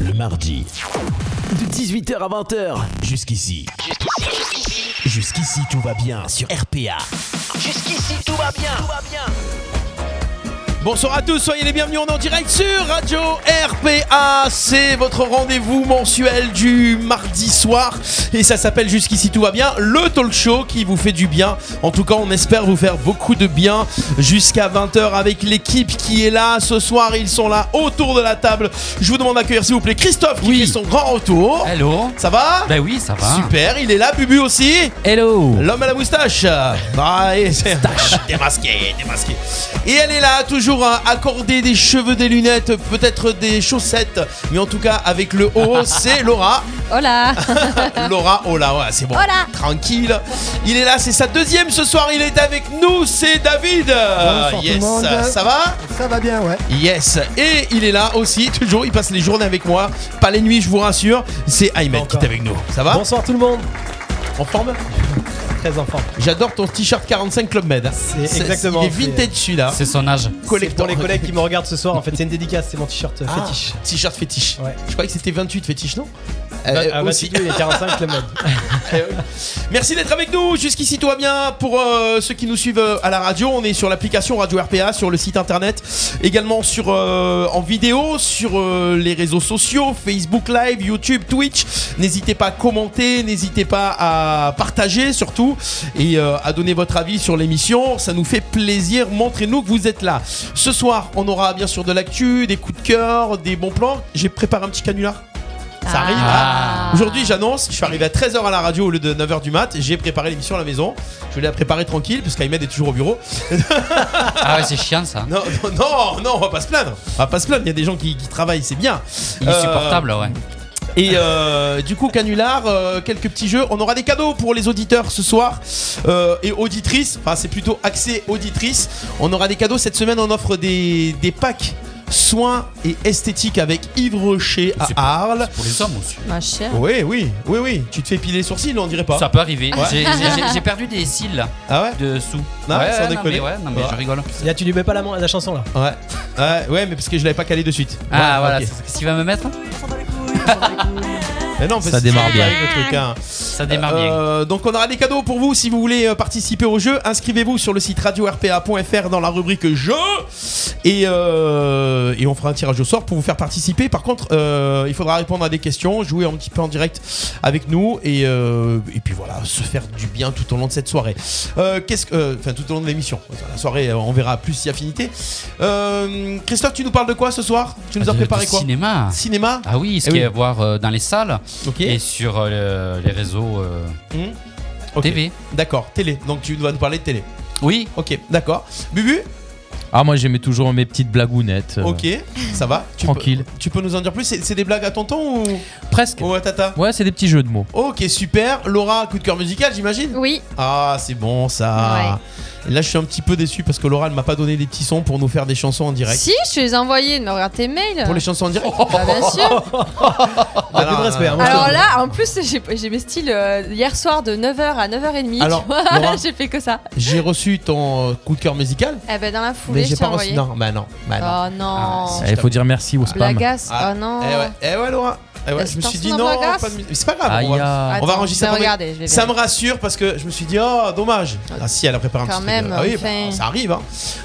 le mardi. De 18h à 20h. Jusqu'ici. Jusqu'ici, jusqu'ici, Jusqu'ici, tout va bien sur RPA. jusqu'ici, tout va bien. Tout va bien. Bonsoir à tous, soyez les bienvenus, on est en direct sur Radio RPA, c'est votre rendez-vous mensuel du mardi soir et ça s'appelle Jusqu'ici tout va bien, le talk show qui vous fait du bien, en tout cas on espère vous faire beaucoup de bien jusqu'à 20h avec l'équipe qui est là, ce soir ils sont là autour de la table, je vous demande d'accueillir s'il vous plaît Christophe qui Oui. fait son grand retour, Hello ça va Bah oui, ça va. Super, il est là, Bubu aussi Hello L'homme à la moustache Ah, et c'est- Démasqué, démasqué Et elle est là, toujours euh, accordée des cheveux, des lunettes, peut-être des chaussettes, mais en tout cas avec le haut, c'est Laura. Hola Laura, oh là, ouais, c'est bon. Hola. Tranquille. Il est là, c'est sa deuxième ce soir, il est avec nous, c'est David Bonsoir tout le Yes, monde. ça va Ça va bien, ouais. Yes, et il est là aussi, toujours, il passe les journées avec moi, pas les nuits, je vous rassure, c'est Ayman qui est avec nous. Ça va Bonsoir tout le monde. En forme Très en forme. J'adore ton t-shirt 45 Club Med. hein. C'est exactement, Il est c'est- vintage celui-là. C'est son âge. C'est Collector. pour les collègues qui me regardent ce soir, en fait, c'est une dédicace, c'est mon t-shirt euh, Ah, fétiche. T-shirt fétiche. Ouais. Je croyais que c'était 28 fétiche, non Ah, Euh, bah, aussi. surtout, il est 45 le mode. Eh oui. Merci d'être avec nous. Jusqu'ici, tout va bien. Pour euh, ceux qui nous suivent euh, à la radio, on est sur l'application Radio RPA, sur le site internet, également sur euh, en vidéo, sur euh, les réseaux sociaux, Facebook Live, YouTube, Twitch. N'hésitez pas à commenter, n'hésitez pas à partager surtout et euh, à donner votre avis sur l'émission. Ça nous fait plaisir. Montrez-nous que vous êtes là. Ce soir, on aura bien sûr de l'actu, des coups de cœur, des bons plans. J'ai préparé un petit canular. Ça arrive. hein. Ah. Aujourd'hui, j'annonce, je suis arrivé à 13h à la radio au lieu de 9h du mat. J'ai préparé l'émission à la maison. Je l'ai préparée tranquille, parce qu'Aymed est toujours au bureau. Ah ouais, c'est chiant ça. Non, non, non, non, on va pas se plaindre. On va pas se plaindre. Il y a des gens qui, qui travaillent, c'est bien. Il est Euh, supportable, ouais. Et euh, du coup, canular, euh, quelques petits jeux. On aura des cadeaux pour les auditeurs ce soir euh, et auditrices. Enfin, c'est plutôt axé auditrice. On aura des cadeaux. Cette semaine, on offre des, des packs soins et esthétiques avec Yves Rocher C'est à Arles. Pour les hommes aussi. Ma chère Oui, oui, oui, oui. Tu te fais piler les sourcils, non, on dirait pas. Ça peut arriver. Ouais. J'ai- J'ai j'ai perdu des cils là, Ah ouais dessous. Non, ouais, sans ouais, non, déconner. mais, ouais, non, mais Ouais. je rigole. Là, tu lui mets pas la, man- la chanson là. Ouais. ouais, ouais, mais parce que je l'avais pas calé de suite. Ah Ouais, voilà, ok. c'est ce qu'il va me mettre Mais non, parce Ça que démarre c'est bien. le truc, hein. Ça démarre bien. Euh, donc on aura des cadeaux pour vous si vous voulez euh, participer au jeu. Inscrivez-vous sur le site radio-rpa.fr dans la rubrique jeu et, euh, et on fera un tirage au sort pour vous faire participer. Par contre, euh, il faudra répondre à des questions, jouer un petit peu en direct avec nous et, euh, et puis voilà, se faire du bien tout au long de cette soirée. Euh, Qu'est-ce que, euh, enfin tout au long de l'émission. La soirée, euh, on verra plus si affinité. Euh, Christophe, tu nous parles de quoi ce soir Tu nous as Ah, De- préparé de quoi Cinéma. Cinéma. Ah oui, ce Eh qu'il y oui. a à voir euh, dans les salles Ok. et sur euh, les réseaux euh, Hmm. Ok. TV. D'accord, télé. Donc tu dois nous parler de télé. Oui. Ok, d'accord. Bubu, Ah moi j'aimais toujours mes petites blagounettes. euh, ok, ça va. Tu Tranquille. Peux, tu peux nous en dire plus C'est c'est des blagues à tonton ou, Presque. ou à tata Ouais, c'est des petits jeux de mots. Ok, super. Laura, coup de cœur musical, j'imagine Oui, Ah, c'est bon ça. Là, je suis un petit peu déçu parce que Laura, elle m'a pas donné des petits sons pour nous faire des chansons en direct. si, je te les ai envoyés, mais regarde tes mails Pour les chansons en direct Bah, bien sûr Ah, T'as plus de respect. hein, moi, je te Alors le dis. là, en plus, j'ai j'ai mes styles euh, hier soir de 9h à 9h30. tu Alors, vois, Laura j'ai fait que ça. J'ai reçu ton euh, coup de cœur musical, Eh ben, dans la mais foulée, je j'ai t'ai pas reçu. envoyé. Non, bah non, bah non. Oh non Ah, Eh, Il faut dire merci au spam. Blagasse, Ah, oh non Euh, Eh ouais, eh ouais, Laura. Eh ouais, Est-ce je me suis que dit t'en non, blagasse pas de musique. Mais c'est pas grave. Aïe, on va- ah. Attends, va enregistrer je ton vais mail. regarder, je vais Ça me vérifier. rassure parce que je me suis dit, oh, dommage. Ah, si, elle a préparé un Quand petit même, truc. Ah oui, enfin. bah, ça arrive. hein.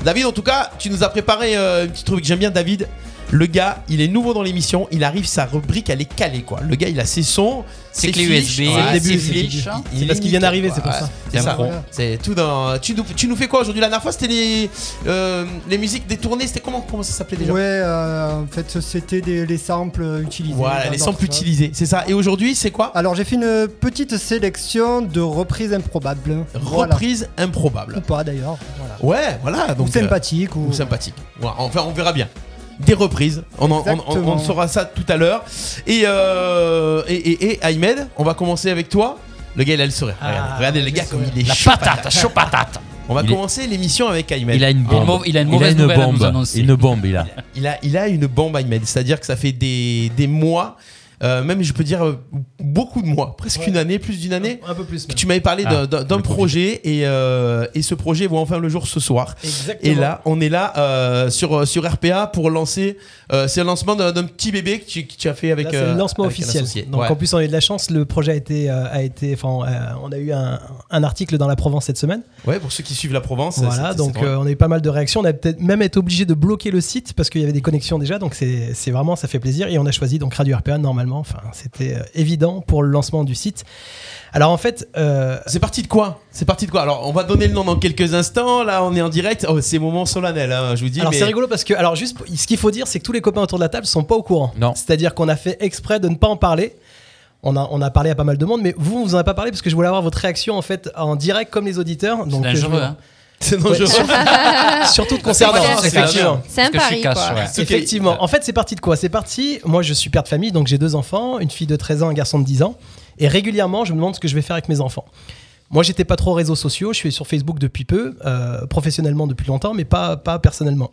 David, en tout cas, tu nous as préparé euh, un petit truc. J'aime bien David. Le gars, il est nouveau dans l'émission. Il arrive, sa rubrique, elle est calée, quoi. Le gars, il a ses sons. C'est ses clé fiches. USB, Ouais, c'est le ses début, c'est le fiches. Il- début. il C'est est parce qu'il vient nickel, d'arriver, quoi. c'est pour Ouais, ça. C'est ça. L'impro. Voilà. C'est tout dans. Tu nous, tu nous fais quoi aujourd'hui La dernière fois, c'était les, euh, les musiques détournées. C'était comment Comment ça s'appelait déjà Ouais, euh, en fait, c'était des- les samples utilisés. Voilà, dans- les dans samples tout ça. utilisés. C'est ça. Et aujourd'hui, c'est quoi Alors, j'ai fait une petite sélection de reprises improbables. Euh, Voilà. Reprise improbable. Ou pas d'ailleurs. Voilà. Ouais, voilà. Donc, ou sympathique. euh, Ou... ou sympathique. Voilà, enfin, on verra bien. Des reprises. On, en- on- on- Exactement. on saura ça tout à l'heure. Et, euh, et, et, et, Ahmed, on va commencer avec toi. Le gars, il a le sourire. regardez, Ah, regardez le le gars comme il est La chaud patate, chaud patate. On va Il est- commencer l'émission avec Ahmed. Il a une Il a une bombe. mau- il a une mauvaise nouvelle à nous bombe. annoncer. une bombe, il a. il a, il a une bombe, Ahmed. C'est-à-dire que ça fait des, des mois euh, même je peux dire euh, beaucoup de mois, presque une année, plus d'une année. Un peu plus. que même. Tu m'avais parlé d'un- Ah, d'un d'un le projet, et, euh, et ce projet voit enfin le jour ce soir. Exactement. Et là, on est là euh, sur, sur RPA pour lancer. euh, c'est le lancement d'un d'un petit bébé que tu, que tu as fait avec. Là, c'est euh, le lancement avec un officiel. associé. Donc Ouais. en plus on a eu de la chance, le projet a été, euh, a été enfin, euh, on a eu un, un article dans la Provence cette semaine. Ouais, pour ceux qui suivent la Provence. Voilà, c'était- donc c'était euh, on a eu pas mal de réactions. On a peut-être même été obligé de bloquer le site parce qu'il y avait des connexions déjà. Donc c'est c'est vraiment, ça fait plaisir. Et on a choisi donc Radio RPA normalement. Enfin, c'était euh, évident pour le lancement du site. Alors en fait, euh, C'est parti de quoi C'est parti de quoi Alors, on va donner le nom dans quelques instants. Là, on est en direct. Oh, c'est moment solennel, hein, je vous dis. alors mais- c'est rigolo parce que, alors juste, ce qu'il faut dire, c'est que tous les copains autour de la table sont pas au courant. Non. C'est-à-dire qu'on a fait exprès de ne pas en parler. On a, on a parlé à pas mal de monde, mais vous, vous en avez pas parlé parce que je voulais avoir votre réaction en fait en direct comme les auditeurs. C'est Donc, euh, je dangereux, veux- hein. C'est dangereux. Surtout de concernant. clair, c'est effectivement. C'est Parce un que je pari, suis cash, quoi. ouais. Ok. Effectivement. En fait, c'est parti de quoi C'est parti. Moi, je suis père de famille, donc j'ai deux enfants, une fille de 13 ans, un garçon de 10 ans. Et régulièrement, je me demande ce que je vais faire avec mes enfants. Moi, j'étais pas trop aux réseaux sociaux. Je suis sur Facebook depuis peu, euh, professionnellement depuis longtemps, mais pas, pas personnellement.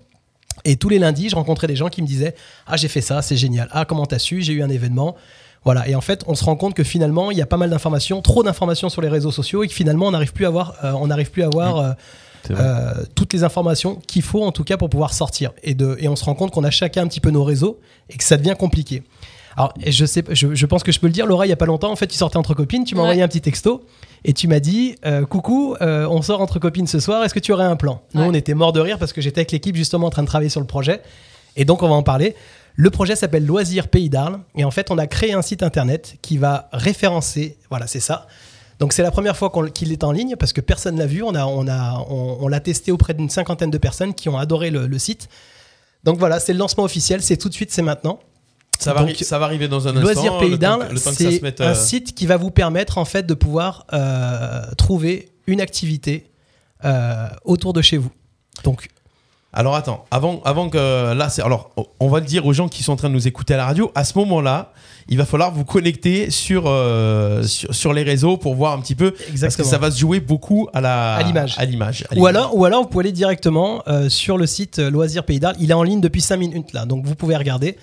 Et tous les lundis, je rencontrais des gens qui me disaient Ah, j'ai fait ça, c'est génial. Ah, comment t'as su J'ai eu un événement. Voilà. Et en fait, on se rend compte que finalement, il y a pas mal d'informations, trop d'informations sur les réseaux sociaux, et que finalement, on n'arrive plus à avoir, euh, on n'arrive plus à avoir euh, C'est vrai. euh, toutes les informations qu'il faut en tout cas pour pouvoir sortir. Et, de, et on se rend compte qu'on a chacun un petit peu nos réseaux et que ça devient compliqué. Alors, et je, sais, je, je pense que je peux le dire, Laura, il n'y a pas longtemps, en fait, tu sortais entre copines, tu m'as Ouais. envoyé un petit texto et tu m'as dit euh, Coucou, euh, on sort entre copines ce soir, est-ce que tu aurais un plan Nous, Ouais. on était morts de rire parce que j'étais avec l'équipe justement en train de travailler sur le projet et donc on va en parler. Le projet s'appelle Loisirs Pays d'Arles et en fait, on a créé un site internet qui va référencer, voilà, c'est ça, donc c'est la première fois qu'on- qu'il est en ligne parce que personne l'a vu. On a, on a, on, on l'a testé auprès d'une cinquantaine de personnes qui ont adoré le, le site. Donc voilà, c'est le lancement officiel. C'est tout de suite, c'est maintenant. Ça va, Donc, arri- ça va arriver dans un instant. Loisirs le Pays temps que- d'Arles, le temps que ça se c'est mette, un euh, site qui va vous permettre en fait de pouvoir euh, trouver une activité euh, autour de chez vous. Donc Alors attends, avant, avant que là, c'est alors on va le dire aux gens qui sont en train de nous écouter à la radio. À ce moment-là, il va falloir vous connecter sur euh, sur, sur les réseaux pour voir un petit peu parce que exactement. ça va se jouer beaucoup à la À l'image. à l'image. à Ou l'image. alors, ou alors, vous pouvez aller directement euh, sur le site euh, Loisirs Pays d'Arles. Il est en ligne depuis 5 minutes là, donc vous pouvez regarder.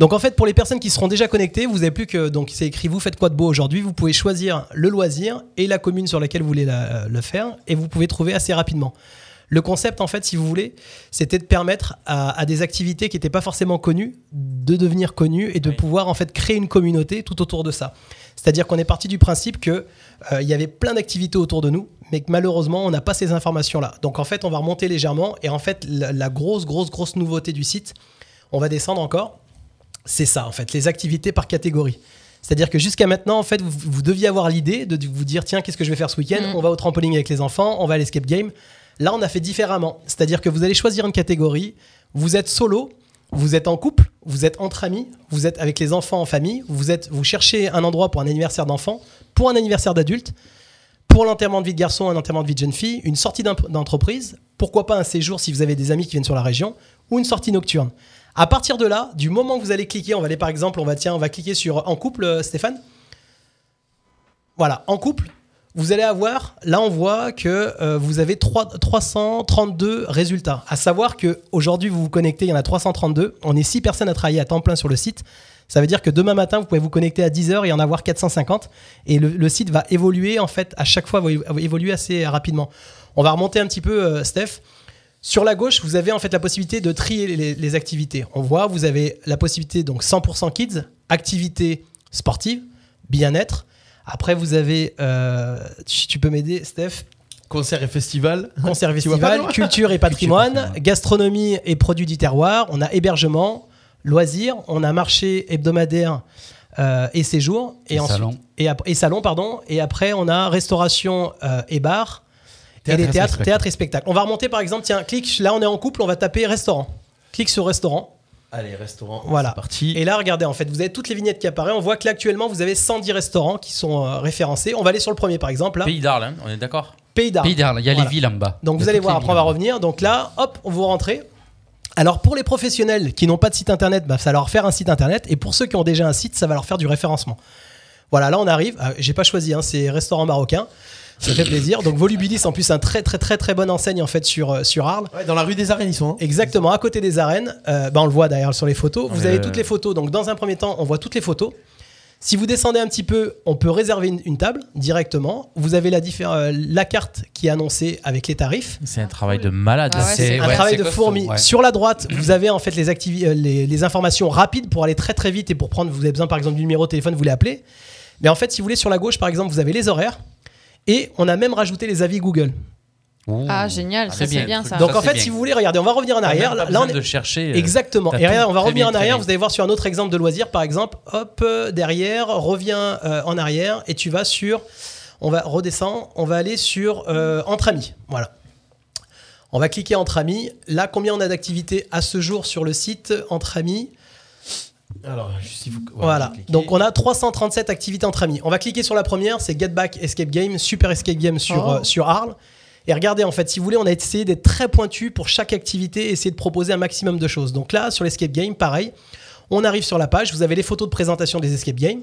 Donc en fait, pour les personnes qui seront déjà connectées, vous avez plus que donc c'est écrit vous faites quoi de beau aujourd'hui. Vous pouvez choisir le loisir et la commune sur laquelle vous voulez la- euh, le faire, et vous pouvez trouver assez rapidement. Le concept, en fait, si vous voulez, c'était de permettre à, à des activités qui n'étaient pas forcément connues de devenir connues et de pouvoir en fait créer une communauté tout autour de ça. C'est-à-dire qu'on est parti du principe que euh, il y avait plein d'activités autour de nous, mais que malheureusement on n'a pas ces informations-là. Donc en fait, on va remonter légèrement et en fait, la, la grosse, grosse, grosse nouveauté du site, on va descendre encore. C'est ça, en fait, les activités par catégorie. C'est-à-dire que jusqu'à maintenant, en fait, vous, vous deviez avoir l'idée de vous dire tiens, qu'est-ce que je vais faire ce week-end Mm. On va au trampoline avec les enfants, on va à l'escape game. Là, on a fait différemment. C'est-à-dire que vous allez choisir une catégorie. Vous êtes solo, vous êtes en couple, vous êtes entre amis, vous êtes avec les enfants en famille, vous, êtes, vous cherchez un endroit pour un anniversaire d'enfant, pour un anniversaire d'adulte, pour l'enterrement de vie de garçon, un enterrement de vie de jeune fille, une sortie d'imp- d'entreprise, pourquoi pas un séjour si vous avez des amis qui viennent sur la région, ou une sortie nocturne. À partir de là, du moment que vous allez cliquer, on va aller par exemple, on va tiens, on va cliquer sur en couple, euh, Stéphane. Voilà, en couple, vous allez avoir, là on voit que euh, vous avez trois- 332 résultats. À savoir que aujourd'hui vous vous connectez, il y en a 332. On est 6 personnes à travailler à temps plein sur le site. Ça veut dire que demain matin, vous pouvez vous connecter à 10h et en avoir 450. Et le, le site va évoluer, en fait, à chaque fois, va évo- évoluer assez euh, rapidement. On va remonter un petit peu, euh, Steph. Sur la gauche, vous avez en fait la possibilité de trier les, les activités. On voit, vous avez la possibilité donc 100% kids, activités sportives, bien-être. Après, vous avez, euh, tu, tu peux m'aider, Steph, concert et festival. concert Hein, Tu vois pas, festival, Laura culture et Culture et patrimoine, patrimoine. gastronomie et produits du terroir. On a hébergement, loisirs, on a marché hebdomadaire euh, et séjour. Et, Et ensuite- salon. Et, ap- et salon, pardon. Et après, on a restauration euh, et bar. Théâtre et et les théâtres, spectacle. théâtre et spectacle. On va remonter par exemple, tiens, clique, là on est en couple, on va taper restaurant. Clique sur restaurant. Allez, restaurant. Voilà. C'est parti. Et là, regardez, en fait, vous avez toutes les vignettes qui apparaissent. On voit que là actuellement, vous avez 110 restaurants qui sont euh, référencés. On va aller sur le premier par exemple, là. Pays d'Arles, hein, on est d'accord Pays d'Arles. Pays d'Arles, il y a ah, Voilà. les villes en bas. Donc Il y a vous allez toutes voir, les après on villes va en bas. revenir. Donc là, hop, vous rentrez. Alors pour les professionnels qui n'ont pas de site internet, bah, ça va leur faire un site internet. Et pour ceux qui ont déjà un site, ça va leur faire du référencement. Voilà, là on arrive. Ah, J'ai pas choisi, hein, c'est restaurant marocain. Ça fait plaisir. Donc Volubilis, en plus, un très très très très bonne enseigne en fait sur, euh, sur Arles. Ouais, dans la rue des arènes, ils sont. hein. Exactement, à côté des arènes. Euh, bah, on le voit d'ailleurs sur les photos. Vous Ouais. avez toutes les photos. Donc, dans un premier temps, on voit toutes les photos. Si vous descendez un petit peu, on peut réserver une, une table directement. Vous avez la, diffé- euh, la carte qui est annoncée avec les tarifs. C'est un travail de malade. Ah ouais, c'est- Un travail c'est de costaud, fourmi. ouais. Sur la droite, vous avez en fait les, activi- euh, les, les informations rapides pour aller très très vite et pour prendre, vous avez besoin par exemple du numéro de téléphone, vous voulez appeler. Mais en fait, si vous voulez, sur la gauche, par exemple, vous avez les horaires. Et on a même rajouté les avis Google. Ouh. Ah, génial, Ah, ça c'est bien, c'est bien le ça. truc. Donc ça, en c'est fait, bien. si vous voulez, regardez, on va revenir en arrière. Là, on est- de chercher. euh, Exactement. t'as Et regarde, tout. on va Très revenir bien, en très arrière. bien. Vous allez voir sur un autre exemple de loisir, par exemple. Hop, euh, derrière, reviens euh, en arrière et tu vas sur. On va redescendre. On va aller sur euh, entre amis. Voilà. On va cliquer entre amis. Là, combien on a d'activités à ce jour sur le site entre amis Alors, si vous. Voilà. Donc on a 337 activités entre amis. On va cliquer sur la première, c'est Get Back Escape Game, Super Escape Game sur, Oh. euh, sur Arles. Et regardez, en fait, si vous voulez, on a essayé d'être très pointu pour chaque activité, essayer de proposer un maximum de choses. Donc là, sur l'Escape Game, pareil, on arrive sur la page, vous avez les photos de présentation des Escape Games.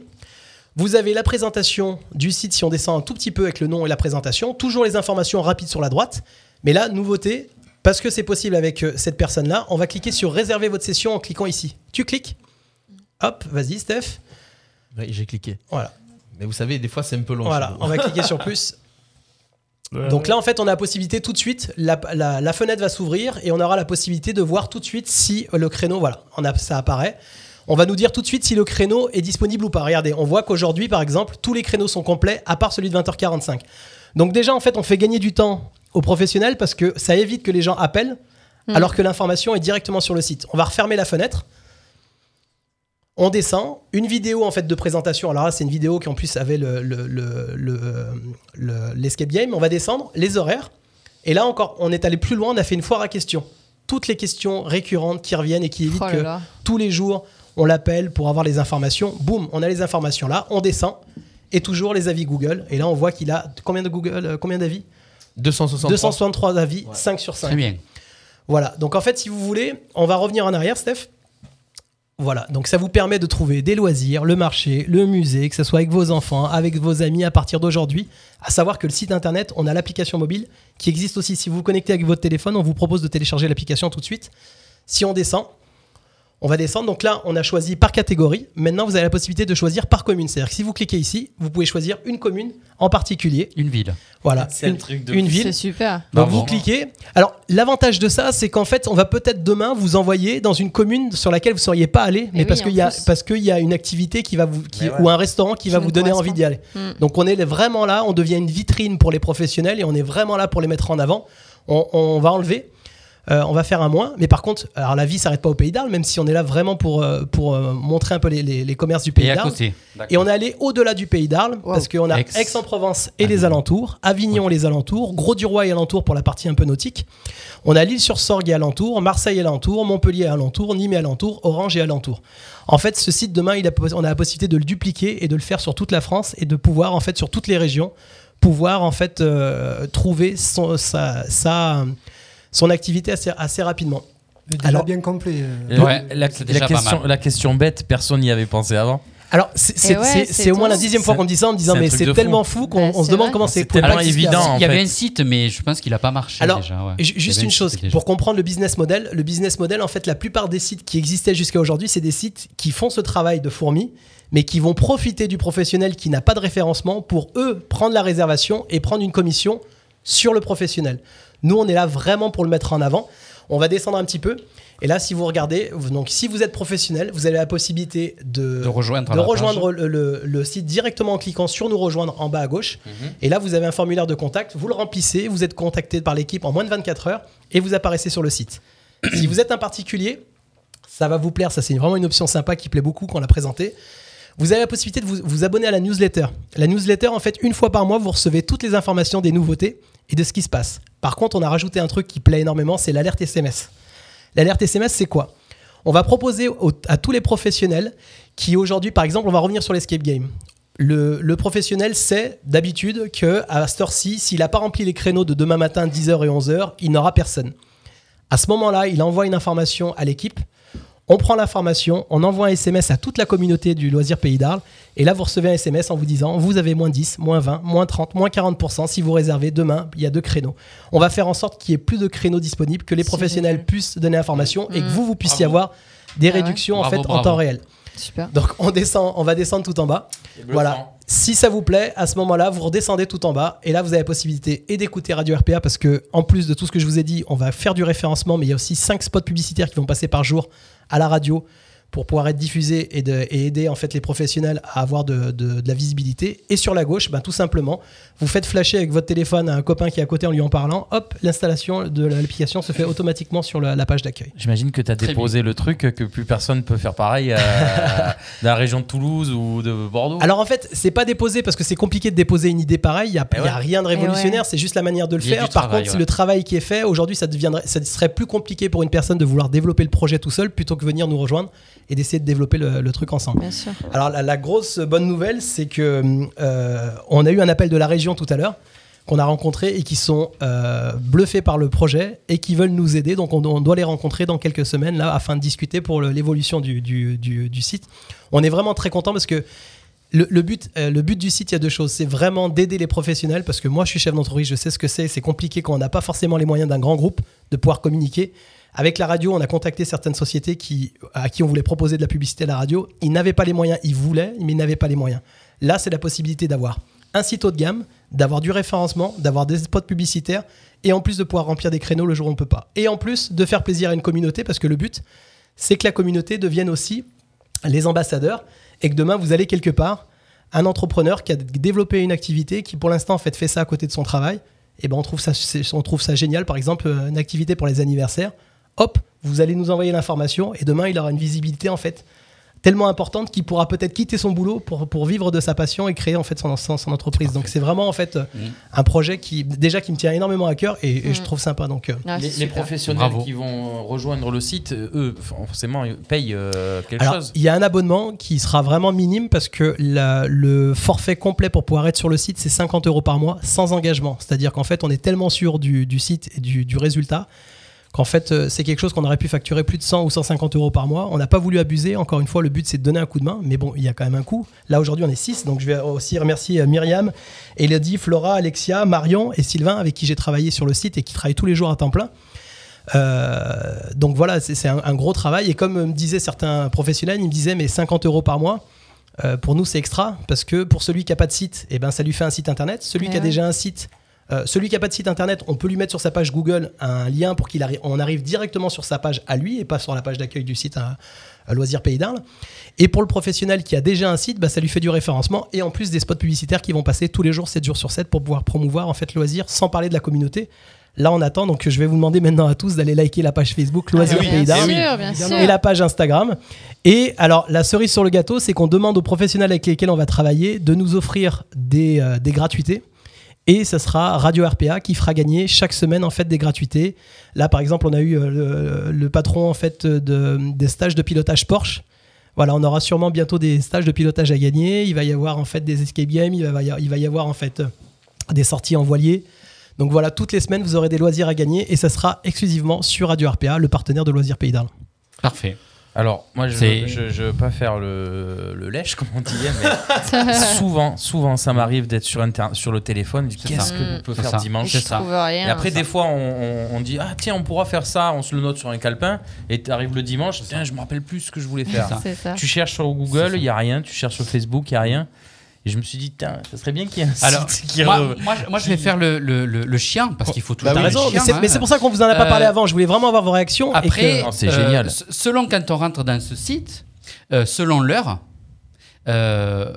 Vous avez la présentation du site si on descend un tout petit peu avec le nom et la présentation. Toujours les informations rapides sur la droite. Mais là, nouveauté, parce que c'est possible avec euh, cette personne-là, on va cliquer sur réserver votre session en cliquant ici. Tu cliques. Hop, vas-y, Steph. Ouais, j'ai cliqué. Voilà. Mais vous savez, des fois, c'est un peu long. Voilà, on va cliquer sur plus. Donc là, en fait, on a la possibilité tout de suite, la, la- la fenêtre va s'ouvrir et on aura la possibilité de voir tout de suite si le créneau, voilà, on a, ça apparaît. On va nous dire tout de suite si le créneau est disponible ou pas. Regardez, on voit qu'aujourd'hui, par exemple, tous les créneaux sont complets à part celui de 20h45. Donc déjà, en fait, on fait gagner du temps aux professionnels parce que ça évite que les gens appellent Mm. alors que l'information est directement sur le site. On va refermer la fenêtre. On descend, une vidéo en fait de présentation. Alors là, c'est une vidéo qui en plus avait le, le- le- le- le- l'escape game. On va descendre, les horaires. Et là encore, on est allé plus loin, on a fait une foire à questions. Toutes les questions récurrentes qui reviennent et qui évitent Oh là que là. tous les jours, on l'appelle pour avoir les informations. Boum, on a les informations là, on descend. Et toujours les avis Google. Et là, on voit qu'il a combien de Google, euh, combien d'avis 260. 263 avis, 5 sur 5. Très bien. Voilà, donc en fait, si vous voulez, on va revenir en arrière, Steph. Voilà, donc ça vous permet de trouver des loisirs, le marché, le musée, que ce soit avec vos enfants, avec vos amis à partir d'aujourd'hui. À savoir que le site internet, on a l'application mobile qui existe aussi. Si vous vous connectez avec votre téléphone, on vous propose de télécharger l'application tout de suite. Si on descend, on va descendre. Donc là, on a choisi par catégorie. Maintenant, vous avez la possibilité de choisir par commune. C'est-à-dire que si vous cliquez ici, vous pouvez choisir une commune en particulier. Une ville. Voilà, C'est une, un truc de une ville. C'est super. Donc Bravo. vous cliquez. Alors l'avantage de ça, c'est qu'en fait, on va peut-être demain vous envoyer dans une commune sur laquelle vous ne seriez pas allé, mais Eh oui, parce en qu'il y a plus. parce qu'il y a une activité qui va vous qui- Mais ouais. Eh ou un restaurant qui, va nous vous donner correspond. envie d'y aller. Mm. Donc on est vraiment là, on devient une vitrine pour les professionnels et on est vraiment là pour les mettre en avant. On, on va enlever. euh, on va faire un moins, mais par contre, alors la vie s'arrête pas au Pays d'Arles, même si on est là vraiment pour, euh, pour euh, montrer un peu les, les- les commerces du Pays Et à d'Arles. côté. Et on est allé au-delà du pays d'Arles, parce qu'on a Aix. Aix-en-Provence Ah, et les alentours, Avignon et les alentours, Gros-du-Roi et alentours pour la partie un peu nautique. On a Lille-sur-Sorgue et alentours, Marseille et alentours, Montpellier et alentours, Nîmes et alentours, Orange et alentours. En fait, ce site, demain, il a, pos- on a la possibilité de le dupliquer et de le faire sur toute la France et de pouvoir, en fait, sur toutes les régions, pouvoir, en fait, euh, trouver son, sa, sa- son activité assez, assez rapidement. Mais déjà Alors- bien complet. euh. La- Ouais, la, c'est la déjà pas question, mal. la question bête, personne n'y avait pensé avant. Alors, c'est- c'est Eh ouais, c'est- c'est c'est au moins la étonnant. dixième fois qu'on me dit ça en me disant, C'est un mais truc c'est de fou. tellement fou qu'on Bah, on se c'est demande vrai. comment c'est C'est tellement pas existé avant. évident. en Il y avait fait. un site, mais je pense qu'il a pas marché Alors, déjà. ouais. Et ju- Il y Juste avait un une chose, site déjà. pour comprendre le business model, le business model, en fait, la plupart des sites qui existaient jusqu'à aujourd'hui, c'est des sites qui font ce travail de fourmi, mais qui vont profiter du professionnel qui n'a pas de référencement pour, eux, prendre la réservation et prendre une commission sur le professionnel. Nous, on est là vraiment pour le mettre en avant. On va descendre un petit peu. Et là, si vous regardez, vous- donc si vous êtes professionnel, vous avez la possibilité de, de rejoindre. de la page. rejoindre le, le- le site directement en cliquant sur nous rejoindre en bas à gauche. Et là, vous avez un formulaire de contact, vous le remplissez, vous êtes contacté par l'équipe en moins de 24 heures et vous apparaissez sur le site. si vous êtes un particulier, ça va vous plaire, ça c'est vraiment une option sympa qui plaît beaucoup qu'on l'a présentée. Vous avez la possibilité de vous, vous abonner à la newsletter. La newsletter, en fait, une fois par mois, vous recevez toutes les informations des nouveautés et de ce qui se passe. Par contre, on a rajouté un truc qui plaît énormément, c'est l'alerte SMS. L'alerte SMS, c'est quoi On va proposer au- à tous les professionnels qui aujourd'hui, par exemple, on va revenir sur l'escape game. Le, le professionnel sait d'habitude que à cette heure-ci, s'il n'a pas rempli les créneaux de demain matin 10h et 11h, il n'aura personne. À ce moment-là, il envoie une information à l'équipe. On prend l'information, on envoie un SMS à toute la communauté du loisir Pays d'Arles. Et là, vous recevez un SMS en vous disant vous avez moins 10, moins 20, moins 30, moins 40% si vous réservez demain. Il y a deux créneaux. On va faire en sorte qu'il y ait plus de créneaux disponibles, que les professionnels puissent donner l'information et que vous, vous puissiez avoir des Ah ouais. réductions en Bravo, fait en bravo. temps réel. Super. Donc on descend, on va descendre tout en bas. Voilà. Si ça vous plaît, à ce moment-là, vous redescendez tout en bas et là vous avez la possibilité et d'écouter Radio RPA parce que en plus de tout ce que je vous ai dit, on va faire du référencement, mais il y a aussi cinq spots publicitaires qui vont passer par jour à la radio pour pouvoir être diffusés et, de- et aider en fait les professionnels à avoir de, de- de la visibilité. Et sur la gauche, ben, tout simplement, vous faites flasher avec votre téléphone à un copain qui est à côté en lui en parlant. Hop, l'installation de l'application se fait automatiquement sur la- la page d'accueil. J'imagine que tu as Très déposé le truc que plus personne peut faire pareil euh, dans la région de Toulouse ou de Bordeaux. Alors en fait, c'est pas déposé parce que c'est compliqué de déposer une idée pareille. Il n'y a, Eh ouais. y a rien de ouais. révolutionnaire, c'est juste la manière de le Il y a faire. du Par travail, contre, si ouais. le travail qui est fait aujourd'hui, ça deviendrait, ça serait plus compliqué pour une personne de vouloir développer le projet tout seul plutôt que venir nous rejoindre et d'essayer de développer le, le truc ensemble. Bien sûr. Alors la, la grosse bonne nouvelle, c'est que euh, on a eu un appel de la région tout à l'heure qu'on a rencontré et qui sont euh, bluffés par le projet et qui veulent nous aider. Donc on, on doit les rencontrer dans quelques semaines là afin de discuter pour le- l'évolution du, du- du- du site. On est vraiment très content parce que le, le but, euh, le but du site, il y a deux choses. C'est vraiment d'aider les professionnels parce que moi, je suis chef d'entreprise, je sais ce que c'est. C'est compliqué quand on n'a pas forcément les moyens d'un grand groupe de pouvoir communiquer. Avec la radio, on a contacté certaines sociétés qui, à qui on voulait proposer de la publicité à la radio. Ils n'avaient pas les moyens, ils voulaient, mais ils n'avaient pas les moyens. Là, c'est la possibilité d'avoir un site haut de gamme, d'avoir du référencement, d'avoir des spots publicitaires et en plus de pouvoir remplir des créneaux le jour où on ne peut pas. Et en plus de faire plaisir à une communauté parce que le but, c'est que la communauté devienne aussi les ambassadeurs et que demain vous allez quelque part, un entrepreneur qui a développé une activité qui pour l'instant en fait fait ça à côté de son travail, et ben on trouve ça c'est- on trouve ça génial par exemple euh, une activité pour les anniversaires. Hop, vous allez nous envoyer l'information et demain il aura une visibilité en fait tellement importante qu'il pourra peut-être quitter son boulot pour, pour vivre de sa passion et créer en fait son, son, son entreprise. Donc c'est vraiment en fait euh, un projet qui déjà qui me tient énormément à cœur et, et je Mm. trouve sympa donc euh, Ah, les, c'est les super. professionnels Bravo. qui vont rejoindre le site, euh, eux, forcément, ils payent euh, quelque Alors, chose. il y a un abonnement qui sera vraiment minime parce que la- le forfait complet pour pouvoir être sur le site, c'est 50 euros par mois sans engagement. C'est-à-dire qu'en fait, on est tellement sûr du, du site et du, du résultat qu'en fait, euh, c'est quelque chose qu'on aurait pu facturer plus de 100 ou 150 euros par mois. On n'a pas voulu abuser. Encore une fois, le but, c'est de donner un coup de main. Mais bon, il y a quand même un coût. Là, aujourd'hui, on est 6. Donc, je vais aussi remercier euh, Myriam, Elodie, Flora, Alexia, Marion et Sylvain, avec qui j'ai travaillé sur le site et qui travaillent tous les jours à temps plein. Euh, donc voilà, c'est c'est un, un gros travail. Et comme euh, me disaient certains professionnels, ils me disaient mais 50 euros par mois. euh, pour nous, c'est extra parce que pour celui qui a pas de site, eh ben, ça lui fait un site internet. Celui Eh qui a ouais. déjà un site, euh, celui qui a pas de site internet, on peut lui mettre sur sa page Google un lien pour qu'il arrive, on arrive directement sur sa page à lui et pas sur la page d'accueil du site hein. à, à Loisirs Pays d'Arles. Et pour le professionnel qui a déjà un site, bah, ça lui fait du référencement et en plus des spots publicitaires qui vont passer tous les jours, 7 jours sur 7 pour pouvoir promouvoir en fait Loisirs sans parler de la communauté. Là, on attend, donc je vais vous demander maintenant à tous d'aller liker la page Facebook Loisirs Ah oui, Pays Eh Bien d'Arles sûr, oui. bien sûr. et la page Instagram. Et alors, la cerise sur le gâteau, c'est qu'on demande aux professionnels avec lesquels on va travailler de nous offrir des, euh, des gratuités. Et ça sera Radio RPA qui fera gagner chaque semaine en fait des gratuités. Là, par exemple, on a eu euh, le, le patron en fait de, des stages de pilotage Porsche. Voilà, on aura sûrement bientôt des stages de pilotage à gagner. Il va y avoir en fait des escape games. Il va y avoir, il va y avoir en fait euh, des sorties en voilier. Donc voilà, toutes les semaines, vous aurez des loisirs à gagner et ça sera exclusivement sur Radio RPA, le partenaire de Loisirs Pays d'Arles. Parfait. Alors, moi, je C'est- je, je veux pas faire le, le lèche, comme on dit, mais souvent, souvent, ça m'arrive d'être sur, inter- sur le téléphone. je dis, C'est Qu'est-ce ça. Mm, que je peux C'est faire ça. dimanche C'est Je ça. trouve rien. Et après, ça. des fois, on, on- on dit Ah, tiens, on pourra faire ça, on se le note sur un calepin, et t'arrives le dimanche, tiens, je me rappelle plus ce que je voulais faire. C'est ça. C'est ça. Tu cherches sur Google, il n'y a rien, tu cherches sur Facebook, il n'y a rien. Et je me suis dit, Tiens, ça serait bien qu'il y ait un Alors, site qui. moi, re- moi, je- moi, je vais faire le, le, le, le chien parce qu'il faut tout Bah le oui. temps le T'as Oh, raison, mais chien, c'est, hein. mais c'est pour ça qu'on vous en a pas Euh, parlé avant. Je voulais vraiment avoir vos réactions. et Après, que- Oh, c'est génial. s- selon quand on rentre dans ce site, euh, selon l'heure, euh,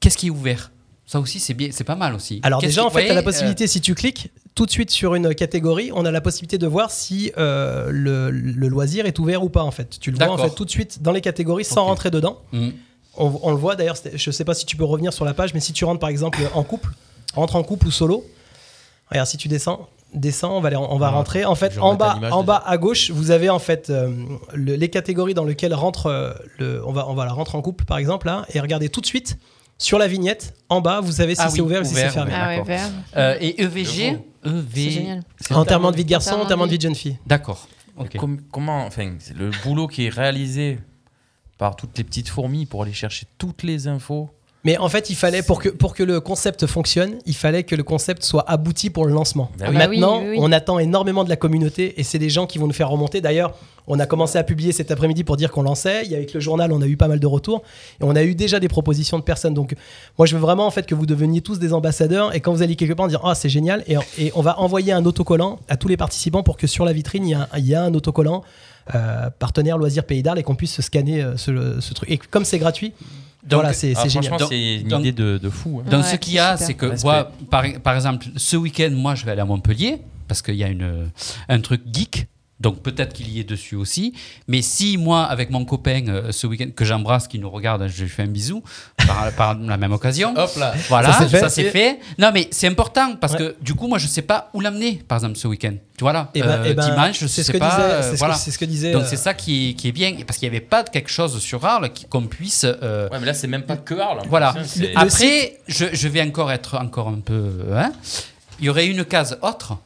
qu'est-ce qui est ouvert Ça aussi, c'est bien, c'est pas mal aussi. Alors Qu'est-ce déjà, qui- en fait, t'as la voyez, possibilité, si tu cliques tout de suite sur une catégorie, on a la possibilité de voir si euh, le, le loisir est ouvert ou pas, en fait. Tu le vois, en D'accord. fait, tout de suite dans les catégories sans Ok. rentrer dedans. euh, hmm. On, on le voit d'ailleurs, c'était- je sais pas si tu peux revenir sur la page, mais si tu rentres par exemple en couple, rentre en couple ou solo, regarde si tu descends, descends, on va, aller- on va Ah, rentrer. En fait, je en remets ta bas, image en déjà. bas à gauche, vous avez en fait euh, le- les catégories dans lesquelles rentre euh, le. On va, on va la rentrer en couple par exemple là, et regardez tout de suite sur la vignette, en bas, vous savez si Ah c'est oui, ouvert, ou si c'est ouvert, fermé. ouvert. Ah ouais, D'accord. vert. Euh, et EVG, Bravo. EV, C'est génial. c'est- Enterrement de vie de garçon, Ah, Enterrement de enterrement de vie. vie de jeune fille. D'accord. Ok. Com- comment, enfin, c'est le boulot qui est réalisé par toutes les petites fourmis pour aller chercher toutes les infos. Mais en fait, il fallait pour que, pour que le concept fonctionne, il fallait que le concept soit abouti pour le lancement. Bah oui. Maintenant, Ah oui, oui, oui. on attend énormément de la communauté et c'est des gens qui vont nous faire remonter. D'ailleurs, on a commencé à publier cet après-midi pour dire qu'on lançait. Et avec le journal, on a eu pas mal de retours et on a eu déjà des propositions de personnes. Donc, moi, je veux vraiment en fait que vous deveniez tous des ambassadeurs et quand vous allez quelque part, dire ah c'est génial et, et on va envoyer un autocollant à tous les participants pour que sur la vitrine il y a un, il y a un autocollant euh, partenaire loisirs Pays d'Arles et qu'on puisse se scanner euh, ce, ce truc. Et comme c'est gratuit, Donc, voilà, c'est Ah, c'est génial. franchement, Dans- c'est une dans- idée de, de fou. hein. Donc Ouais, ce qu'il y a, super. c'est que Respect. moi, par, par exemple, ce week-end, moi, je vais aller à Montpellier parce qu'il y a une, un truc geek. Donc peut-être qu'il y est dessus aussi. Mais si moi, avec mon copain, euh, ce week-end, que j'embrasse, qui nous regarde, je lui fais un bisou par, par la même occasion. Hop là. Voilà, Ça ça c'est fait. c'est fait. Non, mais c'est important parce Ouais. que du coup, moi, je sais pas où l'amener, par exemple, ce week-end. Tu vois là, Eh ben- euh, eh ben, dimanche, je c'est sais ce que pas. disait- euh, c'est ce que- voilà. c'est ce que disait, Donc euh, c'est ça qui, qui est bien, parce qu'il n'y avait pas quelque chose sur Arles qui- qu'on puisse euh, Ouais, mais là, c'est même pas que Arles. en voilà. plus, hein, c'est- Après, je, je vais encore être encore un peu. hein. Il y aurait une case autre,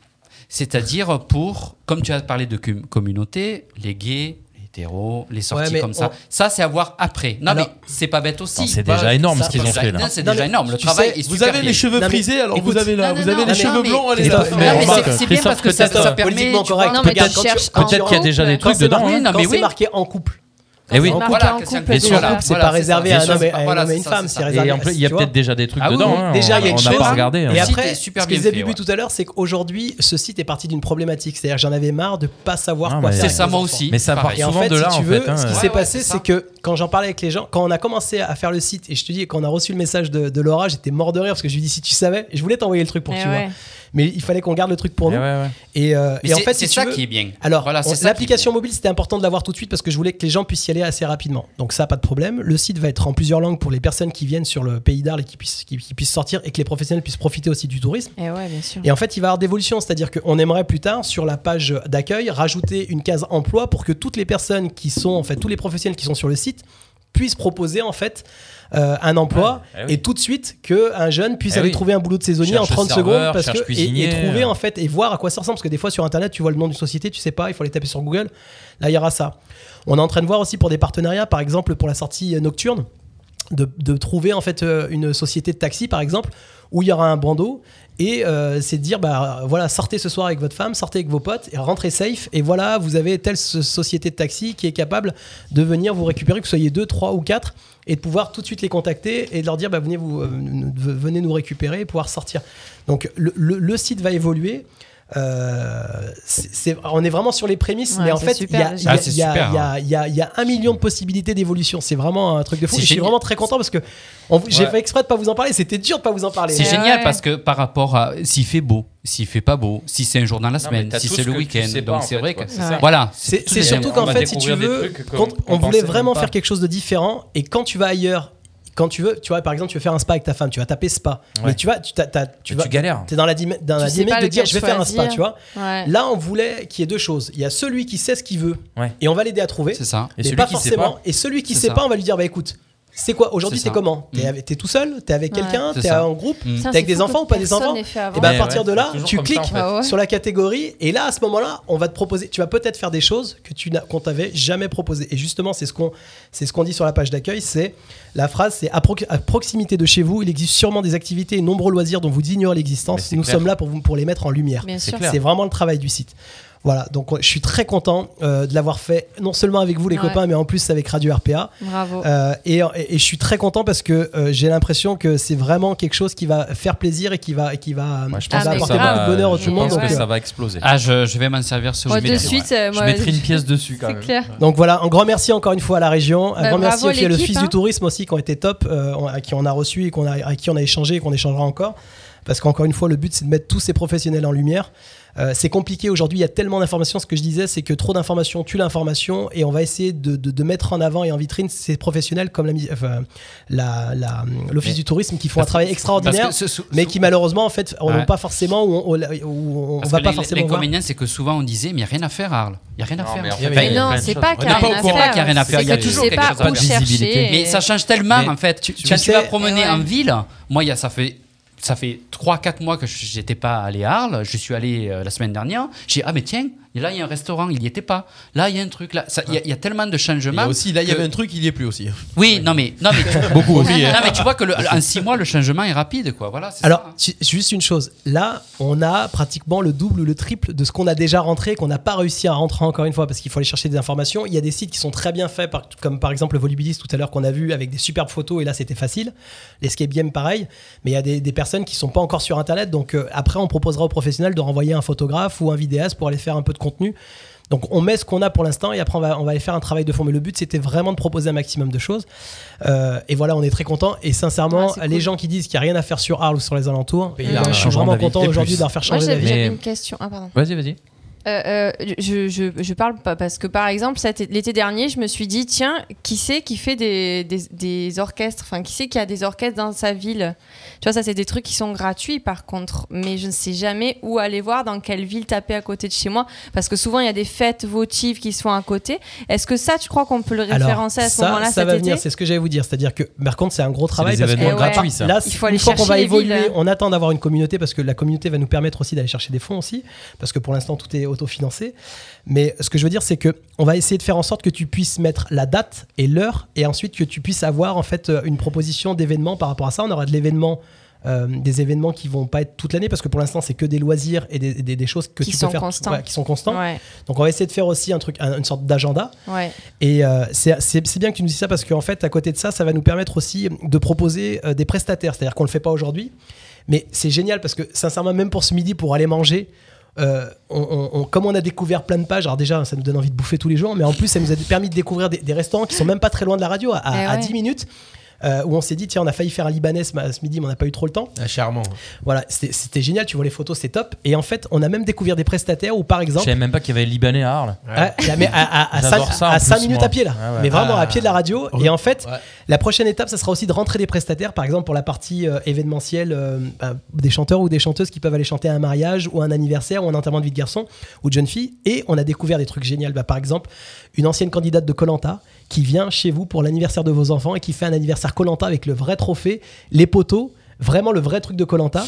c'est-à-dire pour, comme tu as parlé de cum- communauté, les gays, les hétéros, les Ouais, sorties mais comme on- ça. Ça, c'est à voir après. Non, Alors- mais c'est pas bête aussi. Attends, c'est Bah, déjà énorme ça, ce qu'ils ont déjà- fait là. non, C'est Non, déjà mais énorme. Le tu travail sais, est Vous super avez bien. les cheveux Non, mais- frisés, alors écoute, vous avez là, non, non, vous avez non, les mais- cheveux non, mais- blancs, allez Christophe, hop. mais Non, mais c'est- remarque, c'est bien parce que ça, Christophe, ça permet. politiquement tu vois, correct. Non, mais Peut-être tu quand tu- cherches quand un Peut-être qu'il y a groupe. déjà des Quand trucs c'est dedans. marqué- hein. Oui, non, quand mais c'est oui. marqué en couple. Eh oui. en marqué Voilà, en Christian couple, Clavier, c'est sûr, voilà, c'est voilà, pas réservé ça. à un homme et Bien à sûr, une homme et c'est une ça, c'est femme. C'est ça. réservé Et à- en plus, il y a tu vois. peut-être déjà des trucs Ah oui, dedans. oui. hein. Déjà, il y a on une n'a chose. pas regardé. hein. Et Le après, site est super ce que bien disait fait, Bubu ouais. tout à l'heure, c'est qu'aujourd'hui, ce site est parti d'une problématique. C'est-à-dire, j'en avais marre de pas savoir Ah, quoi mais faire. C'est avec ça, les moi enfants. aussi. Mais ça part pareil. Et en souvent fait, de là, si en tu fait, veux, hein. ce qui Ouais, s'est ouais, passé, c'est c'est ça. que quand j'en parlais avec les gens, quand on a commencé à faire le site, et je te dis, quand on a reçu le message de, de Laura, j'étais mort de rire parce que je lui dis, si tu savais, je voulais t'envoyer le truc pour que Eh tu ouais. vois. Mais il fallait qu'on garde le truc pour Eh nous. ouais, ouais. Et, euh, Mais et en c'est- fait, c'est si tu ça veux- qui est bien. alors, Voilà, on- c'est ça qui est l'application mobile, c'était important de l'avoir tout de suite parce que je voulais que les gens puissent y aller assez rapidement. Donc ça, pas de problème. Le site va être en plusieurs langues pour les personnes qui viennent sur le pays d'Arles et qui puissent, qui- qui puissent sortir et que les professionnels puissent profiter aussi du tourisme. Eh ouais, bien sûr. Et en fait, il va y avoir d'évolution, c'est-à-dire qu'on aimerait plus tard, sur la page d'accueil, rajouter une case emploi pour que toutes les personnes qui sont, en fait, tous les professionnels qui sont sur le site puissent proposer, en fait, euh, un emploi Ouais, eh oui. et tout de suite qu'un jeune puisse Eh aller oui. trouver un boulot de saisonnier en Cherche 30 secondes serveur, parce cherche que, et- et, cuisinier. euh. trouver, en fait, et voir à quoi ça ressemble. Parce que des fois, sur Internet, tu vois le nom d'une société, tu sais pas, il faut aller taper sur Google. Là, il y aura ça. On est en train de voir aussi pour des partenariats, par exemple, pour la sortie euh, nocturne de, de trouver en fait euh, une société de taxi par exemple où il y aura un bandeau et euh, c'est de dire bah euh, voilà sortez ce soir avec votre femme sortez avec vos potes et rentrez safe et voilà vous avez telle so- société de taxi qui est capable de venir vous récupérer que vous soyez deux trois ou quatre et de pouvoir tout de suite les contacter et de leur dire bah venez vous euh, nous- v- venez nous récupérer et pouvoir sortir donc le, le- le site va évoluer Euh, c'est- c'est- on est vraiment sur les prémices Ouais, mais en c'est fait il super, y a- le il y a- site. Ah, c'est il y a- super, il y a- il y a il y a un million de possibilités d'évolution c'est vraiment un truc de fou C'est Et je suis génial. vraiment très content parce que on- j'ai Ouais. fait exprès de pas vous en parler. C'était dur de pas vous en parler. C'est Ouais, génial ouais. parce que par rapport à s'il fait beau, s'il fait pas beau, si c'est un jour dans la Non, semaine, mais t'as si tout c'est ce le que tu week-end, sais pas, donc en c'est fait, vrai que quoi. C'est Ouais. ça. voilà, C'est tout c'est est surtout bien. On qu'en va fait, si tu découvrir des veux, trucs qu'on- quand- qu'on on voulait pensait vraiment même pas. faire quelque chose de différent. Et quand tu vas ailleurs, quand tu veux, tu vois, par exemple, tu veux faire un spa avec ta femme, tu vas taper spa. Ouais. Mais tu vas, tu, t'as- t'as- tu Mais vas, tu galères. t'es dans la dynamique dans Tu la sais dynamique de pas lequel dire, je vais faire un spa, choisir. tu vois. Ouais. Là, on voulait qu'il y ait deux choses. Il y a celui qui sait ce qu'il veut, Ouais. et on va l'aider à trouver. C'est ça. Et mais celui pas qui sait forcément. pas. Et celui qui C'est sait ça. pas, on va lui dire, bah écoute, c'est quoi aujourd'hui, C'est t'es ça. comment Mm. T'es avec- T'es tout seul T'es avec Ouais. quelqu'un C'est T'es ça. en groupe Mm. Putain, t'es avec c'est des fou enfants que ou pas des personne enfants n'ait fait avant. Et ben à Ouais, partir ouais, de là, c'est toujours tu comme ça, cliques Eh en fait. Ah ouais. sur la catégorie et là à ce moment-là, on va te proposer tu vas peut-être faire des choses que tu n'as- qu'on t'avait jamais proposées. Et justement, c'est ce qu'on c'est ce qu'on dit sur la page d'accueil, c'est la phrase c'est à, pro- à proximité de chez vous, il existe sûrement des activités et nombreux loisirs dont vous ignorez Mais l'existence. c'est Nous clair. sommes là pour vous pour les mettre en lumière. Bien C'est sûr. clair. C'est vraiment le travail du site. Voilà, donc on- je suis très content euh, de l'avoir fait, non seulement avec vous les Ouais. copains, mais en plus avec Radio RPA. Bravo. Euh, et, et- et je suis très content parce que euh, j'ai l'impression que c'est vraiment quelque chose qui va faire plaisir et qui va, et qui va, Moi, qui je pense Ah, va mais que apporter ça grave. beaucoup de va, bonheur à je tout le monde. pense Donc, que euh, ça va exploser. Ah, je, je vais m'en servir ce Moi, de week-end. suite, euh, Je moi, mettrai une pièce dessus quand C'est même. clair. donc voilà, un grand merci encore une fois à la région, un Bah, grand merci bravo aussi à le l'équipe, Fils hein. du Tourisme aussi qui ont été top, euh, on- à qui on a reçu et qu'on a, à qui on a échangé et qu'on échangera encore. Parce qu'encore une fois, le but c'est de mettre tous ces professionnels en lumière. Euh, c'est compliqué aujourd'hui, il y a tellement d'informations. Ce que je disais, c'est que trop d'informations tue l'information et on va essayer de, de- de mettre en avant et en vitrine ces professionnels comme la mis- enfin, la- la- l'Office Mais- du Tourisme qui font un travail Parce extraordinaire. que ce- sou- mais qui malheureusement en fait on Ouais. n'a pas forcément ou on, ou on- on parce va que pas l'in- forcément voir. L'inconvénient, c'est que souvent on disait, mais il n'y a rien à faire à Arles. Il n'y a rien à faire. en fait, Mais il y a non, plein de c'est choses. pas On est carré. pas au rien à courant faire. qu'il n'y a rien à faire. C'est Il y a que tu toujours sais quelque pas chose à où faire. chercher. Mais ça change tellement Mais en fait. Tu, tu quand tu sais- vas promener Et ouais. en ville, moi il y a, ça fait ça fait 3-4 mois que je n'étais pas allé à Arles, je suis allé euh, la semaine dernière, j'ai dit, ah mais tiens, Et là, il y a un restaurant, il n'y était pas. Là, il y a un truc. Là, ça- il y, a- il y a tellement de Il y changements. a aussi, là, il y que- avait un truc, il y est plus aussi. Oui, non mais, non mais, tu- Beaucoup aussi. hein. non, mais tu vois que le- en six mois, le changement est rapide, quoi. Voilà. c'est Alors, ça. hein. ju- juste une chose. Là, on a pratiquement le double ou le triple de ce qu'on a déjà rentré, qu'on n'a pas réussi à rentrer encore une fois, parce qu'il faut aller chercher des informations. Il y a des sites qui sont très bien faits, par- comme par exemple le Volubilis tout à l'heure qu'on a vu avec des superbes photos, et là c'était facile. L'escape game, pareil. Mais il y a des, des personnes qui sont pas encore sur Internet, donc euh, après on proposera aux professionnels de renvoyer un photographe ou un vidéaste pour aller faire un peu de contenu. Donc on met ce qu'on a pour l'instant et après on va, on va aller faire un travail de fond. Mais le but c'était vraiment de proposer un maximum de choses. Euh, et voilà, on est très content. Et sincèrement, Ah, c'est les cool. gens qui disent qu'il n'y a rien à faire sur Arles ou sur les alentours, Mais eh il y a ben, un je suis changement vraiment d'avis, content et aujourd'hui plus. de leur faire Moi, changer j'avais d'avis. j'avais Mais- une question. Ah, pardon. Vas-y, vas-y. Euh, euh, je, je, je parle pas parce que par exemple cet- l'été dernier je me suis dit tiens qui c'est qui fait des, des, des orchestres enfin qui c'est qui a des orchestres dans sa ville tu vois ça c'est des trucs qui sont gratuits par contre mais je ne sais jamais où aller voir dans quelle ville taper à côté de chez moi parce que souvent il y a des fêtes votives qui sont à côté est-ce que ça tu crois qu'on peut le Alors référencer ça, à ce moment-là ça cet va été venir, c'est ce que j'allais vous dire. C'est-à-dire que par contre c'est un gros travail des parce qu'on événements va gratuits, pas- ça. Là, Il faut aller une fois qu'on chercher va les évoluer, villes. on attend d'avoir une communauté parce que la communauté va nous permettre aussi d'aller chercher des fonds aussi parce que pour l'instant tout est autofinancé. Mais ce que je veux dire c'est que on va essayer de faire en sorte que tu puisses mettre la date et l'heure et ensuite que tu puisses avoir en fait euh, une proposition d'événement par rapport à ça. On aura de l'événement. euh, des événements qui vont pas être toute l'année parce que pour l'instant c'est que des loisirs et des, des- des choses que Qui tu peux sont faire constants. ouais, qui sont constants ouais donc on va essayer de faire aussi un truc un- une sorte d'agenda ouais et euh, c'est c'est- c'est bien que tu nous dises ça parce qu'en fait, à côté de ça, ça va nous permettre aussi de proposer euh, des prestataires. C'est-à-dire qu'on le fait pas aujourd'hui, mais c'est génial parce que sincèrement, même pour ce midi, pour aller manger, euh, on, on- on- comme on a découvert plein de pages, alors déjà, ça nous donne envie de bouffer tous les jours, mais en plus, ça nous a permis de découvrir des, des restaurants qui sont même pas très loin de la radio, à, à- Eh à ouais. 10 minutes. euh, où on s'est dit, tiens, on a failli faire un Libanais ce ma- ce midi, mais on n'a pas eu trop le temps. charmant. Voilà, c'était c'était génial, tu vois les photos, c'est top. Et en fait, on a même découvert des prestataires où, par Je exemple, savais même pas qu'il y avait Libanais à Arles. ah, là, mais à, à, à, J'adore cinq- ça, en à plus, cinq minutes moi. à pied là. Ah ouais. Mais vraiment à pied de la radio. Et en fait, Ouais. la prochaine étape, ça sera aussi de rentrer des prestataires, par exemple pour la partie euh, événementielle, euh, bah, des chanteurs ou des chanteuses qui peuvent aller chanter à un mariage ou un anniversaire ou un enterrement de vie de garçon ou de jeune fille. Et on a découvert des trucs géniaux. Bah, par exemple, une ancienne candidate de Colanta qui vient chez vous pour l'anniversaire de vos enfants et qui fait un anniversaire Colanta avec le vrai trophée, les poteaux, vraiment le vrai truc de Colanta.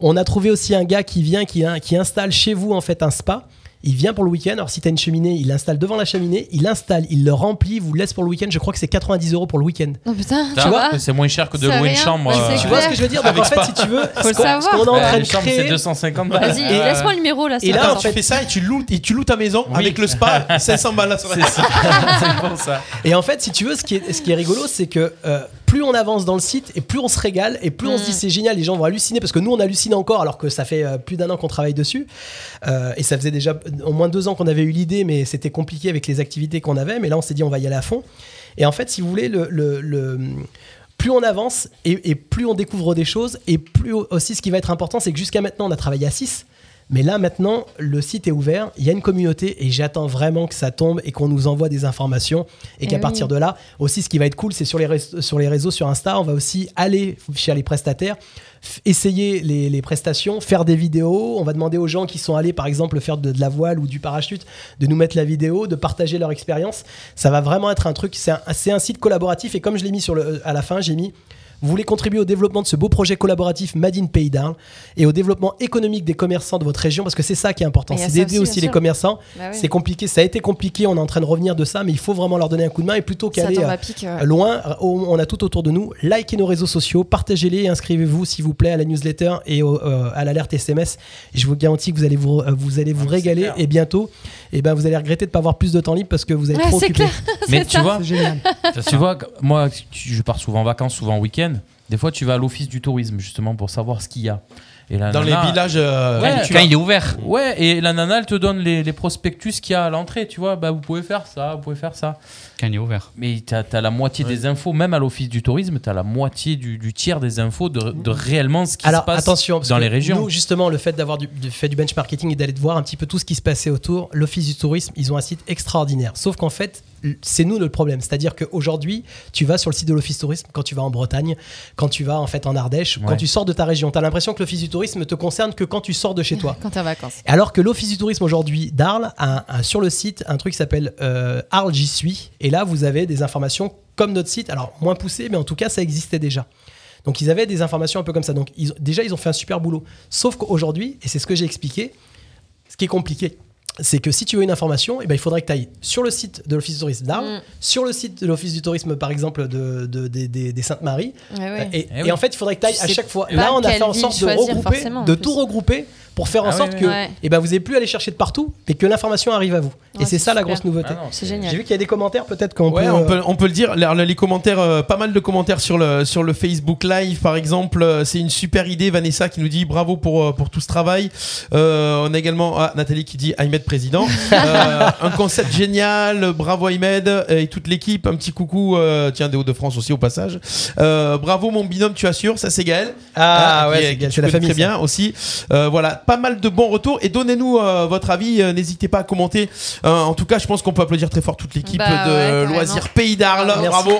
On a trouvé aussi un gars qui vient, qui, hein, qui installe chez vous en fait un spa. Il vient pour le week-end. Alors, si t'as une cheminée, il l'installe devant la cheminée, il l'installe, il le remplit, vous laisse pour le week-end. Je crois que c'est 90 euros pour le week-end. non putain Tu tu vois Ouais, C'est moins cher que de C'est louer une rien. chambre. Ouais, euh, c'est Tu clair. vois ce que je veux dire Donc, en fait, si tu veux, Faut le ce qu'on- ce savoir. qu'on est en Ouais, train les de chambres, c'est créer, 250 balles. vas-y laisse-moi le numéro là Et c'est là, Là, en important. tu fait- fais ça et tu loues, et tu loues ta maison Oui. avec le spa, 500 balles la semaine. C'est pour ça. Et en fait, si tu veux, ce qui est, ce qui est rigolo, c'est que euh, plus on avance dans le site et plus on se régale et plus on se dit c'est génial, les gens vont halluciner parce que nous on hallucine encore alors que ça fait euh, plus d'un an qu'on travaille dessus Euh, et ça faisait déjà au moins deux ans qu'on avait eu l'idée, mais c'était compliqué avec les activités qu'on avait. Mais là, on s'est dit on va y aller à fond. Et en fait, si vous voulez, le, le- le- plus on avance et, et plus on découvre des choses et plus au- aussi ce qui va être important, c'est que jusqu'à maintenant on a travaillé à 6 mais là, maintenant, le site est ouvert, il y a une communauté et j'attends vraiment que ça tombe et qu'on nous envoie des informations. Et Eh qu'à oui. partir de là, aussi, ce qui va être cool, c'est sur, les réseaux- sur les réseaux, sur Insta, on va aussi aller chez les prestataires, f- essayer les, les prestations, faire des vidéos. On va demander aux gens qui sont allés, par exemple, faire de, de la voile ou du parachute, de nous mettre la vidéo, de partager leur expérience. Ça va vraiment être un truc, c'est un, c'est un site collaboratif et comme je l'ai mis sur le, euh, à la fin, j'ai mis vous voulez contribuer au développement de ce beau projet collaboratif Made in Pays d'Arles et au développement économique des commerçants de votre région parce que c'est ça qui est important, Mais il y a c'est ça d'aider aussi, aussi, bien les sûr. commerçants. Bah oui. C'est compliqué, ça a été compliqué, on est en train de revenir de ça, mais il faut vraiment leur donner un coup de main et plutôt ça qu'aller tombe euh, à pic ouais. loin, on on a tout autour de nous. Likez nos réseaux sociaux, partagez-les et inscrivez-vous s'il vous plaît à la newsletter et au- euh, à l'alerte SMS. Je vous garantis que vous allez vous, euh, vous, allez vous Ah, c'est régaler clair. et bientôt, eh ben, vous allez regretter de ne pas avoir plus de temps libre parce que vous allez Ah, trop c'est occupé. clair. Mais C'est tu ça. vois, Génial. tu vois, que moi, tu- je pars souvent en vacances, souvent en week-end. Des fois, tu vas à l'office du tourisme justement pour savoir ce qu'il y a. Et la Dans les nana- villages. euh, Ouais. Quand il est ouvert. Ouais, et la nana, elle te donne les, les prospectus qu'il y a à l'entrée, tu vois. Bah, vous pouvez faire ça, vous pouvez faire ça. Quand il est ouvert. Mais t'as as la moitié des infos, même à l'office du tourisme, t'as la moitié du, du tiers des infos de, de réellement ce qui Mm. Alors se passe attention, parce dans que les régions. Nous, justement, le fait d'avoir du, du- fait du benchmarking et d'aller de voir un petit peu tout ce qui se passait autour, l'Office du tourisme, ils ont un site extraordinaire. Sauf qu'en fait, l- c'est nous le problème. C'est-à-dire qu'aujourd'hui, tu vas sur le site de l'Office tourisme quand tu vas en Bretagne, quand tu vas en fait en Ardèche, Ouais. quand tu sors de ta région. Tu as l'impression que l'Office du tourisme te concerne que quand tu sors de chez toi. quand t'es en vacances Alors que l'Office du tourisme aujourd'hui d'Arles a, un- un- sur le site un truc qui s'appelle euh, Arles J'y suis. Et là, vous avez des informations comme notre site. Alors, moins poussé, mais en tout cas, ça existait déjà. Donc, ils avaient des informations un peu comme ça. Donc, ils, ont- déjà, ils ont fait un super boulot. Sauf qu'aujourd'hui, et c'est ce que j'ai expliqué, ce qui est compliqué, c'est que si tu veux une information, eh ben, il faudrait que tu ailles sur le site de l'Office du tourisme d'Arles, Mm. sur le site de l'Office du tourisme, par exemple, de, de- des- des- des Saintes-Marie, Ouais, ouais. et, Eh et oui. en fait, il faudrait que tu ailles Tu à sais chaque fois. pas Là, on a quelle fait en ville sorte de choisir, regrouper, forcément, en de plus. tout regrouper pour faire en Ah oui, sorte oui, que oui. Ouais. eh ben, vous n'ayez plus à aller chercher de partout et que l'information arrive à vous. Ouais, et c'est c'est ça la super. grosse nouveauté. Ah non, C'est J'ai génial. vu qu'il y a des commentaires, peut-être qu'on ouais, peut. on, euh, peut, on peut le dire. Les, les commentaires, euh, pas mal de commentaires sur le, sur le Facebook Live, par exemple. Euh, C'est une super idée, Vanessa, qui nous dit bravo pour, euh, pour tout ce travail. Euh, on a également ah, Nathalie qui dit Ahmed président. Euh, un concept génial. Bravo Ahmed et toute l'équipe. Un petit coucou, euh, tiens, des Hauts-de-France aussi au passage. Euh, bravo mon binôme, tu assures. Ça, c'est Gaël. Ah, qui ouais, est- c'est- qui c'est la connaît famille. Très ça. bien aussi. Euh, voilà, pas mal de bons retours. Et donnez-nous euh, votre avis. Euh, N'hésitez pas à commenter. Euh, en tout cas, je pense qu'on peut applaudir très fort toute l'équipe Bah de ouais, carrément. Loisirs Pays d'Arles. Merci. Bravo.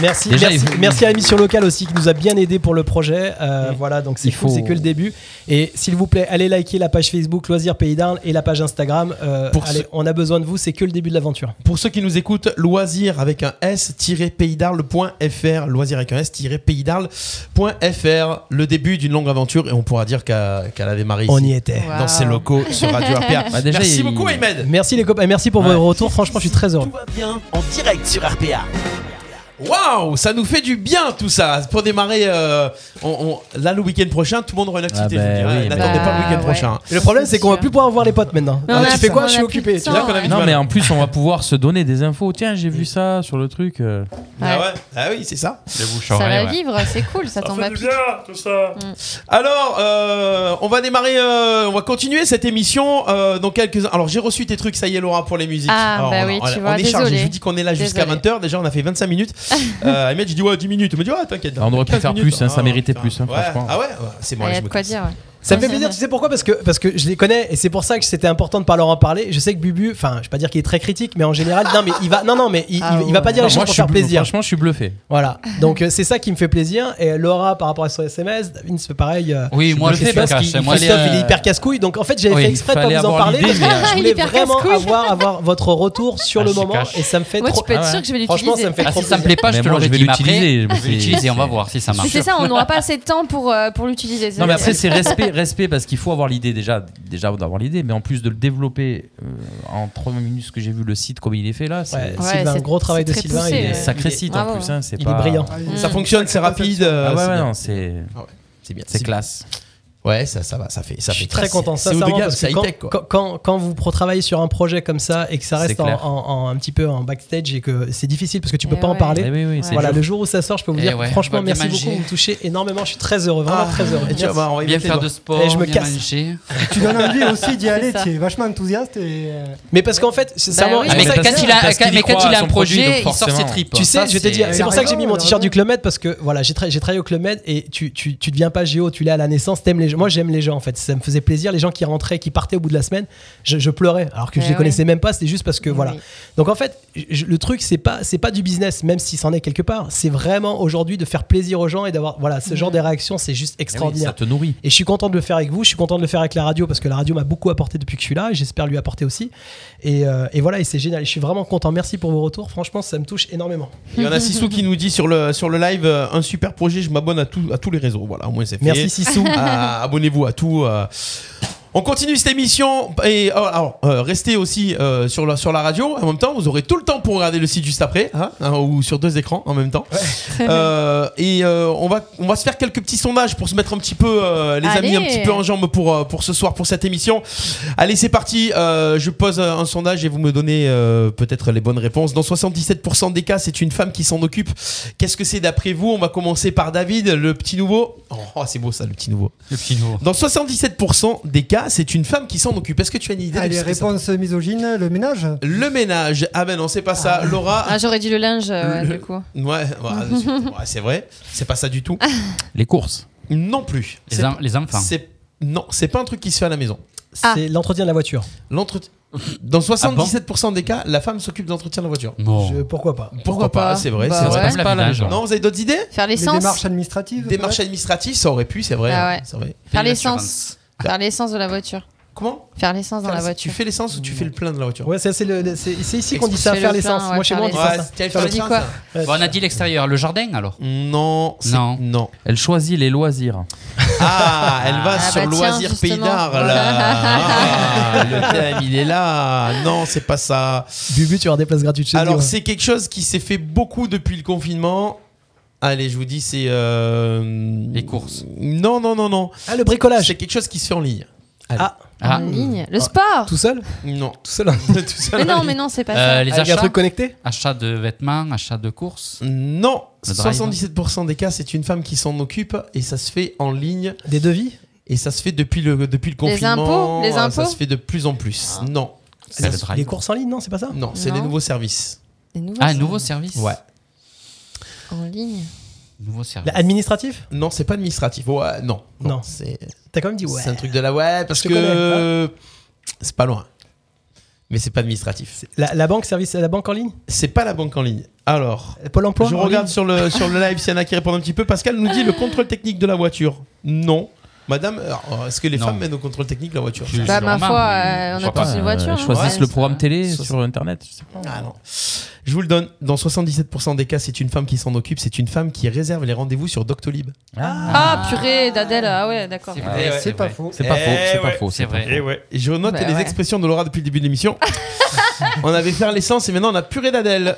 Merci, Déjà, merci, il faut- merci à la Mission Locale aussi qui nous a bien aidé pour le projet. Euh, Voilà, donc c'est Il cool, faut- c'est que le début. Et s'il vous plaît, allez liker la page Facebook Loisirs Pays d'Arles et la page Instagram. Euh, Pour allez, ce- on a besoin de vous, c'est que le début de l'aventure. Pour ceux qui nous écoutent, loisirs avec un s-pays d'Arles.fr. Loisirs avec un s-pays d'Arles.fr. Le début d'une longue aventure. Et on pourra dire qu'à- qu'elle avait marre ici. On y était. Waouh. Dans ses locaux sur Radio RPA. Bah, déjà, Merci il- beaucoup, Ahmed. Merci les copains, merci pour Ouais. vos retours. Franchement, je suis très heureux. Tout va bien en direct sur RPA. Waouh, ça nous fait du bien tout ça. Pour démarrer, euh, on- on- là le week-end prochain, tout le monde aura une activité. bah je vous dirais. oui, mais- N'attendez pas le week-end Ah Bah, prochain. ouais. Et Le problème, c'est qu'on va sûr. plus pouvoir voir les potes maintenant. Mais on Alors, a- tu fais quoi on Je a suis plus occupé. de tu vois. temps, qu'on avait ouais. dit- Non, mais en plus, on va pouvoir se donner des infos. Tiens, j'ai Mm. vu ça sur le truc. euh. Ah Ouais. ouais, ah oui, c'est ça. Le bouche à Ça va oreille, ouais. vivre, c'est cool, ça tombe à pic. Alors, euh, on va démarrer, euh, on va continuer cette émission euh, dans quelques. Alors, j'ai reçu tes trucs, ça y est, Laura, pour les musiques. Ah, Alors, bah on, oui, on- tu on vois, est chargé. désolée. Je vous dis qu'on est là jusqu'à Désolée. 20h. Déjà, on a fait 25 minutes. Euh, Ahmed, j'ai dit, ouais, 10 minutes. Il me dit, ouais, t'inquiète. On aurait pu 15 faire minutes. Ah, plus, hein, ça méritait putain. plus, hein, Ouais. franchement. Ah ouais, ouais, c'est Il moi. y a de quoi dire. ouais. Ça me fait plaisir, tu sais pourquoi parce que, parce que je les connais et c'est pour ça que c'était important de pas leur en parler. Je sais que Bubu, enfin, je vais pas dire qu'il est très critique, mais en général, non, mais il va, non, non, mais il, Ah il- il va pas ouais. dire Non, les choses moi, je pour suis faire bluffé. plaisir. Franchement, je suis bluffé. Voilà. Donc euh, c'est ça qui me fait plaisir. Et euh, Laura, par rapport à son SMS, Vince, c'est pareil. euh, Oui, moi, je bluffé suis parce cash. qu'il- Moi, Christophe, les, il est euh, hyper casse-couille. Donc en fait, j'avais Oui, fait exprès de fallait pas vous en avoir parler. l'idée, mais, euh, Je Il voulais est hyper vraiment casse-couille. avoir, avoir votre retour sur Ah, le je moment cache. et ça me fait Moi, trop. tu peux être Ah ouais. sûr que je vais Franchement, ça l'utiliser. me fait Ah, trop si ça me plaît plaisir. pas, je Mais te moi, l'aurais je vais dit. mais après, l'utiliser, mais je vais c'est- l'utiliser et on va voir si ça Mais marche. C'est ça, on n'aura pas assez de temps pour, euh, pour l'utiliser. Non, mais après, c'est respect, respect parce qu'il faut avoir l'idée déjà, déjà d'avoir l'idée, mais en plus de le développer euh, en 3 minutes, ce que j'ai vu le site, comme il est fait là, c'est Ouais, Ouais, Sylvain, c'est- gros travail de c'est très Sylvain. poussé, il il est est- ouais. sacré il est- site Bravo. en plus, hein, c'est Il est pas- brillant. Mm. Ça fonctionne, c'est rapide. euh, Ah ouais, c'est ouais, bien. non, c'est C'est bien. c'est classe. Ouais, ça, ça va, ça fait, ça je fait suis très content C'est haut de sincèrement gamme, parce que c'est quand, high tech quoi. quand- quand- quand vous pro- travaillez sur un projet comme ça et que ça reste C'est en, clair. en- en- un petit peu en backstage et que c'est difficile parce que tu peux Eh pas en ouais. parler Eh oui, oui, c'est voilà dur. le jour où ça sort je peux vous Eh dire ouais, franchement on va bien merci beaucoup manger. vous me touchez énormément je suis très heureux vraiment Ah, très heureux et tu vois, Merci. bah, on va Bien éviter faire de- de sport, Eh, je me bien casse. manger. Tu donnes envie aussi d'y aller, ça. tu es vachement enthousiaste et. euh, mais parce qu'en fait c'est- ça Bah m'a- oui. c'est Ah, mais pour ça quand que- c'est- il a, parce qu'il mais y quand croit il à a un son produit, projet, donc il sort ses forcément. tripes. tu sais, Ça, je vais te dire, c'est- c'est pour ça que j'ai mis mon Raison, t-shirt du raison. Club Med parce que voilà, j'ai tra- j'ai travaillé au Club Med et tu, tu, tu deviens pas géo, tu l'es à la naissance, t'aimes les gens. Moi, j'aime les gens en fait, ça me faisait plaisir. Les gens qui rentraient, qui partaient au bout de la semaine, je, je pleurais alors que je Eh les ouais. connaissais même pas, c'était juste parce que Oui. voilà. Donc en fait, je- le truc, c'est pas, c'est pas du business, même si c'en est quelque part, c'est vraiment aujourd'hui de faire plaisir aux gens et d'avoir voilà, ce Mm. genre de réaction, c'est juste Eh oui, extraordinaire. Ça te nourrit. Et je suis content de le faire avec vous, je suis content de le faire avec la radio parce que la radio m'a beaucoup apporté depuis que je suis là et j'espère lui apporter aussi. Et, euh, et voilà, et c'est génial. Et je suis vraiment content. Merci pour vos retours. Franchement, ça me touche énormément. Il y en a Sissou qui nous dit sur le, sur le live euh, un super projet, je m'abonne à, tout, à tous les réseaux. Voilà, au moins c'est fait. Merci Sissou. Ah, Abonnez-vous à tout. euh. On continue cette émission et oh, alors, euh, restez aussi euh, sur, la, sur la radio. En même temps, vous aurez tout le temps pour regarder le site juste après, hein, hein, ou sur deux écrans en même temps. Euh, et euh, on, va, on va se faire quelques petits sondages pour se mettre un petit peu, euh, les amis, Allez. un petit peu en jambes pour, euh, pour ce soir, pour cette émission. Allez, c'est parti. Euh, je pose un sondage et vous me donnez euh, peut-être les bonnes réponses. Dans 77% des cas, c'est une femme qui s'en occupe. Qu'est-ce que c'est d'après vous On va commencer par David, le petit nouveau. Oh, c'est beau ça, le petit nouveau. Le petit nouveau. Dans 77% des cas, c'est une femme qui s'en occupe. Est-ce que tu as une idée de ah, les ce que c'est réponses misogynes, le ménage Le ménage. Ah ben non, c'est pas ça. Laura. Ah, J'aurais dit le linge, euh, ouais, Le- du coup. Ouais, ouais, c'est- ouais, c'est vrai. C'est pas ça du Ah. tout. Les courses. Non plus. Les, C'est- en- les enfants. c'est non, c'est pas un truc qui se fait à la maison. Ah. C'est l'entretien de la voiture. L'entretien. Dans 77% des cas, la femme s'occupe de l'entretien de la voiture. Non. Je- pourquoi pas Pourquoi pas, pas C'est vrai, Bah c'est ouais. vrai. Ça passe Ouais. pas à la Pas maison. Non, vous avez d'autres idées Faire Les l'essence. démarches administratives Démarche peut-être administrative, ça aurait pu, c'est vrai. Ah ouais. c'est vrai. Faire Payer l'essence. l'assurance. Faire l'essence de la voiture. Comment Faire l'essence dans la Tu voiture. fais l'essence ou tu fais le plein de la voiture Ouais, c'est c'est le- le- c'est- c'est ici qu'on dit ça, Fais faire le l'essence. plein, ouais, Moi, chez moi, on dit faire ça. Ouais, ça. c'était le Tu dis plein, quoi ça. Ouais, Bon, on a dit l'extérieur, le jardin alors Non, c'est- Non. non. Elle choisit les loisirs. Ah, elle va Ah, sur bah tiens, Loisirs Pays justement. d'Art là. Ah, le thème, il est là. Non, c'est pas ça. Bubu, tu vas avoir des places gratuites chez Alors, Dior. c'est quelque chose qui s'est fait beaucoup depuis le confinement. Allez, je vous dis, c'est. euh, Les courses. Non, non, non, non. Ah, le bricolage. C'est quelque chose qui se fait en ligne. Ah, En Ah, ligne. Le sport tout seul Non. Tout seul. Avec Tout ça, Mais là, non, il- mais non, c'est pas euh, ça. les un achats, truc connecté achats de vêtements, achats de courses. Non, Le drive. 77% des cas, c'est une femme qui s'en occupe et ça se fait en ligne Des devis et ça se fait depuis le, depuis le confinement. impôts, les Ça impôts se fait de plus en plus. Ah. Non, C'est le drive. Les courses en ligne, non, c'est pas ça non, c'est Non. les nouveaux services. Des nouveaux Ah, un services nouveau service Ouais. En ligne. Nouveau service. Administratif Non, c'est pas administratif. Ouais, non. Non. C'est T'as quand même dit ouais. c'est un truc de la ouais parce Je te que c'est pas loin. Mais c'est pas administratif. La, la banque service, la banque en ligne C'est pas la banque en ligne. Alors, Pôle emploi je en regarde ligne sur le, sur le live s'il y en a qui répondent un petit peu. Pascal nous dit le contrôle technique de la voiture. Non. Madame, alors, est-ce que les Non. femmes mènent au contrôle technique de la voiture Je- Bah, je ma remarque, foi, mais euh, je on a sais pas. tous une voiture. Euh, hein. choisissent Ouais, le ça programme va. télé Soixante- sur internet. je sais pas. Ah non. Je vous le donne. Dans 77% des cas, c'est une femme qui s'en occupe. C'est une femme qui réserve les rendez-vous sur Doctolib. Ah, purée, d'Adèle. Ah ouais, d'accord. C'est Ouais. vrai, C'est pas vrai. faux. C'est pas Eh faux, c'est pas ouais, faux. C'est pas faux. vrai. ouais. Je note Bah les ouais. expressions de Laura depuis le début de l'émission. on avait faire l'essence et maintenant on a purée d'Adèle.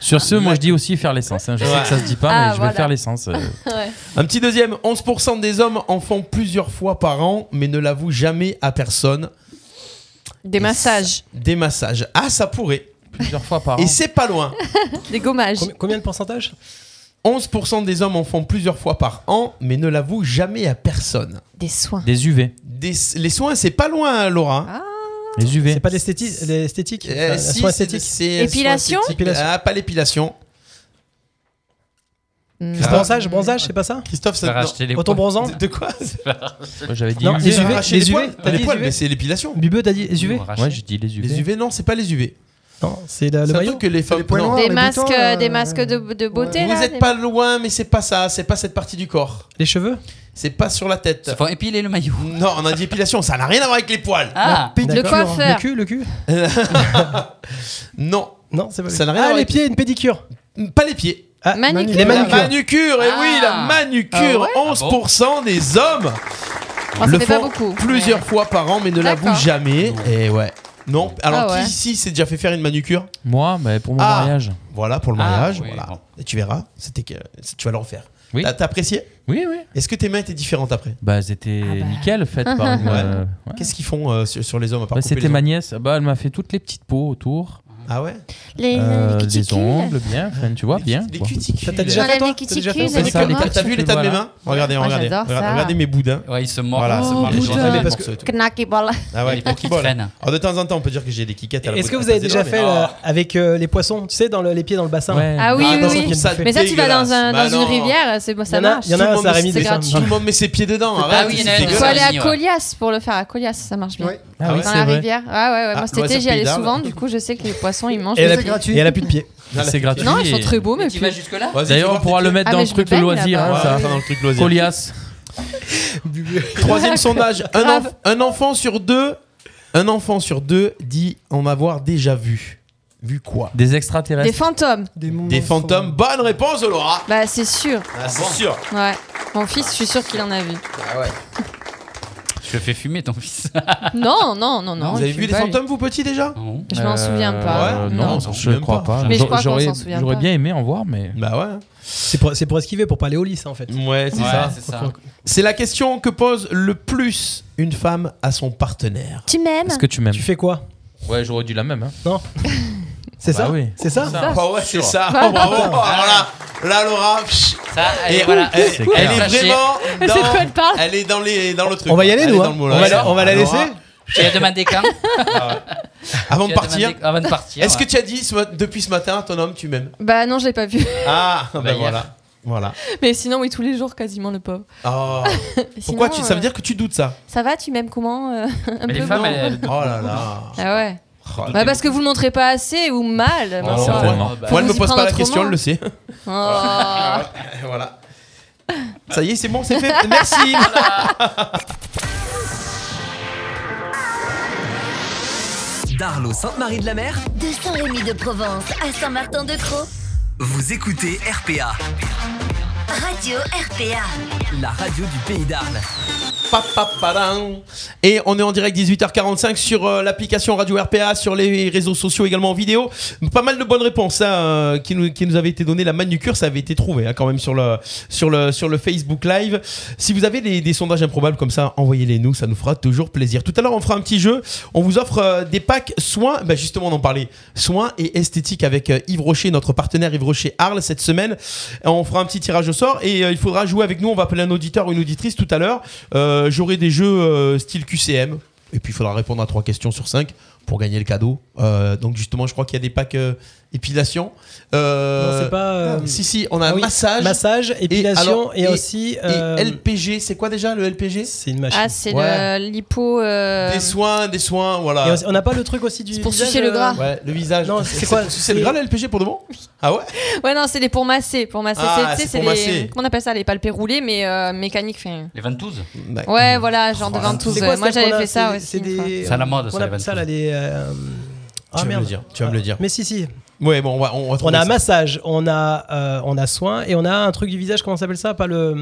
Sur ce, moi je dis aussi faire l'essence. hein. Je sais Ouais. que ça se dit pas, Ah, mais je voilà. vais faire l'essence. euh. Un petit deuxième. 11% des hommes en font plusieurs fois par an, mais ne l'avouent jamais à personne. Des massages, Des massages. Ah, ça pourrait. Plusieurs fois par an. Et c'est pas loin. des gommages. Combien, combien de pourcentage 11% des hommes en font plusieurs fois par an, mais ne l'avouent jamais à personne. Des soins. Des UV. Des- les soins, c'est pas loin, hein, Laura. Ah. Les UV. C'est pas l'esthétique L'esthétique Euh, Enfin, Eh, si, soins c'est- esthétiques c'est- soins Épilation esthétiques. Épilation. Ah, pas l'épilation. Mm. C'est Bronzage, bronzage, c'est pas ça Christophe, ça Faire non. acheter les Autant poils. bronzant De- De quoi Moi, J'avais dit Non, UV. les UV, Arracher les poils, UV, T'as les les poils, UV. mais c'est l'épilation. Bubeux, t'as dit SUV Nous, arracher. Ouais, j'ai dit les UV. Les UV, non, c'est pas les UV. Non, c'est Ah, le, le C'est un maillot. truc que les femmes. les poils non. noirs. Des les masques, boutons, euh, euh, des masques de, de beauté. Vous là, êtes des- pas loin, mais c'est pas ça. C'est pas cette partie du corps. Les cheveux C'est pas sur la tête. Se font épiler le maillot. Non, on a dit épilation. Ça n'a rien à voir avec les poils. Ah, D'accord. Le coiffeur. Le cul, le cul Non, Non, c'est pas Ça n'a rien à Ah, voir les avec- pieds, une pédicure. pas les pieds. Ah, Manucure. La Les manucures. manucure, et Ah. oui, la manucure. Ah ouais 11% des hommes Oh, ça le fait pas font beaucoup. plusieurs fois par an, mais ne l'avouent D'accord. jamais. Et ouais. Non. Alors, Ah ouais. qui ici s'est déjà fait faire une manucure Moi, bah, pour mon Ah. mariage. Voilà pour le Ah, mariage. oui, voilà. bon. Et tu verras, c'était que tu vas le refaire. Oui. T'as t'as apprécié Oui, oui. Est-ce que tes mains étaient différentes après Bah, elles étaient Ah bah. nickel, faites par une. Ouais. euh, ouais. Qu'est-ce qu'ils font euh, sur, sur les hommes à part Bah, couper les C'était ongles ma nièce. Bah, elle m'a fait toutes les petites peaux autour. Ah ouais Les, Euh, les les cuticules. ongles, bien. Enfin, tu vois, bien. Les quoi. cuticules. T'as déjà J'enlève fait toi les T'as déjà cuticules, fait T'as les dit ça ça, quoi, les- les t'as vu l'état de mes voilà. mains Regardez, Moi, regardez. j'adore Regardez ça. regardez mes boudins. Ouais, ils se mordent. Voilà, c'est se par mordent les les gens. gens. Ah, mais parce parce que- Knacky ball. Ah ouais, les pour peaux qui qui vole. traînent. Alors, Ah, de temps en temps, on peut dire que j'ai des kickettes à la Est-ce que à vous la avez place des déjà doigts, mais- fait euh, avec euh, les poissons, tu sais, dans le- les pieds dans le bassin Ouais. Ah oui, Ah, oui, attention, oui. je trouve ça Mais ça, tu vas dans, un, dégueulasse. dans Bah une non. rivière, c'est- Il y ça en a, marche. il y en a un, Tout le ça a monde- Rémi c'est Besson. gratuit. Tout le monde met ses pieds dedans. Ah arrête, oui, c'est il y en a un Il faut gratuit, dégueulasse. aller à ouais. Colias pour le faire à Colias, ça marche bien. Ouais. Ah oui, Dans c'est la vrai. rivière. Ah ouais, ouais. Ah, moi cet loisirs été j'y allais pays d'Arles. souvent, du coup je sais que les poissons ils mangent. Et elle, des a c'est plus- trucs. gratuit. et elle a plus de pieds. C'est gratuit. Non, ils sont très beaux, mais Mais tu puis. vas jusque-là Vas-y, D'ailleurs, tu on vas pourra voir le tes mettre Ah, dans mais le je truc me baigne loisir, là-bas. hein, pieds. ça. Ouais, dans le truc loisir. Colias. Troisième sondage. Un, Grave. enf- un enfant sur deux, un enfant sur deux dit en avoir déjà vu. Vu quoi Des Des extraterrestres. fantômes. Des fantômes. Bonne réponse, Laura. Bah c'est sûr. Ah, c'est sûr. Ouais. Mon fils, je suis sûr qu'il en a vu. Tu le fais fumer ton fils. Non, non, non, non. Vous avez vu Ah, je suis des pas allée. fantômes, vous, petit, déjà Non. Je m'en Euh, souviens pas. ouais, non. on non, je s'en crois souvient pas. pas. Mais je crois qu'on J'aurais- s'en souvient J'aurais pas. bien aimé en voir, mais. Bah ouais. C'est pour, c'est pour esquiver, pour pas aller au lys en fait. Ouais, c'est Ouais, ça. c'est ça. C'est la question que pose le plus une femme à son partenaire. Tu m'aimes Est-ce que tu m'aimes Tu fais quoi Ouais, j'aurais dû la même. hein. C'est Bah ça oui. C'est ça Ça. Ah ouais, c'est ça. Oh, bravo. Alors là, là, Laura, pff, Ça, elle, et voilà. elle, C'est elle clair. est Sachez. vraiment C'est quoi dans, elle parle elle est dans les dans le truc. On va y aller Elle est nous dans hein. le on, moule. va Ouais, la, on va la Laura, laisser Tu as demandé quand Avant de Tu as partir. demandé- Avant de partir. Est-ce que ouais. tu as dit ce ma- depuis ce matin à ton homme tu m'aimes Bah non, je l'ai pas vu. Ah ben hier. voilà. Voilà. Mais sinon, oui, tous les jours quasiment le pauvre. Oh. Pourquoi tu ça veut dire que tu doutes ça euh, Ça va, tu m'aimes comment euh, Un Mais les peu femmes, non elles. elles- Oh là là. Ah ouais. Oh là Bah parce que vous le montrez pas assez ou mal. Oh, mince. Certainement. ouais, bah, Moi, elle Vous me y pose pas la prendre question, autrement. elle le sait. Ah, Oh. voilà. Ça y est, c'est bon, c'est fait. Merci. d'Arlo Sainte-Marie-de-la-Mer, De Saint-Rémy de Provence à Saint-Martin-de-Croix, vous écoutez RPA, Radio RPA. la radio du pays d'Arles. Pa, pa, pa, dang. Et on est en direct 18h45 sur euh, l'application Radio RPA, sur les réseaux sociaux également en vidéo. Pas mal de bonnes réponses hein, euh, qui, nous, qui nous avaient été données. La manucure, ça avait été trouvé hein, quand même sur le, sur, le, sur le Facebook Live. Si vous avez des, des sondages improbables comme ça, envoyez-les nous, ça nous fera toujours plaisir. Tout à l'heure, on fera un petit jeu. On vous offre euh, des packs soins, bah, justement, on en parlait, soins et esthétique avec euh, Yves Rocher, notre partenaire Yves Rocher Arles cette semaine. Et on fera un petit tirage au sort et euh, il faudra jouer avec nous. On va appeler un auditeur ou une auditrice tout à l'heure. Euh, J'aurai des jeux euh, style QCM et puis il faudra répondre à trois questions sur cinq pour gagner le cadeau. Euh, donc justement, je crois qu'il y a des packs euh, épilation. Euh, Non, c'est pas, euh, Si si, on a Ah oui, massage, massage, épilation alors, et, aussi. euh, et LPG. C'est quoi déjà le LPG C'est une machine. Ah, c'est Ouais. le l'hypo. euh, Des soins, des soins, voilà. Et aussi- on n'a pas le truc aussi du. Ah, C'est pour visage, sucer le euh, gras. Ouais, le visage. Non, c'est quoi, C'est le c'est- gras le LPG pour de bon Ah ouais Ouais, non, c'est les pour masser. Pour masser, Ah, c'est, tu c'est sais, pour c'est les. masser. Comment on appelle ça Les palpés roulés, mais euh, mécaniques. Enfin, Les 22 ouais, voilà, genre de Oh là là. C'est 22. quoi, Moi, celle qu'on j'avais a fait ça C'est- aussi. C'est une des. fois. C'est à la mode, ça, on les appelle ça, vannes là, les. euh, ah, vas me merde. le dire, tu vas me le dire. Mais si, si. Ouais, bon, on va, on va On trouver a ça. massage, on a, euh, on a soin et on a un truc du visage, comment ça s'appelle ça Pas le.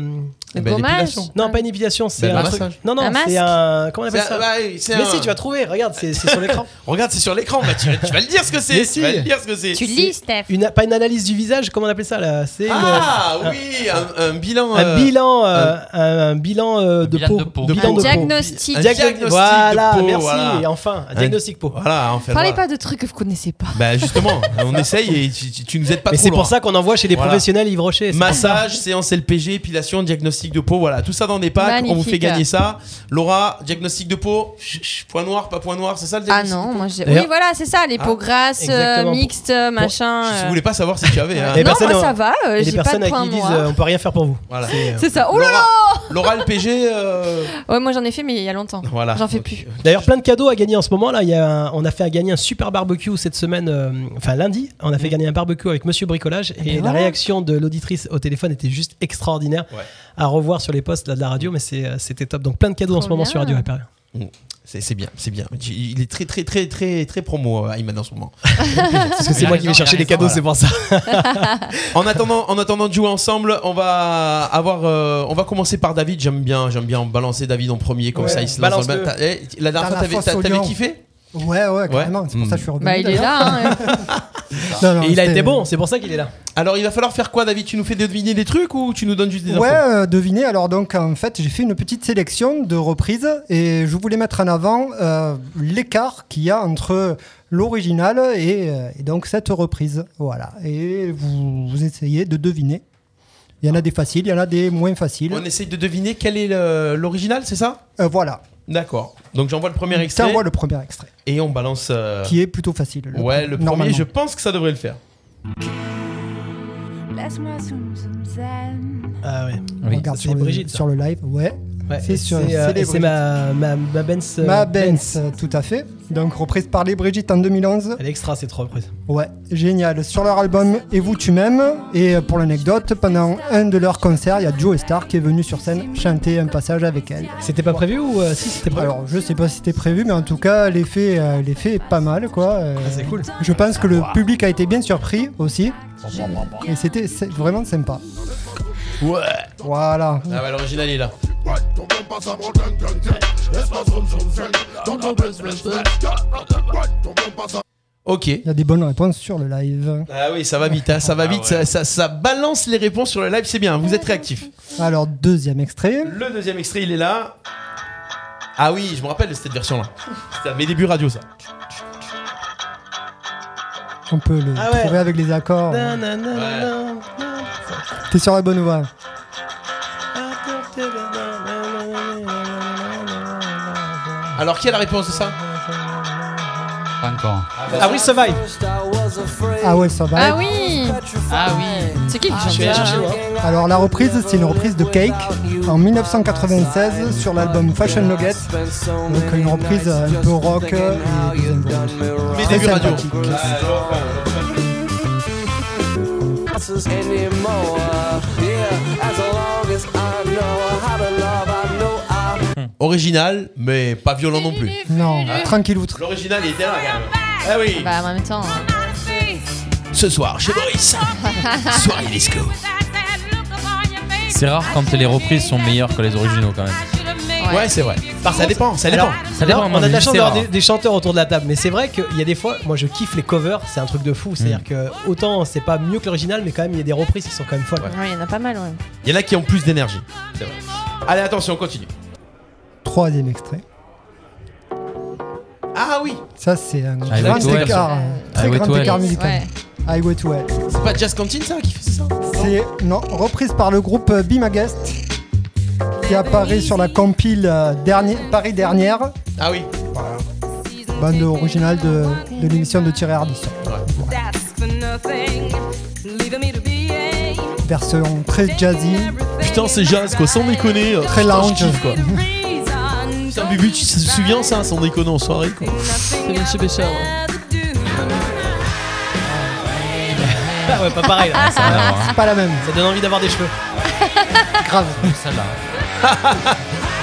Eh Le ben, gommage. l'épilation. Non, pas une épilation, c'est Ben, le un truc. massage. Non, non, Ah. Un c'est masque. un. Comment on appelle C'est un- ça ouais, c'est Mais un- si, tu vas trouver, regarde, c'est c'est sur l'écran. Regarde, c'est sur l'écran. bah, tu, tu vas le dire ce que c'est. Mais tu si. vas le dire ce que c'est. Tu lis, Steph. Une- Pas une analyse du visage, comment on appelle ça là C'est une- Ah oui, un, un bilan. un euh, bilan, euh, un, un bilan, euh, de, bilan peau. de peau. De Un bilan Un de peau. diagnostic. Un Diagno- diagnostic voilà, de peau, merci. voilà. Et enfin, un diagnostic peau. Voilà, on fait Parlez le- pas de trucs que vous connaissez pas. Bah justement, on essaye et tu, tu- tu nous aides pas Mais trop c'est pour loin. ça qu'on envoie chez les Voilà. professionnels Yves Rocher. c'est Massage, séance LPG, épilation, diagnostic de peau, voilà, tout ça dans des packs, on vous Magnifique. fait gagner ça. Laura, diagnostic de peau, chut, chut, point noir, pas point noir, c'est ça le Ah diagnostic non, moi j'ai. Oui, D'ailleurs- voilà, c'est ça, les peaux grasses, euh, exactement. mixtes, machin. Je euh. voulais pas savoir si tu avais. hein. Eh Et les ben, Non, personnes, moi euh, ça va, euh, Et les j'ai pas personnes de hein. à qui points ils disent noirs. euh, on peut rien faire pour vous. Voilà. euh, C'est ça. Oh là Laura, là Laura LPG, euh, Ouais, moi j'en ai fait, mais il y a longtemps. voilà. J'en fais plus. D'ailleurs, plein de cadeaux à gagner en ce moment. Là, il y a un- on a fait à gagner un super barbecue cette semaine, euh, enfin lundi. On a fait gagner un barbecue avec Monsieur Bricolage et la voilà. réaction de l'auditrice au téléphone était juste extraordinaire. Ouais. À revoir sur les posts là, de la radio, mais c'est, euh, c'était top. Donc plein de cadeaux en Trop ce moment bien. sur Radio Hyper. C'est c'est bien, c'est bien. Il est très, très, très, très, très promo, euh, Ayman, en ce moment. Parce que c'est Il a moi qui vais raison, chercher il a les cadeaux, raison, c'est pour ça. En attendant, en attendant de jouer ensemble, on va avoir, euh, on va commencer par David. J'aime bien, j'aime bien balancer David en premier comme Ouais, ça. Il se lance dans le bain. balance-le. T'as- eh, La dernière T'as fois, la t'avais- force t'as- au t'avais lion. kiffé Ouais, ouais, carrément. C'est pour Mm. ça que je suis revenu. Bah, il est d'ailleurs. là, hein. Non, non, Et il a c'était- été bon, c'est pour ça qu'il est là. Alors, il va falloir faire quoi, David Tu nous fais deviner des trucs ou tu nous donnes juste des Ouais, infos euh, devinez. Alors, donc, en fait, j'ai fait une petite sélection de reprises et je voulais mettre en avant euh, l'écart qu'il y a entre l'original et, euh, et donc cette reprise. Voilà. Et vous, vous essayez de deviner. Il y en a des faciles, il y en a des moins faciles. On essaye de deviner quel est le- l'original, c'est ça Euh, voilà. D'accord. Donc, j'envoie le premier Ça, extrait on voit le premier extrait, et on balance. euh, qui est plutôt facile. le Ouais, pre- le normalement. premier. Je pense que ça devrait le faire. Laisse-moi zoom zoom zen. Ah ouais. On regarde c'est sur le, Brigitte, ça. sur le live. Ouais. Ouais, C'est et sur- c'est, euh, c'est les et c'est ma, ma, ma Benz. euh, Ma Benz, tout à fait. Donc, reprise par les Brigitte en 2011. Elle est extra, ces trois reprises. Ouais, génial. Sur leur album Et vous tu m'aimes, et euh, pour l'anecdote, pendant un de leurs concerts, il y a Joe Star qui est venu sur scène chanter un passage avec elle. C'était pas prévu ou euh, si c'était prévu Alors, je sais pas si c'était prévu, mais en tout cas, l'effet euh, l'effet est pas mal, quoi. Euh, Ah, C'est cool. je pense que le public a été bien surpris aussi. Et c'était c'est vraiment sympa. Ouais. Voilà. Ah bah, l'original est là. Ok. Il y a des bonnes réponses sur le live. Ah oui, ça va vite, hein, ça va vite, ça, ça- ça balance les réponses sur le live, c'est bien, vous êtes réactifs. Alors, deuxième extrait. Le deuxième extrait, il est là. Ah oui, je me rappelle de cette version-là. C'était à mes débuts radio, ça. On peut le Ah ouais. trouver avec les accords. Nanana, T'es sur la bonne voie. Ah Alors, qui a la réponse de ça Pas encore. Ah oui, Survive. Ah ouais, ça va. Ah oui Ah oui. C'est qui qui chante Je vais aller ça chercher moi. Ah, Alors la reprise, c'est une reprise de Cake en 1996 sur l'album Fashion Nugget. Donc une reprise euh, un peu rock euh, et des involves. Mes Très débuts radio. sympathique. original, mais pas violent non plus. Non, tranquille outre. L'original il était là quand même. Ah oui. Ah. Bah, en même temps. Ce soir, chez Boris. Soirée disco. C'est rare quand les reprises sont meilleures que les originaux quand même. Ouais, c'est vrai. Par ça dépend, ça dépend. Alors, Ça dépend, là, moi, on a de mais la chance c'est d'avoir rare. des, des chanteurs autour de la table, mais c'est vrai qu'il y a des fois, moi je kiffe les covers, c'est un truc de fou. Mm. C'est-à-dire que autant c'est pas mieux que l'original, mais quand même il y a des reprises qui sont quand même folles. Ouais, il y en a pas mal, ouais. Il y en a qui ont plus d'énergie. C'est vrai. Allez, attention, on continue. Troisième extrait. Ah oui Ça, c'est un Highway grand to Hell. écart. hein. Très Highway grand to Hell. écart musical. Ouais. Highway to Hell. C'est pas Jazz Cantine ça qui fait ça C'est non reprise par le groupe euh, Be My Guest qui apparaît sur la compile euh, dernier, Paris dernière, Ah oui. bande originale de, de l'émission de Thierry Ardisson. Version très jazzy, Putain, c'est jazz quoi, sans déconner. euh, très putain, je lounge. kiffe, quoi. Putain, Bubu, tu te souviens ça, sans déconner en soirée quoi. Ah ouais, pas pareil là. ça, Ah, C'est pas la même, Ah, ça donne envie d'avoir des cheveux. grave. Celle-là.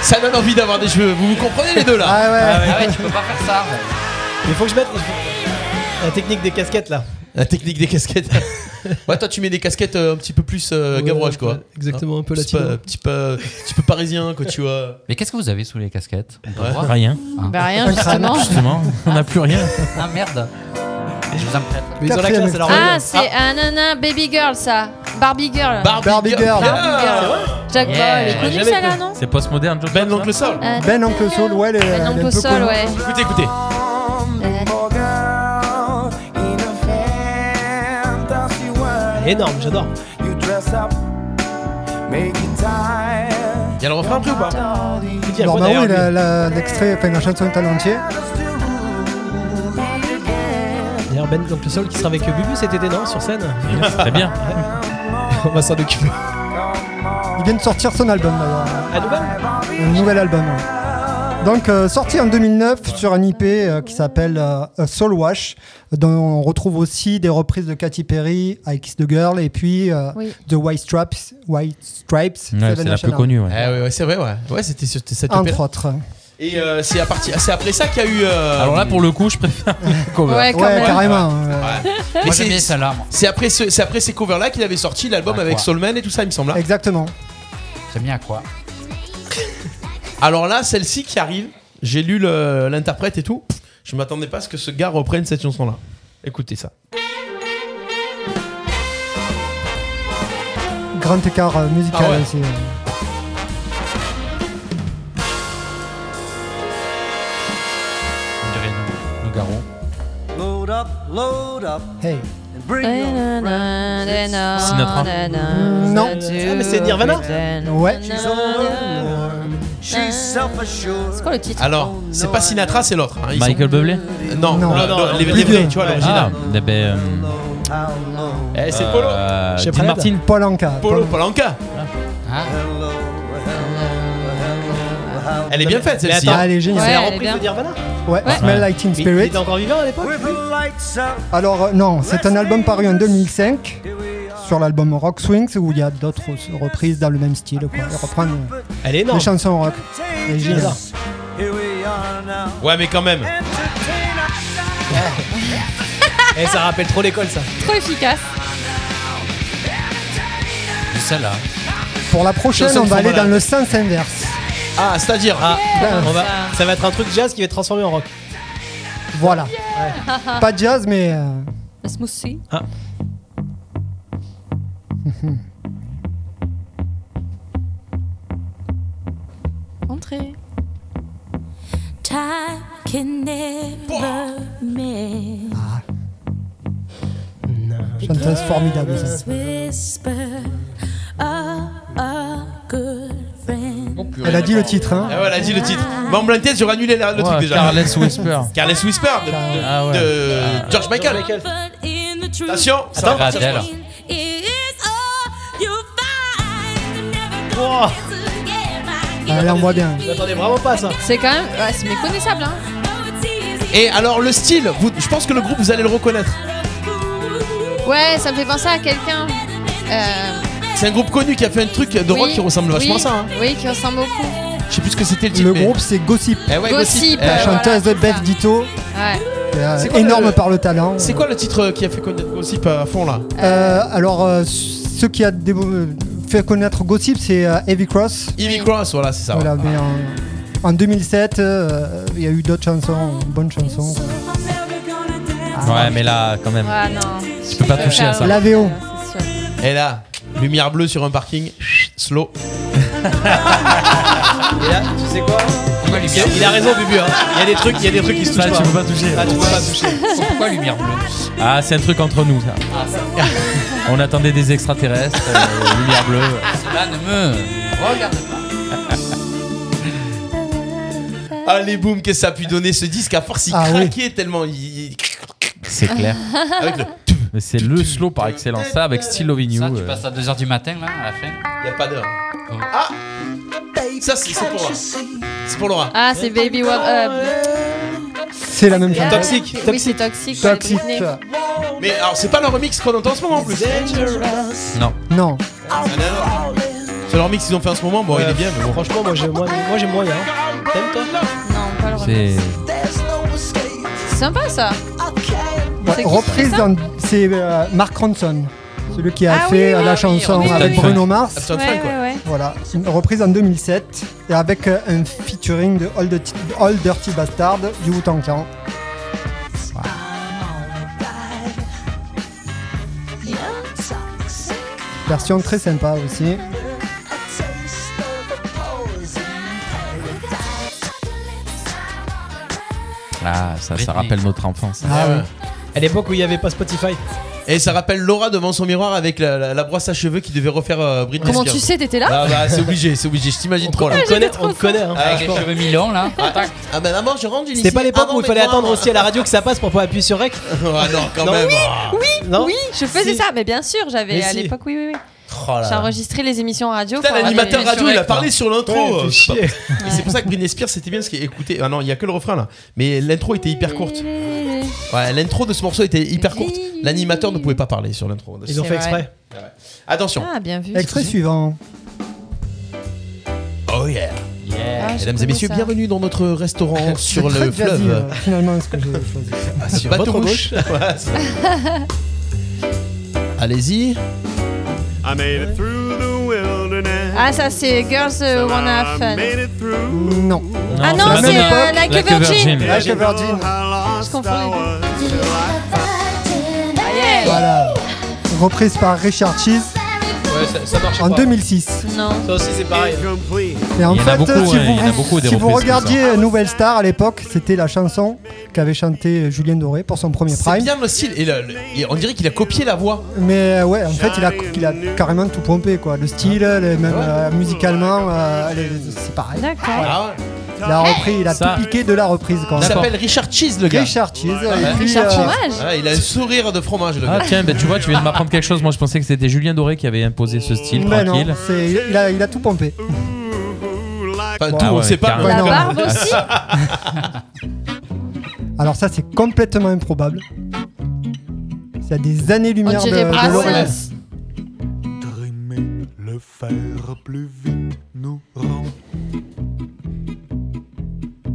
Ça donne envie d'avoir des cheveux. Vous vous comprenez les deux là Ah ouais. Ah ouais, tu peux pas faire ça. Il faut que je mette la technique des casquettes là. La technique des casquettes. ouais, toi, tu mets des casquettes euh, un petit peu plus euh, Ouais, Gavroche quoi. Ah, Exactement, un peu C'est pas- latino. Un petit peu, petit peu parisien quoi, tu vois. Mais qu'est-ce que vous avez sous les casquettes On peut Ouais. voir Rien, Bah, rien, Un crâne. justement. justement. On n'a plus rien. Ah merde. Je vous en prête. Mais ils ont la Quatrième classe alors. Ah, c'est un nana baby girl, ça. Barbie girl. Ah. Barbie Girl. Ah, Ah. Barbie girl. Jack Yeah. Ball, elle est connue J'avais celle-là, non C'est postmoderne, Joe Ben Cocker, l'oncle Sol. Euh, Ben Oncle Soul, ouais, elle est- elle est Ben un Oncle peu Sol, connue. ouais. Écoutez, écoutez. Énorme, j'adore. Il y a le refrain après ou Ah, pas Je veux dire, Alors quoi, bah oui, d'ailleurs, la- la- l'extrait, enfin la chanson est à l'entier. D'ailleurs, Ben donc le Sol qui sera avec Bubu cet été, non Sur scène Très hein bien. On va s'en occuper. Il vient de sortir son album d'ailleurs, À Dubaï un nouvel album. ouais. Donc euh, sorti en 2009 sur un IP euh, qui s'appelle euh, A Soul Wash, dont on retrouve aussi des reprises de Katy Perry, I Kiss the Girl et puis euh, Oui. The White Stripes, White Stripes, Ouais, c'est Seven la plus National, connue. ouais. Ah ouais, ouais, c'est vrai, ouais. Ouais, c'était sur- c'était cette entre opéra. autres. Et euh, c'est à partir, c'est après ça qu'il y a eu. euh, Alors là, pour le coup, je préfère. Ouais, quand Ouais, même. carrément. euh, Moi c'est- j'aime bien ça là. moi. C'est après, ce- c'est après ces covers-là qu'il avait sorti l'album Ah, avec quoi. Soulman et tout ça, il me semble. hein. Exactement. J'aime bien quoi Alors là, celle-ci qui arrive, j'ai lu le- l'interprète et tout. Je m'attendais pas à ce que ce gars reprenne cette chanson-là. Écoutez ça. Grand écart euh, musical Ah ouais. aussi. euh. On dirait nous, nous garons. Hey. Sinatra. Non. Ah, mais c'est Nirvana Ouais. C'est quoi le titre Alors, c'est pas Sinatra, c'est l'autre. hein. Ils Michael Bublé sont- Non, Oh Ah, Non, le- non, le- non, les, plus les vieux. vrais, tu vois, l'original. eh ben, euh, Eh, c'est euh, Polo. Dean Fred. Martin. Paul Anka. Polo Palanca. Ah. Elle est bien faite Mais celle-ci. attends, Ah, elle est Ouais, géniale. C'est la elle est reprise bien. de Nirvana Ouais, Ouais. Smell Like Teen Mais Il Spirit. était encore vivant à l'époque Alors, euh, non, c'est un album paru en 2005 sur l'album Rock Swings où il y a d'autres reprises dans le même style. Quoi. Ils reprennent euh, Elle est les énorme. chansons rock. Et j'ai- J'adore. hein. Ouais, mais quand même. Eh, ça rappelle trop l'école ça. Trop efficace. C'est ça là. Pour la prochaine, Chansons on va de aller dans Sambalade. le sens inverse. Ah, c'est-à-dire. Ah, Ben, on va, ça va être un truc jazz qui va être transformé en rock. Voilà. Pas de jazz, mais euh, Le smoothie. Entrez. Time can never mend chanteuse formidable. ça. this whisper of a good friend. Elle a dit le titre. Hein. Ah ouais, elle a dit le titre. Bon, en plein tête, j'aurais annulé la- le truc Ouais, déjà. Careless Whisper. Carles Whisper de, de- Ah ouais. de George Michael. Michael. But in the truth, Attention, Ça attends. va, Adèle. it is all you find. Never gonna Wow. answer again. I give Elle en voit bien. Je m'attendais vraiment pas à ça. C'est quand même. Ouais, c'est méconnaissable, hein. up, it's easy. Et alors le style, vous- je pense que le groupe vous allez le reconnaître. Ouais, ça me fait penser à quelqu'un. Euh, C'est un groupe connu qui a fait un truc de rock oui, qui ressemble oui, vachement à ça. hein. Oui, qui ressemble beaucoup. Je sais plus ce que c'était le titre. Le mais- groupe, c'est Gossip. Eh ouais, Gossip. Gossip, La euh, voilà, chanteuse c'est Beth ça. Ditto, Ah, Ouais. qui est, euh, C'est quoi énorme le- par le talent. C'est quoi le titre qui a fait connaître Gossip à fond là Euh, alors, euh, ce qui a dévo- euh, fait connaître Gossip, c'est euh, Heavy Cross. Ivy Cross, voilà, c'est ça. ouais. Voilà, mais en, en 2007, euh, il y a eu d'autres chansons, bonnes chansons. ouais, mais là, quand même. Ouais, non. Tu peux pas toucher à ça. La VO. Et là, lumière bleue sur un parking, chut, slow. Et là, tu sais quoi Il a, il a raison, Bubu. hein. Il y a des trucs, il y a des trucs qui se touchent Là, pas. tu peux pas toucher. Là, Ah, Ah, tu peux pas toucher. Pourquoi lumière bleue Ah, c'est un truc entre nous, ça. On attendait des extraterrestres, euh, lumière bleue. Cela ne me regarde pas. Allez, boum, qu'est-ce que ça a pu donner ce disque À force, il Ah oui. craquait tellement. il- il- C'est clair. Avec le. Mais c'est le slow par excellence, ça, avec Still Loving You. Ça, tu euh. passes à 2h du matin, là, à la fin. Il y a pas d'heure. Comment Ah Ça, c'est c'est pour Laura. C'est pour Laura. Ah, c'est Baby One Up. C'est la même chanson. Toxic, Oui, c'est toxic. toxique. ouais, Toxic. Britney. Mais alors, c'est pas leur remix qu'on entend en ce moment en plus. Non. Non. C'est leur mix qu'ils ont fait en ce moment. Bon, il est bien, mais bon. Franchement, moi j'ai moi, moi, j'ai moyen. T'aimes toi Non, pas le remix. C'est. C'est sympa ça. Ouais, C'est qui reprise, fait ça dans- c'est euh, Mark Ronson, celui qui a Ah fait oui, euh, oui, la oui, chanson oui, oui, avec oui. Bruno Mars. Uptown Funk, Ouais, quoi. ouais, ouais. Voilà, une reprise en 2007 et avec euh, un featuring de All, Dirty- All Dirty Bastard du Wu-Tang Clan. Version très sympa aussi. Ah, ça, ça Britney. rappelle notre enfance. hein. Ah, ouais. oui. À l'époque où il n'y avait pas Spotify. Et ça rappelle Laura devant son miroir avec la, la- la brosse à cheveux qui devait refaire euh, Britney Comment Spears. tu sais, t'étais là Ah bah c'est obligé, c'est obligé, je t'imagine trop là. On te connaît, on te connaît. hein. Ah, Avec les cheveux mi-longs, là. Tac. Ah bah maman, je rentre du lycée. C'était pas Ah l'époque avant où il fallait mes attendre parents. aussi à la radio que ça passe pour pouvoir appuyer sur Rec Ah non, quand Non. même. Oui, ah. Non Oui, je faisais Si. ça, mais bien sûr, j'avais Mais à si. l'époque, oui, oui, oui. Oh là J'ai là. enregistré les émissions radio. Putain, pour l'animateur avoir des- radio, il a Rex, parlé sur l'intro. Ouais, euh, fais chier. Et c'est pour ça que Britney Spears c'était bien parce que écoutez, ah non, il y a que le refrain là, mais l'intro était hyper courte. Ouais, l'intro de ce morceau était hyper courte. L'animateur ne pouvait pas parler sur l'intro. Ils ont C'est fait vrai. exprès. Attention. Ah, bien vu. Extrait suivant. Oh yeah. Ah, je Mesdames et connais messieurs, ça. bienvenue dans notre restaurant sur Très le jazzy, fleuve. euh, finalement, ce que j'ai choisi. Ah, sur Votre votre gauche. Ouais, c'est- Allez-y. I made it through the wilderness. Ah, ça, c'est Girls euh, Wanna I Have Fun. made it through. Non. Ah non, la c'est, même euh, époque. Like a Like Virgin. Ah, Like a Virgin. How lost confonds I les was deux. till I Ah, yeah. Voilà. Reprise par Richard Cheese Ouais, ça, ça marche en pas. 2006. Non. Ça aussi, c'est pareil. complete. Et en Il y en a fait, beaucoup, si hein, vous, il y en a beaucoup, des si vous reprises comme regardiez Nouvelle Star à l'époque, c'était la chanson qu'avait chantée Julien Doré pour son premier C'est prime. bien le style. Et le- le- et on dirait qu'il a copié la voix. Mais euh, ouais, en fait, il a, il a carrément tout pompé, quoi. Le style, les- même euh, musicalement, euh, les- c'est pareil. D'accord. Ah ouais. Il a repris, il a Ça- tout piqué de la reprise, quoi. Il s'appelle Richard Cheese, le gars. Richard Cheese. Ouais. Et puis, Richard euh, Fromage. Ouais, il a un sourire de fromage, le Ah gars. tiens, bah, tu vois, tu viens de m'apprendre quelque chose. Moi, je pensais que c'était Julien Doré qui avait imposé ce style mais tranquille. Bah non, c'est- il a, il a tout pompé. Enfin, tout, Ah on ouais, sait pas. carrément. mais- La non. barbe aussi. Alors ça, c'est complètement improbable. Il y a des On années-lumière de, dirait de l'original. Brassens. Trimer le fer plus vite nous rend.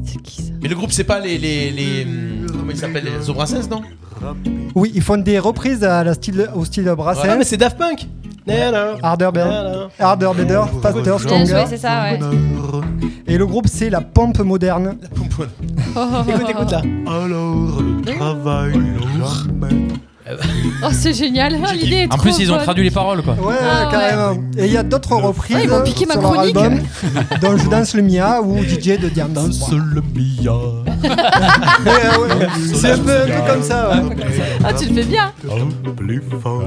C'est qui ça Mais le groupe, c'est pas les. les, les- Comment il s'appelle Les Obrassens, non Oui, ils font des reprises à la style, au style de Brassens. Ah, mais c'est Daft Punk Nanana. Harder, Voilà. Better, Harder, Better, Faster, Bien joué, Stronger. c'est ça, ouais. Bonheur, Et le groupe, c'est la pompe moderne. Écoute, écoute là. Alors le travail nous ramène. Oh, c'est génial. L'idée est trop En plus, ils ont bonne. traduit les paroles, quoi. Ouais, Ah, carrément. Et il y a d'autres reprises Ah, ils m'ont piqué sur ma leur chronique. album, dont Je danse le Mia ou DJ de Diams. Danse le billard. Ouais, ouais. C'est un peu, un peu comme ça. ouais. Ah, tu le fais bien. Oh, plus Ah fort.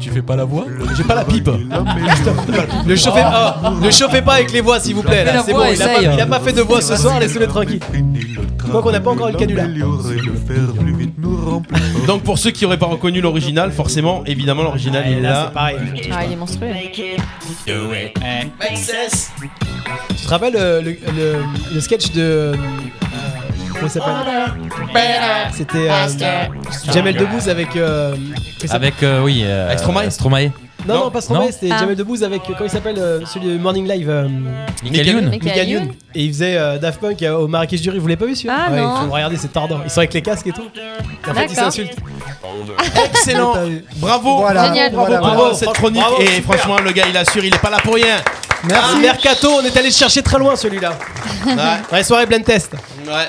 Tu fais pas la voix J'ai pas la pipe. Ne chauffez, ah, ne chauffez pas avec les voix, s'il vous plaît. Fais là, la C'est voix, bon, il a, pas, essaye. il a pas fait de voix ce soir, laissez-le tranquille. Quoi qu'on n'a pas encore eu le canular. Le fer plus vite nous rend plus fort. Donc, pour ceux qui auraient pas reconnu l'original, forcément, évidemment, l'original, il est là. c'est pareil. Ah, il est monstrueux. Tu te rappelles euh, le, le- le sketch de. euh, comment il s'appelle C'était euh, Jamel Debbouze avec. euh, comment il s'appelle Avec, euh, oui, euh, Avec Stromae Stromae. Non, Non. non, pas se tromper, Non. c'était Ah. Jamel Debbouze avec, euh, comment il s'appelle, euh, celui de Morning Live euh, Michael Youn. Michael Michael Youn. Youn. Et il faisait euh, Daft Punk euh, au Marrakech du Riz, vous l'avez pas vu celui-là Ah, Ouais, non. il faut regarder, c'est tordant. Ils sont avec les casques et tout. Et en fait, ils D'accord. s'insultent. Excellent. Bravo. Voilà, Génial. Bravo, voilà, bravo, bravo. cette chronique. Bravo, et super. franchement, le gars, il assure, il est pas là pour rien. Merci. Ah. Mercato, on est allé le chercher très loin celui-là. Ouais. Ouais, soirée blind test. Ouais.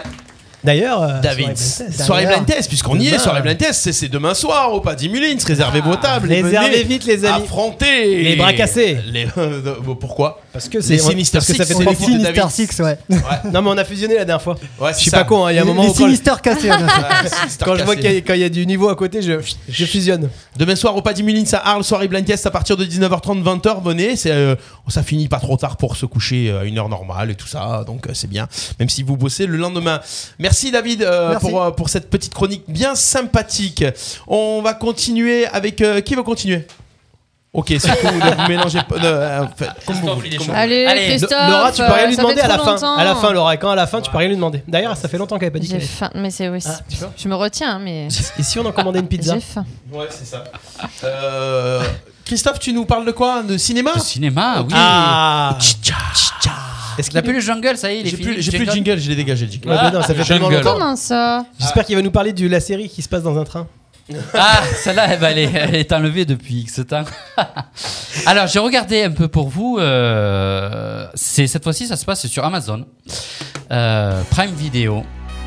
D'ailleurs, euh, David. soirée blind test, Soirée d'ailleurs. blind test, puisqu'on y est, Demain. soirée blind test, c'est- c'est demain soir au Paddy Mullins. Réservez vos tables. et réservez venez vite, les amis. Affronter. Les bras cassés. Les- euh, Bon, Pourquoi Parce que Les c'est Sinister parce que ça Six fait sont trois les fois. fous de Sinister David. Six, ouais. Non mais on a fusionné la dernière fois. Ouais, je c'est suis ça. pas con, hein, il Ah, y a un Les- moment les où quand- Sinister cassés, on a fait. Ouais, Sinister Quand je vois cassés. qu'il y a- quand il y a du niveau à côté, je je fusionne. Demain soir au Paddy Mullins à Arles, soirée blind test à partir de 19h30, 20h. Venez, c'est, euh, ça finit pas trop tard pour se coucher euh, à une heure normale et tout ça, donc euh, c'est bien, même si vous bossez le lendemain. Merci David euh, Merci. Pour, euh, pour cette petite chronique bien sympathique. On va continuer avec. euh, qui veut continuer Ok, c'est cool, ne vous mélangez pas. ne- euh, faites comme vous voulez, comme vous voulez. Allez, Allez, Christophe, Laura, tu peux euh, rien lui ça demander fait à la trop fin. longtemps. À la fin, Laura, quand à la fin, tu peux rien lui demander. D'ailleurs, ça fait longtemps qu'elle avait pas dit. J'ai qu'elle- faim, mais c'est oui. tu vois je me retiens, mais. Et si on en commandait une pizza J'ai faim. Ouais, c'est ça. Euh, Christophe, tu nous parles de quoi De cinéma De cinéma, oui. Ah Chicha. Est-ce qu'il a plus le jungle, ça y est, il est J'ai fini. plus, j'ai plus le jingle, je l'ai dégagé le jingle. Ouais, bah non, ça fait tellement longtemps. Comment ça Ah. J'espère qu'il va nous parler de la série qui se passe dans un train. Ah, celle-là, eh ben, elle, est- elle est enlevée depuis X temps. Alors, j'ai regardé un peu pour vous. euh, c'est cette fois-ci, ça se passe sur Amazon Euh, Prime Video.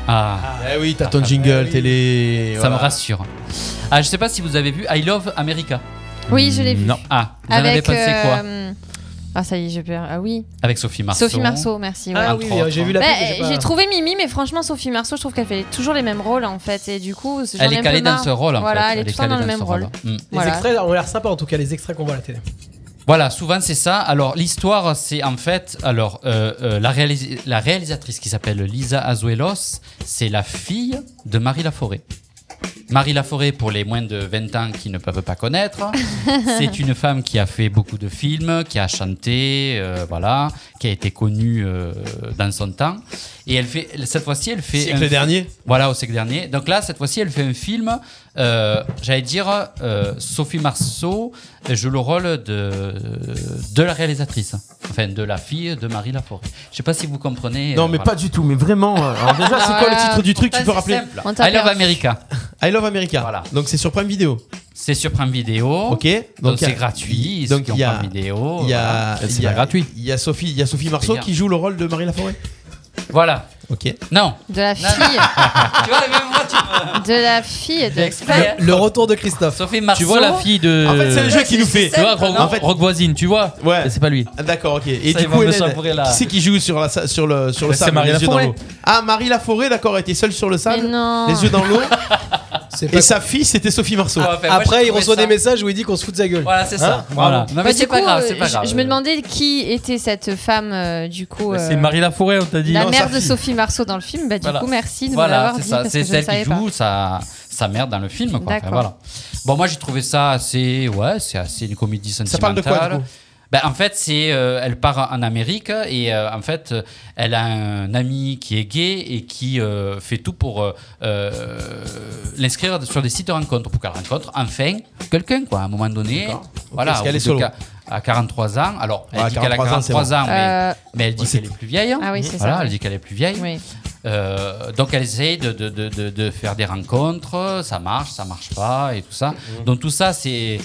Ah. Eh oui, t'as ton jingle, télé. Ça voilà. me rassure. Ah, je sais pas si vous avez vu I Love America. Oui, je l'ai vu. Non. Ah, vous en avez Avec. pensé quoi euh, Ah, ça y est, je perds. Ah oui. Avec Sophie Marceau. Sophie Marceau, merci. ouais. Ah oui, Entre j'ai autres. vu la Bah, pub, j'ai pas- J'ai trouvé Mimi, mais franchement, Sophie Marceau, je trouve qu'elle fait toujours les mêmes rôles en fait. Et du coup, j'en Elle ai est un peu calée dans marre. ce rôle en Voilà, fait. elle est est tout le temps dans calée le même rôle. Mm. Les extraits ont l'air sympas en tout cas, les extraits qu'on voit à la télé. Voilà, souvent c'est ça. Alors l'histoire, c'est en fait, alors euh, euh, la, réalis- la réalisatrice qui s'appelle Lisa Azuelos, c'est la fille de Marie Laforêt. Marie Laforêt, pour les moins de 20 ans qui ne peuvent pas connaître, c'est une femme qui a fait beaucoup de films, qui a chanté, euh, voilà, qui a été connue euh, dans son temps. Et elle fait, cette fois-ci, elle fait. Siècle dernier. Voilà, au siècle dernier. Donc là, cette fois-ci, elle fait un film, euh, j'allais dire, euh, Sophie Marceau joue le rôle de, de la réalisatrice, enfin de la fille de Marie Laforêt. Je sais pas si vous comprenez. euh, Non, mais pas du tout, mais vraiment. euh, Alors déjà, c'est quoi le titre du truc Tu peux rappeler I Love America. I Love America. Donc c'est sur Prime Video. C'est sur Prime Video. Ok. Donc il y a- c'est gratuit. Donc Donc il y a vidéo. Il y a. il y a- Il y a Sophie, il y a Sophie Marceau bien. qui joue le rôle de Marie Laforêt. Voilà. Ok. Non. De la fille. De la fille. et De... Le retour de Christophe. Sophie Marceau. Tu vois la fille de. En fait, c'est le jeu qui nous fait. Tu vois, Rogue, En fait- Rogue voisine, tu vois. Ouais. C'est pas lui. D'accord, ok. Et Ça, du ils coup, vont me Hélène, sabrer là. qui c'est qui joue sur, la, sa- sur le sur le Bah, c'est sable Marie les yeux dans Laforêt. l'eau Ah, Marie Laforêt, d'accord, elle était seule sur le sable, Mais non. les yeux dans l'eau. C'est pas- Et sa fille, c'était Sophie Marceau. Ah, Après, il reçoit des messages où il dit qu'on se fout de sa gueule. Voilà, c'est ça. Bah, Voilà. Bravo. Non, mais c'est pas grave, c'est pas grave. euh, Je, me demandais qui était cette femme, euh, du coup. Bah, C'est euh, Marie Laforêt, on t'a dit. La Non, mère sa de fille. Sophie Marceau dans le film, bah, du Voilà. coup merci de me Voilà, l'avoir c'est dit ça. parce C'est que je ne celle qui savais pas. joue sa, sa mère dans le film. quoi. Enfin, D'accord. voilà. Bon, moi j'ai trouvé ça assez, ouais, c'est assez une comédie Ça sentimentale. parle de quoi, du coup Ben, en fait, c'est euh, elle part en Amérique et euh, en fait, euh, elle a un ami qui est gay et qui euh, fait tout pour euh, euh, l'inscrire sur des sites de rencontres pour qu'elle rencontre enfin quelqu'un quoi. À un moment donné, voilà, parce au qu'elle bout est de solo. qua- à 43 ans. Alors, elle Ouais, dit qu'elle a 43 ans, c'est 43 ans, bon. mais, Euh, mais elle Ouais, dit c'est qu'elle est plus vieille. hein. Ah oui, c'est ça, Voilà, ouais. elle dit qu'elle est plus vieille. Oui. Euh, donc elle essaye de, de- de- de- de faire des rencontres, ça marche, ça marche pas et tout ça. Mhm. Donc tout ça c'est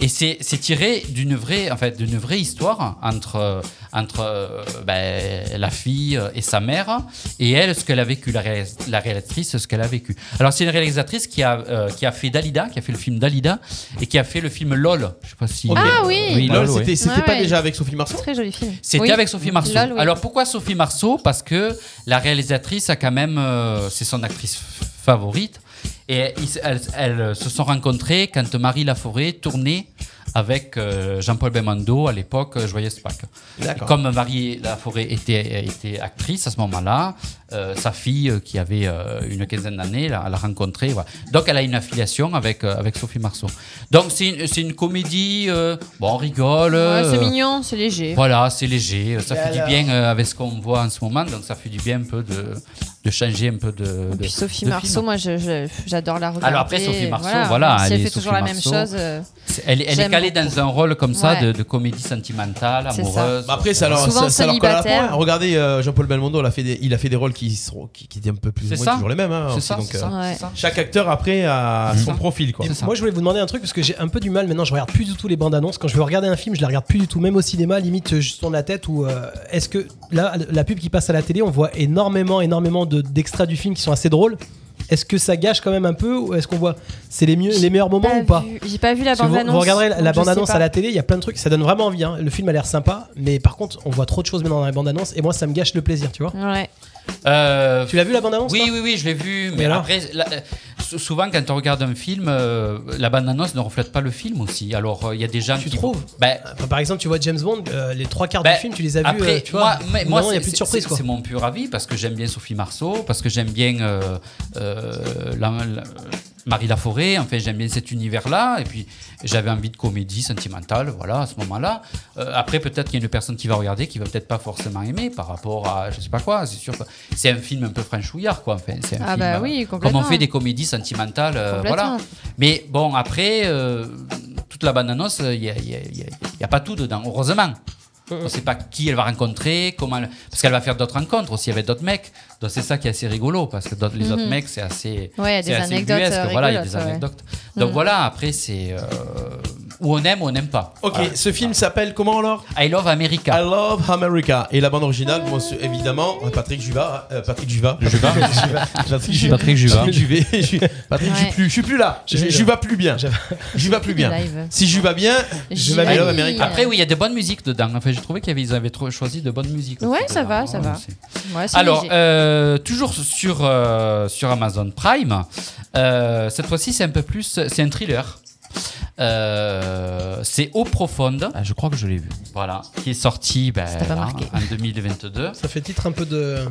et c'est c'est tiré d'une vraie en fait d'une vraie histoire entre entre euh, ben, la fille et sa mère et elle ce qu'elle a vécu la, réalis- la réalisatrice ce qu'elle a vécu. Alors c'est une réalisatrice qui a euh, qui a fait Dalida, qui a fait le film Dalida et qui a fait le film LOL. Je sais pas si Ok. Ah oui. Bah, LOL, c'était- oui. c'était Ouais, pas ouais. déjà avec Sophie Marceau Très joli film. C'était Oui. avec Sophie Marceau. Lol, oui. Alors pourquoi Sophie Marceau Parce que la réalisatrice a quand même, euh, c'est son actrice f- favorite, et ils- elles, elles euh, se sont rencontrées quand Marie Laforêt tournait avec euh, Jean-Paul Belmondo à l'époque euh, Joyeuse Pâques. D'accord. Et Comme Marie Laforêt était, était actrice à ce moment-là, euh, sa fille euh, qui avait euh, une quinzaine d'années, l'a, l'a rencontrée. voilà. Donc elle a une affiliation avec, euh, avec Sophie Marceau. Donc c'est une, c'est une comédie, euh, bon, on rigole. Ouais, c'est euh, mignon, c'est léger. Voilà, c'est léger, euh, ça Et fait alors du bien euh, avec ce qu'on voit en ce moment, donc ça fait du bien un peu de, de changer un peu de. de- Puis Sophie de Marceau, film. moi je- je- j'adore la regarder. Alors après, Sophie Marceau, voilà, si elle, est fait toujours la Sophie même Marceau. chose. euh, C'est- Elle, elle est j'aime calée beaucoup. dans un rôle comme ça Ouais. de, de comédie sentimentale, C'est ça. amoureuse. Bah après, ça leur, Souvent ça, ça leur colle à la peau, célibataire. hein. Regardez, euh, Jean-Paul Belmondo, il a fait des, il a fait des rôles qui, sont, qui, qui étaient un peu plus C'est ou moins ça. toujours les mêmes. hein, C'est aussi, ça, donc, c'est ça, euh, c'est ça. Chaque acteur, après, a son profil. Quoi. Et Moi, je voulais vous demander un truc parce que j'ai un peu du mal maintenant. Je regarde plus du tout les bandes annonces. Quand je veux regarder un film, je la regarde plus du tout, même au cinéma. Limite, euh, je tourne la tête. Ou euh, est-ce que là, la pub qui passe à la télé, on voit énormément, énormément de- d'extraits du film qui sont assez drôles. Est-ce que ça gâche quand même un peu ou est-ce qu'on voit c'est les mieux, les meilleurs moments ou pas vu- j'ai pas vu la Parce que vous- bande-annonce, Vous regarderez la, donc la je sais bande-annonce pas. à la télé, il y a plein de trucs, ça donne vraiment envie. hein. Le film a l'air sympa, mais par contre, on voit trop de choses maintenant dans la bande-annonce et moi, ça me gâche le plaisir, tu vois. Ouais. Tu l'as vu la bande-annonce Euh, Oui, oui, oui, je l'ai vu. Mais, Mais alors après, la- euh, sou- souvent, quand on regarde un film, euh, la bande-annonce ne reflète pas le film aussi. Alors, euh, il y a des gens Tu qui. trouves Ben, Enfin, par exemple, tu vois James Bond, euh, les trois quarts ben, du film, tu les as vus. après, euh, tu moi, vois, mais Non, moi, il n'y a c'est- plus de c'est- surprise c'est- quoi. C'est mon pur avis parce que j'aime bien Sophie Marceau, parce que j'aime bien euh, euh, la- la- Marie Laforêt. Enfin, j'aime bien cet univers-là. Et puis, j'avais envie de comédie sentimentale. Voilà, à ce moment-là. Euh, après, peut-être qu'il y a une personne qui va regarder, qui va peut-être pas forcément aimer par rapport à, je sais pas quoi. C'est sûr que c'est un film un peu franchouillard, quoi. Enfin, c'est un Ah film, bah euh, oui, Comme complètement. on fait des comédies sentimentales, euh, Complètement. voilà. Mais bon, après, euh, toute la bande-annonce, il n'y a, il y a- il y a- il y a pas tout dedans, heureusement. On ne sait pas qui elle va rencontrer, comment elle- parce qu'elle va faire d'autres rencontres aussi avec d'autres mecs. Donc c'est ça qui est assez rigolo, parce que d'autres- les autres Mhm. mecs, c'est assez. Ouais, il y a c'est des assez anecdotes, ubuesque, euh, voilà, il y a rigolotes, des ouais. anecdotes. Donc Mhm. voilà, après, c'est. euh, où on aime, ou on n'aime pas. Ok, Voilà. ce film s'appelle comment alors I Love America. I Love America. Et la bande originale, bon, c'est- évidemment, Patrick Juva. euh, Patrick Juva. Juva. Patrick Ju- Patrick Juva. Patrick Juvé. Je suis- Patrick Ouais. Juplu. Je suis plus là. Je J'ai- je vais plus bien. Je vais plus bien. Live. Si je vais bien, je vais I Love America. Après, oui, il y a des bonnes musiques dedans. Enfin, j'ai trouvé qu'ils avaient, ils avaient tro- choisi de bonnes musiques. aussi Ouais, ça dedans. va, ça va. Ouais, c'est Alors, léger. euh, toujours sur, euh, sur Amazon Prime, euh, cette fois-ci, c'est un peu plus. C'est un thriller. Euh, c'est Eau Profonde. Ah, je crois que je l'ai vu. Voilà, qui est sorti ben, t'a pas là, marqué. en 2022. Ça fait titre un peu de. euh,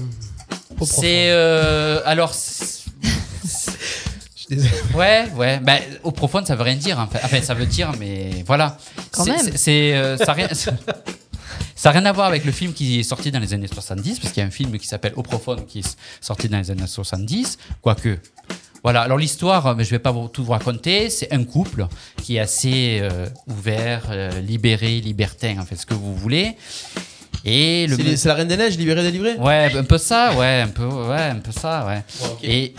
Au profond. C'est. euh, alors. c'est- Ouais, ouais. Ben, Eau Profonde, ça veut rien dire. en fait. Enfin, ça veut dire, mais voilà. Quand C'est- même. c'est- C'est. euh, ça a rien- Ça n'a rien à voir avec le film qui est sorti dans les années 70, parce qu'il y a un film qui s'appelle Au Profonde qui est sorti dans les années 70, quoique. Voilà, alors l'histoire, euh, mais je ne vais pas vous, tout vous raconter, c'est un couple qui est assez euh, ouvert, euh, libéré, libertin, en fait, ce que vous voulez. Et le C'est les- c'est la Reine des Neiges, libérée, délivrée Ouais, un peu ça, ouais, un peu, ouais, un peu ça, ouais. Et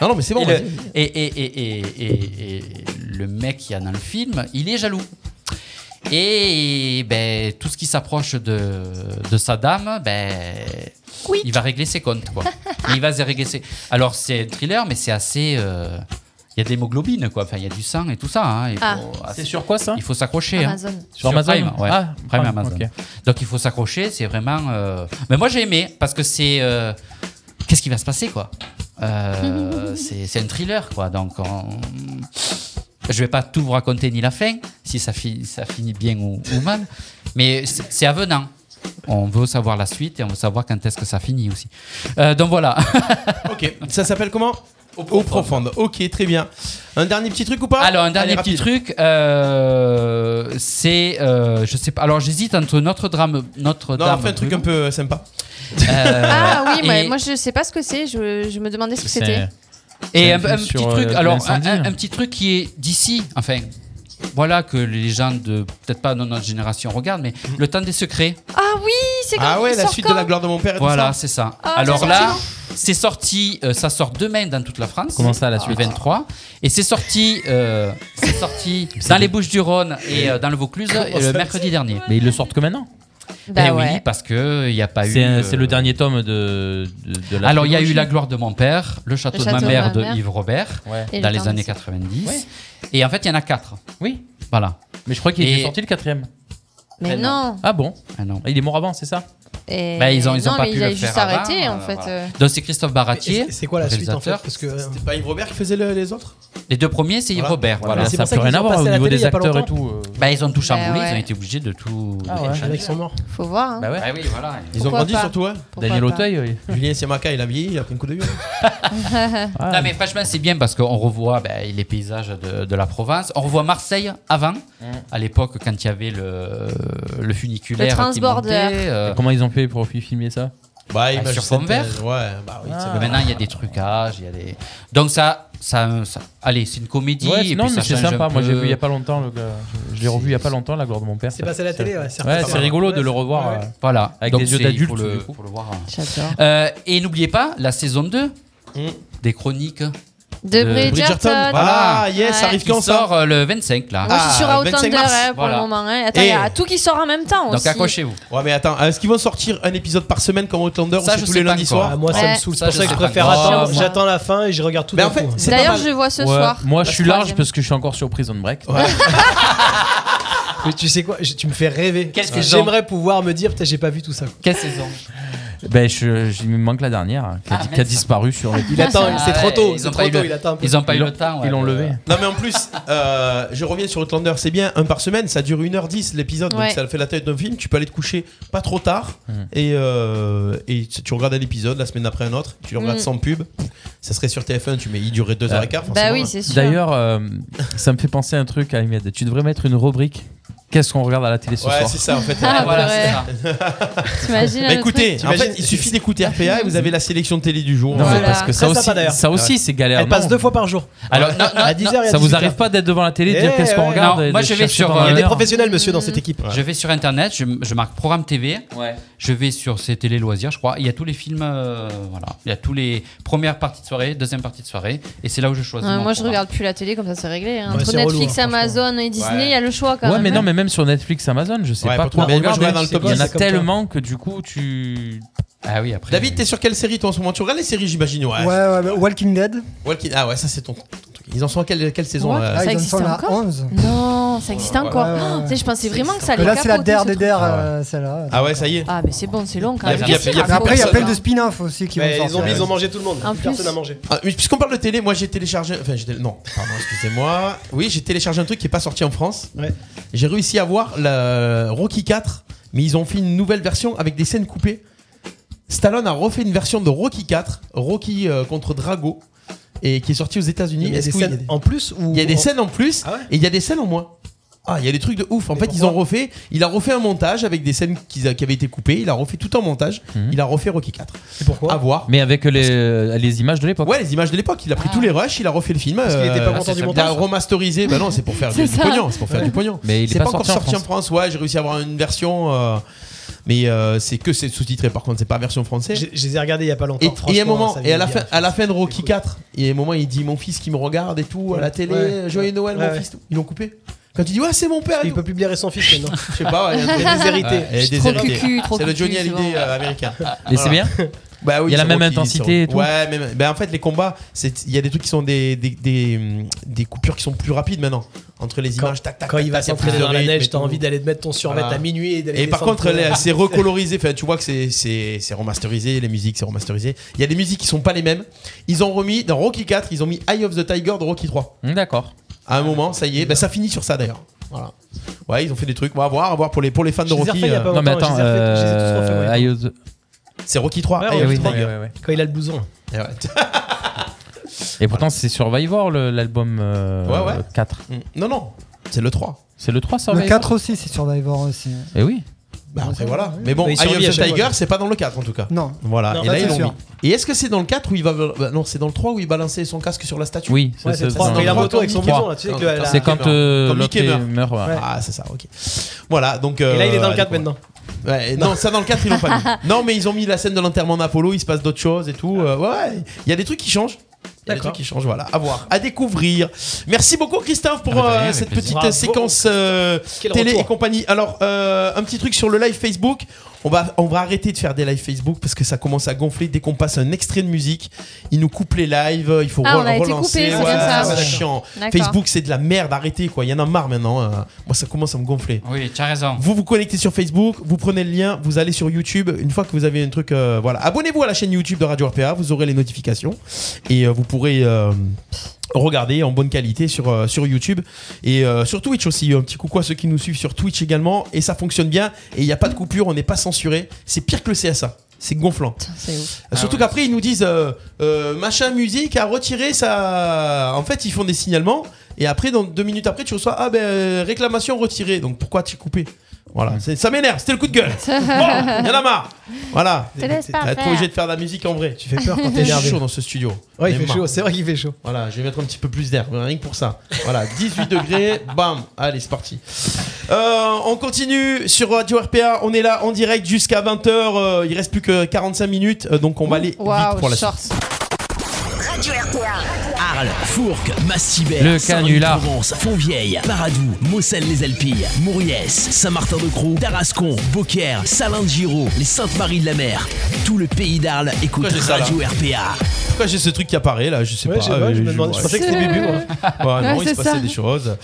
non, non, mais c'est bon. Et le, vas-y. et, et, et, et, et- et le mec qui y a dans le film, il est jaloux. Et ben, tout ce qui s'approche de, de sa dame, ben, il va régler ses comptes. Quoi. Mais il va se régler ses... Alors, c'est un thriller, mais c'est assez. euh, Il y a de l'hémoglobine, quoi. Enfin, il y a du sang et tout ça. hein. Il Ah. bah, faut- C'est sur quoi ça Il faut s'accrocher. hein. Amazon. Sur Amazon Prime, ouais. Ah, Prime Prime, Amazon. ok. Donc, il faut s'accrocher. C'est vraiment. euh, Mais moi, j'ai aimé parce que c'est. euh, Qu'est-ce qui va se passer, quoi Euh, C'est c'est un thriller, quoi. Donc, on- je vais pas tout vous raconter ni la fin, si ça, fi- ça finit bien ou, ou mal. Mais c'est c'est avenant. On veut savoir la suite et on veut savoir quand est-ce que ça finit aussi. Euh, donc voilà. Ok, ça s'appelle comment Eau profonde. Ok, très bien. Un dernier petit truc ou pas Alors, un dernier Allez, petit rapide. truc, euh, c'est. euh, je sais pas. Alors, j'hésite entre notre drame. Notre Non, on fait un truc un peu sympa. Euh, Ah oui, moi, et- moi je sais pas ce que c'est, je, je me demandais ce que c'était. Et C'est un, un film un petit sur, truc, euh, alors un, l'incendie, un- là. un petit truc qui est d'ici, enfin, voilà que les gens de peut-être pas de notre génération regardent, mais Mm. le temps des secrets. Ah oui, c'est quand Ah ouais, il la sort suite quand de la gloire de mon père. et tout Voilà, ça. c'est ça. Ah, alors c'est là, sorti c'est sorti, euh, ça sort demain dans toute la France. Comment ça, la suite Le 23. Et c'est sorti, euh, c'est sorti dans les Bouches-du-Rhone et euh, dans le Vaucluse Comment euh, ça, le mercredi dernier. Mais ils le sortent que maintenant. Bah Eh oui, ouais. parce que il n'y a pas eu. C'est un- euh, c'est le dernier tome de, de, de la. alors, il y a eu trilogie. La gloire de mon père, Le château, Le de ma château mère de, Yves Robert, Ouais. Et dans Le les temps années des 90. Ouais. Et en fait, il y en a quatre. Oui. Voilà. Mais je crois qu'il Et- est sorti le quatrième. Mais non. Ah bon Ah non. Il est mort avant, c'est ça Et- Bah, ils ont, ils ont non, pas mais pu il a le juste faire avant, arrêté, en euh, fait, voilà. euh. Donc c'est Christophe Baratier. Et C'est quoi la suite en fait Ah, réalisateur. Parce que euh, C'était pas Yves Robert qui faisait le- les autres Les deux premiers, c'est Yves Voilà. Robert. Voilà, Voilà, c'est pour ça qu'ils ont passé à la télé il y a pas longtemps. Bah, ils ont tout chamboulé, Bah ouais. ils ont été obligés de tout. Ah ouais, les mecs sont morts. Faut voir. hein. Bah ouais. oui, voilà. Ils ont grandi surtout, hein Daniel Auteuil, oui. Julien Siamaka, il a vieilli, il a pris un coup de vieux. Non, mais franchement, c'est bien parce qu'on revoit bah, les paysages de, de la province. On revoit Marseille avant, Mm. à l'époque, quand il y avait le, le funiculaire. Le transborder. Qui montait, euh, Et Comment ils ont fait pour filmer ça Bah, bah, sur fond vert. Ah. Mais maintenant, il y a des trucages, il y a des. Donc ça, ça, ça- allez, c'est une comédie. Ouais, et non, puis mais ça c'est change sympa. un Moi, j'ai peu. vu il y a pas longtemps. le gars. Je l'ai revu il y a pas longtemps, La gloire de mon père. C'est passé à la télé, ouais, c'est Ouais, repassé c'est par- rigolo de ouais, le revoir. ouais. euh, Voilà. Avec Donc, des yeux c'est- d'adulte. faut le- du coup. faut le voir. J'adore. Euh, et n'oubliez pas la saison 2 Mm. des chroniques De Bridgerton. Voilà. Ah, yes, ça arrive Qui quand, ça sort euh, le 25 là. Moi, je suis sur Ah, Outlander 25 mars. hein, pour Voilà. le moment. hein. Attends, il Et- y a tout qui sort en même temps aussi. Ouais, mais attends, est-ce qu'ils vont sortir un épisode par semaine comme Outlander Ça, ou c'est je tous sais les pas lundis encore. soirs Ah, moi, ça me Ouais. saoule. C'est Ça, pour je ça que sais je pas préfère encore. attendre. Ouais, moi. J'attends la fin et je regarde tout Mais d'un en fait, coup. c'est pas D'ailleurs, mal. je vois ce Ouais. soir. Moi, je La suis large troisième. parce que je suis encore sur Prison Break. Mais tu sais quoi je- Tu me fais rêver. Qu'est-ce Parce qu'ils ont J'aimerais pouvoir me dire, putain, j'ai pas vu tout ça. Quelle saison Ben, je, je- il me manque la dernière hein, qui a, qui a disparu sur le. Il attend, Ah c'est trop ouais, tôt. ils c'est ont trop pas eu tôt, le- il attend un peu. Ils ont pas eu Ils le temps. ouais, Ils l'ont de- levé. Non mais en plus, euh, je reviens sur Outlander, c'est bien, un par semaine, ça dure 1h10 l'épisode, Ouais. donc ça fait la tête d'un film, tu peux aller te coucher pas trop tard, et, euh, et tu tu regardes un épisode, la semaine d'après un autre, tu le regardes Mm. sans pub, ça serait sur TF1, tu mets il durait 2h15 forcément. Bah oui, c'est sûr. D'ailleurs, euh, ça me fait penser à un truc, Ahmed. Tu devrais mettre une rubrique. Qu'est-ce qu'on regarde à la télé ce Ouais, soir c'est ça en fait. Ah, Voilà, purée. c'est ça. T'imagines Bah le écoutez, truc en fait, T'imagines- il suffit d'écouter RPA et vous avez la sélection de télé du jour. Non, Voilà. mais parce que ça Très aussi, sympa, d'ailleurs. ça aussi, c'est galère. Elle passe non deux fois par jour. Alors, non, non, À 10h et à Ça vous 18h. arrive pas d'être devant la télé, de Eh, dire qu'est-ce qu'on ouais. regarde Non, et moi, de je vais chercher sur, euh, pendant Il y a une des heure professionnels, monsieur, dans Mm. cette équipe. Je vais sur internet, je, je marque programme TV. Je vais sur ces télé loisirs, je crois. Il y a tous les films, euh, voilà. Il y a tous les premières parties de soirée, deuxième partie de soirée, et c'est là où je choisis. Ouais, mon moi, je programme. regarde plus la télé, comme ça c'est réglé. hein. Ouais, Entre c'est relou, Netflix, hein, Amazon et Disney, il Ouais. y a le choix quand Ouais, même. mais non, mais même sur Netflix, Amazon, je sais Ouais, pas pourtant, quoi mais moi, je regarder. regarde dans le top Il y 10, en a c'est comme toi. tellement que du coup, tu. Ah oui, après. David, t'es sur quelle série toi en ce moment Tu regardes les séries, j'imagine ouais. Ouais, ouais, mais Walking Dead. Walking- Ah ouais, ça c'est ton, ton truc. Ils en sont à quelle, quelle saison Ouais, là là, ils en existe sont à la encore Ah, 11. Non, ça existe encore. ouais, ouais. Oh, tu sais, je pensais vraiment que ça Que allait. là, c'est la capoter, ce der des truc. der, euh, celle-là. Ah ouais, ça y est. Ah, mais c'est bon, c'est long quand Il y a- même. il y a- Qu'est-ce qu'il il y a raconte plus Après, il y a personne, plein hein. de spin-offs aussi qui Mais vont ils ont, sortir. ils ont mangé tout le monde. En Plus Personne plus. n'a mangé. Ah, mais Puisqu'on parle de télé, moi j'ai téléchargé. Enfin, j'ai télé- non, pardon, excusez-moi. Oui, j'ai téléchargé un truc qui est pas sorti en France. Ouais. J'ai réussi à voir la Rocky 4, mais ils ont fait une nouvelle version avec des scènes coupées. Stallone a refait une version de Rocky 4, Rocky euh, contre Drago, et qui est sortie aux États-Unis. Il y a Est-ce des que vous- scènes en plus ou il y a des en- scènes en plus Ah ouais et il y a des scènes en moins. Ah, il y a des trucs de ouf. En Mais fait, ils pourquoi ont refait. Il a refait un montage avec des scènes qui, qui avaient été coupées. Il a refait tout en montage. Il a refait Rocky 4. Et Mhm. pourquoi À voir. Mais avec les, euh, les images de l'époque. Ouais, les images de l'époque. Il a Ah. pris tous les rushs, il a refait le film. qu'il était pas content du c'est ça. montage. Il a remasterisé. bah non, c'est pour faire du, C'est du ça. pognon. C'est pour faire du pognon. Mais il est C'est pas pas, encore sorti en sorti en France. Ouais, j'ai réussi à avoir une version. euh, mais euh, c'est que c'est sous-titré. Par contre, c'est pas version française. J'ai- Je les ai regardés il y a pas Et, longtemps. et à franchement, un moment, ça et à la vieillit fin, bien. à la fin de Rocky 4, il y a un moment, il dit mon fils qui me regarde et tout à la télé, euh, Ouais. joyeux Noël, mon Ouais. fils. tout. Ils l'ont coupé. Quand il dit ouais, c'est mon père. et Il tout. peut plus blairer son fils maintenant. Je sais pas, ouais, il y a Il est déshérité. Ouais, elle est Trop déshéritée. cucu, trop C'est le cucu, Johnny c'est Hallyday bon. euh, américain. Et Voilà. c'est bien Bah oui, Il y a la c'est même Rocky, intensité c'est et tout Rocky. Ouais, même. Ben en fait, les combats, c'est- il y a des trucs qui sont des, des, des, hum, des coupures qui sont plus rapides maintenant. entre les Quand, images. Tac, tac, quand tac, il va tac, y a s'entraîner plus de dans la rythme neige, et t'as tout. envie d'aller te mettre ton survêt Voilà. à minuit et d'aller. Ah. Et par descendre contre, courir. les- c'est recolorisé. Enfin, tu vois que c'est c'est c'est remasterisé, les musiques c'est remasterisé. Il y a des musiques qui sont pas les mêmes. Ils ont remis dans Rocky 4, ils ont mis Eye of the Tiger de Rocky 3. Hum, D'accord. Ah, À un moment, ça y est, ben, ça finit sur ça d'ailleurs. Voilà. Ouais, ils ont fait des trucs. On va voir, à voir pour les pour les fans de Je les Rocky. ai refaits il y a euh, pas Non, mais Attends, attends. je les ai refait- je les ai tous euh, refait, ouais. Eye of the- C'est Rocky 3. Ouais, Eye Eh of oui, the Tiger. ouais, ouais, ouais. Quand il a le blouson. Et ouais. Et pourtant, c'est Survivor le- l'album euh, Ouais, ouais. 4. Mm. Non, non, c'est le 3. C'est le 3 Le Survivor 4 aussi, c'est Survivor aussi. Et oui. Bah après voilà. Mais bon, Mais Eye ils sont of mis à the chaque Tiger, fois. c'est pas dans le 4 en tout cas. Non. Voilà, Non, et ça, là c'est ils l'ont sûr. mis. Et est-ce que c'est dans le 4 où il va. bah, non, c'est dans le 3 où il balançait son casque sur la statue Oui, Ouais, c'est ça, le trois. dans- Quand il a trois, moto avec son Mickey blouson meurt. là, tu sais Quand- que. la- C'est quand euh, Comme Mickey Lotte meurt. meurt. ouais. Ah, c'est ça, ok. Voilà, donc. euh, Et là, il est dans le allez, 4 quoi. maintenant. Ouais, non. ça dans le 4, ils l'ont pas mis. Non, mais ils ont mis la scène de l'enterrement d'Apollo, il se passe d'autres choses et tout. euh, ouais, ouais, il y a des trucs qui changent. Il y a des trucs qui changent, voilà. À voir, à découvrir. Merci beaucoup, Christophe, pour Ah, bah, de euh, rien, avec cette plaisir. petite Bravo, séquence euh, Quel télé retour. et compagnie. Alors, euh, un petit truc sur le live Facebook. On va, on va arrêter de faire des lives Facebook parce que ça commence à gonfler. Dès qu'on passe un extrait de musique, ils nous coupent les lives. Il faut Ah, re- on a été relancer. coupé, c'est Ouais, bien ça. c'est chiant. D'accord. Facebook, c'est de la merde. Arrêtez, quoi. Il y en a marre maintenant. euh. moi, ça commence à me gonfler. euh, Oui, tu as raison. Vous vous connectez sur Facebook, vous prenez le lien, vous allez sur YouTube. Une fois que vous avez un truc, euh, voilà, abonnez-vous à la chaîne YouTube de Radio RPA, vous aurez les notifications et euh, vous pourrez euh, regarder en bonne qualité sur euh, sur YouTube et euh, sur Twitch aussi. Un petit coucou à ceux qui nous suivent sur Twitch également et ça fonctionne bien et il n'y a pas de coupure, on n'est pas censuré. C'est pire que le CSA, c'est gonflant. Ah Surtout qu'après ils nous disent euh, euh, machin musique a retiré sa. En fait ils font des signalements et après dans deux minutes après tu reçois ah ben euh, réclamation retirée donc pourquoi tu coupé voilà c'est- ça m'énerve c'était le coup de gueule bon y en a marre voilà Te laisse pas T'as été faire. obligé de faire de la musique en vrai tu fais peur quand t'es Il fait énervé. chaud dans ce studio J'en Ouais, il ai fait marre. chaud, c'est vrai qu'il fait chaud. Voilà, je vais mettre un petit peu plus d'air, rien que pour ça. Voilà, 18 degrés, bam, allez, c'est parti. Euh, on continue sur Radio RPA, on est là en direct jusqu'à 20h, euh, il reste plus que 45 minutes, euh, donc on va aller vite pour la suite. Radio RPA. Arles, Fourques, Massivert, Le canular. Provence, Fontvieille, Paradou, Moselle-les-Alpilles, Mouriès, Saint-Martin-de-Croix, Tarascon, Beaucaire, Salins-de-Giraud, les Saintes-Maries-de-la-Mer. Tout le pays d'Arles écoute Pourquoi j'ai ça, là Radio RPA. Pourquoi j'ai ce truc qui apparaît là Je sais Ouais, pas. je sais pas, je me demandais, ouais. je pensais que c'était Bubu, moi. Ouais, non, Ouais, il se c'est passait ça. des choses.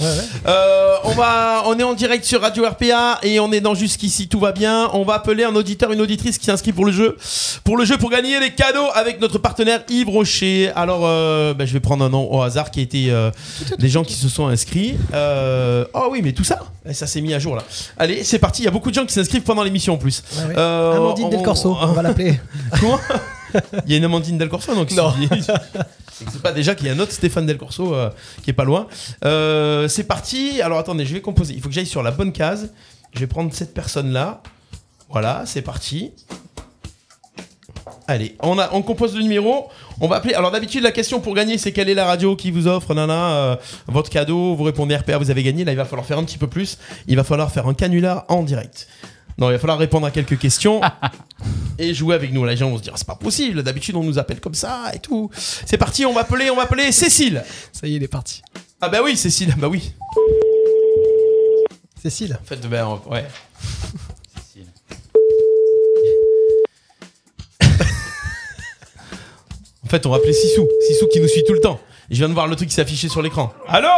Euh, on va, on est en direct sur Radio RPA et on est dans jusqu'ici tout va bien. On va appeler un auditeur, une auditrice qui s'inscrit pour le jeu, pour le jeu pour gagner les cadeaux avec notre partenaire Yves Rocher. Alors, euh, bah, je vais prendre un nom au hasard qui a été euh, des gens qui se sont inscrits. Euh, oh oui, mais tout ça, ça s'est mis à jour là. Allez, c'est parti. Il y a beaucoup de gens qui s'inscrivent pendant l'émission en plus. Euh, Amandine Del on- Corso, on va l'appeler. Comment Il y a une Amandine Del Corso, donc non. C'est pas déjà qu'il y a un autre Stéphane Del Corso euh, qui est pas loin. Euh, c'est parti. Alors attendez, je vais composer. Il faut que j'aille sur la bonne case. Je vais prendre cette personne là. Voilà, c'est parti. Allez, on, a, on compose le numéro. On va appeler. Alors d'habitude, la question pour gagner, c'est quelle est la radio qui vous offre, nana, euh, votre cadeau. Vous répondez RPA, vous avez gagné. Là, il va falloir faire un petit peu plus. Il va falloir faire un canular en direct. Non, il va falloir répondre à quelques questions et jouer avec nous. Les gens vont se dire, c'est pas possible. D'habitude, on nous appelle comme ça et tout. C'est parti, on va appeler, on va appeler Cécile. Ça y est, il est parti. Ah bah oui, Cécile, bah oui. Cécile. En fait, ben, on- ouais. en fait, on va appeler Sissou. Sissou qui nous suit tout le temps. Et Je viens de voir le truc qui s'est affiché sur l'écran. Allô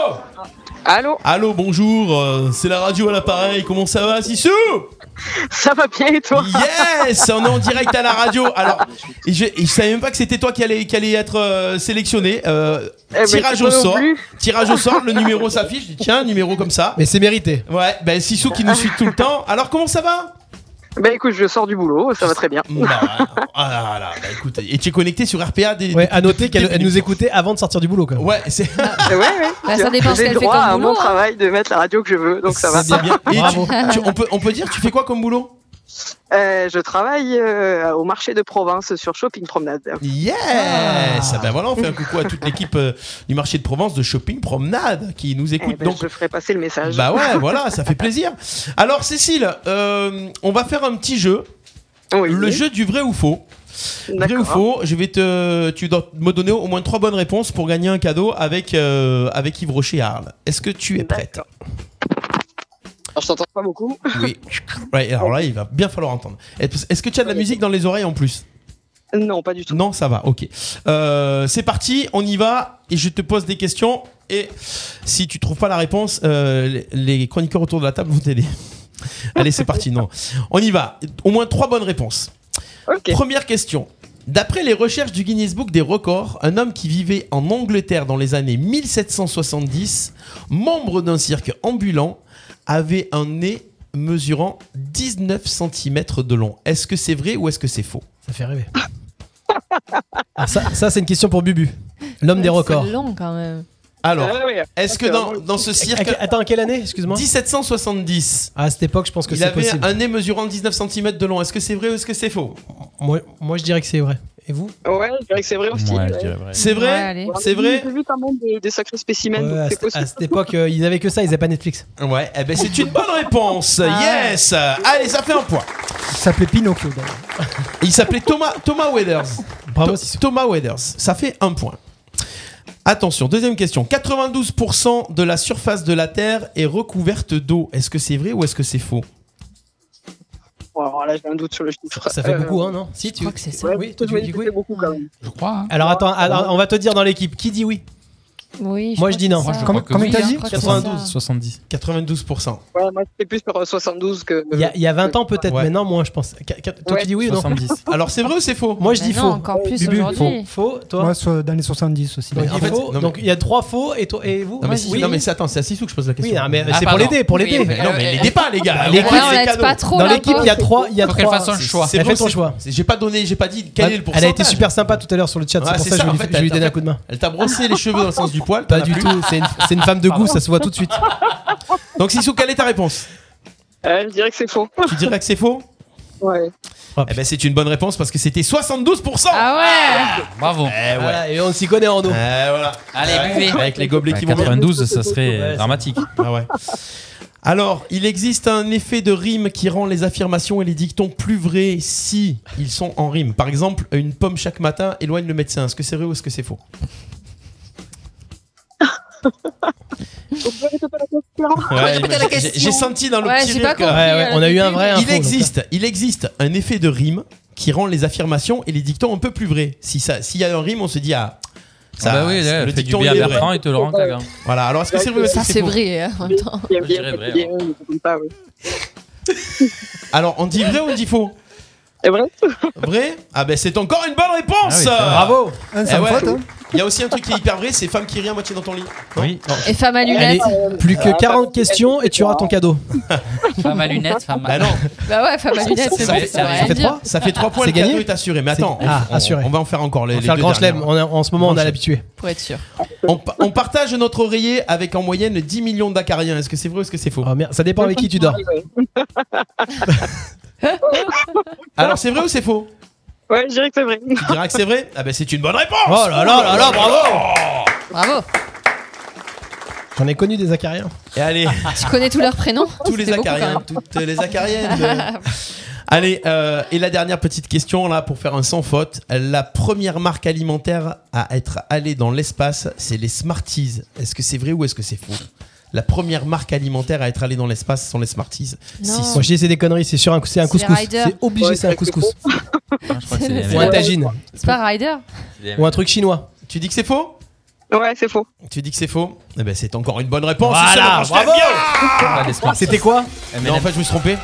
Allô Allô, bonjour. euh, c'est la radio à l'appareil. Comment ça va, Sissou Ça va bien et toi Yes On est en direct à la radio. Alors, et je, et je savais même pas que c'était toi qui allais qui allais être euh, sélectionné. Euh, Eh ben, tirage c'est au pas non sort. plus. Tirage au sort, le numéro s'affiche. Je dis, tiens, un numéro comme ça. Mais c'est mérité. Ouais, ben Sissou qui nous suit tout le temps. Alors, comment ça va Bah écoute, je sors du boulot, ça va très bien. Ah là là, bah écoute, et tu es connecté sur RPA des. Ouais, à noter qu'elle elle nous écoutait avant de sortir du boulot quand même. Ouais, c'est. ouais, ouais. Bah, ça dépend ce J'ai qu'elle le fait droit comme à un boulot, bon hein. travail de mettre la radio que je veux, donc ça va. C'est bien. Et tu- tu- on, peut, on peut dire, tu fais quoi comme boulot Euh, je travaille euh, au marché de Provence sur Shopping Promenade. Eh Yes Ah, Ben voilà, on fait un coucou à toute l'équipe euh, du marché de Provence de Shopping Promenade qui nous écoute. Eh ben, Donc, je ferai passer le message. Bah ouais, voilà, ça fait plaisir. Alors Cécile, euh, on va faire un petit jeu. Le jeu du vrai ou faux. Vrai ou faux, je vais te, tu dois me donner au moins trois bonnes réponses pour gagner un cadeau avec, euh, avec Yves Rocher à Arles. Est-ce que tu es prête Je t'entends pas beaucoup. Oui. Ouais, alors là, il va bien falloir entendre. Est-ce que tu as de la musique dans les oreilles en plus Non, pas du tout. Non, ça va, ok. Euh, c'est parti, on y va, et je te pose des questions, et si tu trouves pas la réponse, euh, les les chroniqueurs autour de la table vont t'aider. Allez, c'est parti, non. On y va, au moins trois bonnes réponses. Première question. D'après les recherches du Guinness Book des records, un homme qui vivait en Angleterre dans les années 1770, membre d'un cirque ambulant, avait un nez mesurant 19 cm de long. Est-ce que c'est vrai ou est-ce que c'est faux Ça fait rêver. Ah, ça, ça, c'est une question pour Bubu, l'homme des records. C'est long quand même. Alors, Ah ouais, est-ce que c'est dans, vraiment- dans ce cirque... À- Attends, quelle année, excuse-moi Ah, 1770. À cette époque, je pense que Il c'est avait possible. un nez mesurant 19 cm de long. Est-ce que c'est vrai ou est-ce que c'est faux Moi, moi, je dirais que c'est vrai. Et vous Ah Ouais, je dirais que c'est vrai aussi. Ouais, je ouais. dirais vrai. C'est vrai Ouais, Eh, allez. C'est vrai J'ai vu quand même des, des sacrés spécimens, Ouais, donc Euh, à, c'est cette- à possible. cette époque, euh, ils avaient que ça, ils avaient pas Netflix. Ouais, eh ben c'est une bonne réponse. Ah yes Allez, ça fait un point. Il s'appelait Pinocchio d'ailleurs. Ah, Il s'appelait Thomas, Thomas Weathers. Tho- Thomas Weathers. Ça fait un point. Attention, deuxième question. 92% de la surface de la Terre est recouverte d'eau. Est-ce que c'est vrai ou est-ce que c'est faux Bon, alors là, j'ai un doute sur le chiffre. Euh, Ça fait beaucoup, hein, non Si, tu crois que c'est ça Oui, toi, tu dis oui. beaucoup quand même. Je crois. Alors attends, alors, on va te dire dans l'équipe qui dit oui. Oui. Moi je dis non. Comment- comment t'as dit 92. 70. 92%. Ouais, moi, j'étais plus sur euh, 72 que. Il y, a, il y a 20 ans peut-être, mais non, moi je pense. Qu- qu- Toi Ouais. tu dis oui ou non 70. Alors c'est vrai ou c'est faux Moi je dis Mais faux. non, encore plus Bubu, aujourd'hui. Faux, faux, toi Moi, so- dans les 70 Bah, aussi. Donc, d'ailleurs. il faut- non, mais- donc, il y a trois faux et toi et vous Non mais, Moi, si- oui. non, mais c'est- attends, c'est à Sissou que je pose la question. Oui, non, mais Ah, c'est pour pardon. l'aider, pour Oui, l'aider. mais- non mais l'aidez pas les gars. Ouais, L'équipe on c'est laisse cadeau. pas trop, Dans là, l'équipe, il y a trois- il y a Faut qu'elle trois- fasse son c'est- choix. c'est C'est Elle vrai fait son ou c'est- choix. c'est- J'ai pas donné, j'ai pas dit quel est le Elle pourcentage. a été super sympa tout à l'heure sur le chat, Ah, c'est pour c'est ça que ça, je en lui- fait, je lui ai elle donné t'a- un coup de main. Elle t'a brossé les cheveux dans le sens du poil. Pas t'en as du plus. tout, c'est une, c'est une femme de goût, ça se voit tout de suite. Donc Sissou, quelle est ta réponse Euh, je dirais que c'est faux. Tu dirais que c'est faux Ouais. Eh ben c'est une bonne réponse parce que c'était 72%. Ah ouais Bravo. Eh ouais. Voilà, et on s'y connaît en nous. Eh, voilà. Allez, Ouais. buvez. Avec les gobelets Bah, qui vont bien. 92, ça serait dramatique. Ah ouais. Alors, il existe un effet de rime qui rend les affirmations et les dictons plus vrais si ils sont en rime. Par exemple, une pomme chaque matin éloigne le médecin. Est-ce que c'est vrai ou est-ce que c'est faux Ouais, répéter la j'ai- question. J'ai senti dans le Ouais, petit j'ai pas rire que- compris, Ouais, ouais, euh, on a eu un vrai, un Il faux, donc, existe, il existe un effet de rime qui rend les affirmations et les dictons un peu plus vrais. Si ça, s'il y a un rime, on se dit ah. Ça, Ah bah oui, là, le fais du dicton bien à il est Bertrand, vrai. il te le rend, ta gueule. Voilà. Alors est-ce que c'est vrai ou est-ce que Ça c'est faux vrai hein, en même temps. Il y a Oh. Je dirais vrai, hein. bien, comme ça, ouais. Alors on dit vrai ou on dit faux C'est vrai Vrai Ah ben c'est encore une bonne Ah oui, réponse ça va. Bravo Un Eh sans ouais. faute, hein. Il y a aussi un truc qui est hyper vrai, c'est femme qui rit à moitié dans ton lit. Oui. Et femme à Allez, lunettes. plus que 40 questions et tu auras ton cadeau. Femme à lunettes, femme à. Bah non, Bah ouais, femme à lunettes, c'est ça bon, fait- ça veut ça rien fait dire. trois ça fait 3 points, C'est le gagné cadeau est assuré. Mais attends, C'est- Ah, on, on- assuré. on va en faire encore les, On va les faire le deux grand dernières. chelem, on a- en ce moment on a Grand l'habitué. Pour être sûr. On, pa- on partage notre oreiller avec en moyenne 10 millions d'acariens. Est-ce que c'est vrai ou est-ce que c'est faux Oh, merde, Ça dépend avec qui tu dors. Alors c'est vrai ou c'est faux Ouais, je dirais que c'est vrai. Tu diras que c'est vrai Ah ben c'est une bonne réponse Oh là là là là, bravo Bravo. J'en ai connu des acariens. Et allez, Tu connais Ah. tous leurs prénoms tous les C'était beaucoup, hein. acariens, quand toutes les acariennes même. Allez, euh, et la dernière petite question là pour faire un sans faute. La première marque alimentaire à être allée dans l'espace, c'est les Smarties. Est-ce que c'est vrai ou est-ce que c'est faux La première marque alimentaire à être allée dans l'espace sont les Smarties. Non. Six. Moi je dis c'est des conneries, c'est sûr un cou- c'est un C'est couscous. Rider. C'est obligé, Ouais, c'est un c'est couscous. Hein, je crois que c'est les Ou un mêmes. tagine. C'est pas Ryder Ou un truc chinois. Tu dis que c'est faux Ouais, c'est faux. Tu dis que c'est faux Eh ben c'est encore une bonne réponse. Voilà, Lucien Lebranche, bravo. Eh, t'aimes Ah, les Smarties. C'était quoi bien Non, en fait, je me suis trompé.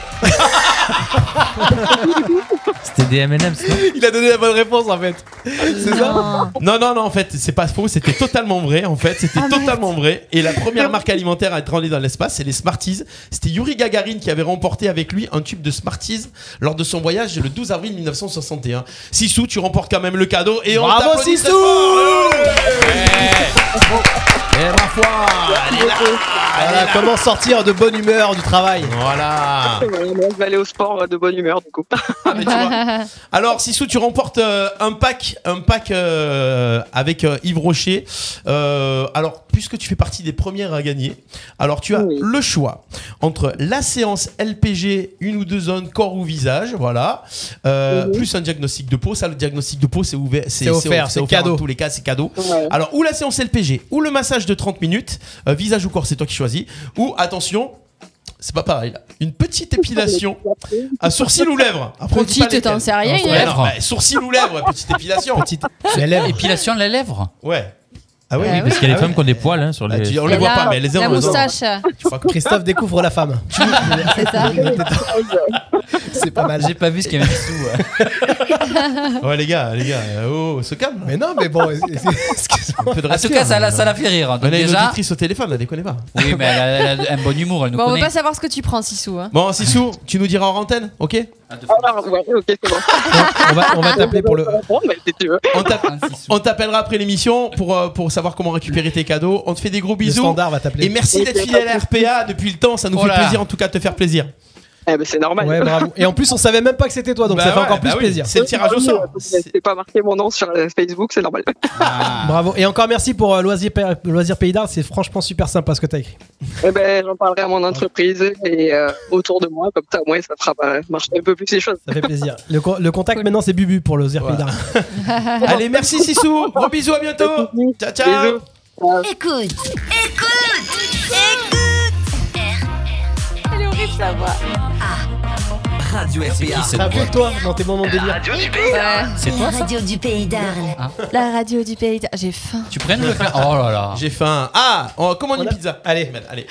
C'était des M&M's. non Il a donné la bonne réponse en fait. C'est Non. Non, non, non, en fait, c'est pas faux, c'était totalement vrai. En fait, c'était totalement vrai. Et la première marque alimentaire à être allée dans l'espace, c'est les Smarties. C'était Yuri Gagarin qui avait remporté avec lui un tube de Smarties lors de son voyage le 12 avril 1961. Sissou, tu remportes quand même le cadeau et on Bravo, t'applaudit Sissou très fort. Ouais. Et ma foi, elle est là. Voilà, Ah, comment sortir de bonne humeur du travail Voilà. Ouais, moi, je vais aller au sport euh, de bonne humeur, du coup. Ah, mais tu Bah, vois. Alors Sissou, tu remportes euh, un pack, un pack euh, avec euh, Yves Rocher. Euh, alors puisque tu fais partie des premières à gagner, alors tu as Oui. le choix entre la séance LPG, une ou deux zones corps ou visage, voilà, euh, Mhm. plus un diagnostic de peau. Ça, le diagnostic de peau, c'est ouvert, C'est offert, c'est cadeau. Dans tous les cas, c'est cadeau. Ouais. Alors ou la séance LPG, ou le massage de 30 minutes, euh, visage ou corps, c'est toi qui choisis. Ou attention. C'est pas pareil là. Une petite épilation à sourcils ou lèvres. Après, on dit pas Petite, t'en lesquelles. sais rien. Ouais, hein. lèvres. Bah, sourcils ou lèvres, petite épilation. Petite. Tu lèves. Épilation de la lèvre. Ouais. Ah oui, oui. Ah oui. Parce qu'il y a Ah les femmes qui ont des poils hein, sur Ah, les. tu- on Et les voit la- pas, mais elles ont La elles ont- moustache, tu crois que- Christophe découvre la femme. c'est ça. C'est pas mal. J'ai pas vu ce qu'il y avait dessous. Ouais, les gars, les gars, euh, oh, on se calme. Mais non, mais bon, excuse-moi. Un peu de En tout respect, cas, ça hein. la, ça la fait rire. On Donc a une déjà. auditrice au téléphone, là, déconnez pas. Oui, mais elle a, elle a un bon humour, elle nous Bon, on veut connaît. pas savoir ce que tu prends, Sissou. Hein. Bon, Sissou, tu nous diras en antenne, ok Alors, ouais, ok, c'est bon. On va, on va t'appeler pour le. Bon, bah, si tu veux. On t'app- Un petit sou. On t'appellera après l'émission pour, euh, pour savoir comment récupérer tes cadeaux. On te fait des gros Le bisous. standard va Et t'appeler. merci d'être fidèle à RPA depuis le temps. Ça nous Oh là. fait plaisir, en tout cas, de te faire plaisir. Eh ben, c'est normal. Ouais, bravo. Et en plus, on savait même pas que c'était toi, donc Bah ça fait ouais, encore plus bah oui, plaisir. c'est le tirage au sort. C'est pas marqué mon nom sur euh, Facebook, c'est normal. Bravo. Et encore merci pour euh, Loisir, Pa- Loisir Pays d'Arles, c'est franchement super sympa ce que t'as écrit. Eh ben, j'en parlerai à mon entreprise et euh, autour de moi, comme ça, au moins, ça fera euh, marcher un peu plus les choses. Ça fait plaisir. Le, co- le contact maintenant, c'est Bubu pour Loisir Pays d'Arles. Allez, merci Sissou. Gros bisous, à bientôt. Ciao, ciao. Écoute, écoute, écoute. Elle est horrible sa voix. Radio RPA. Ça vaut toi dans tes moments de délire. Radio du Pays d'Arles. C'est toi, La ça radio du pays d'Arles. Ah. La radio du pays d'Arles. J'ai faim. Tu prennes le fer. Oh là là. J'ai faim. Ah, on commande une pizza. Allez, man, allez.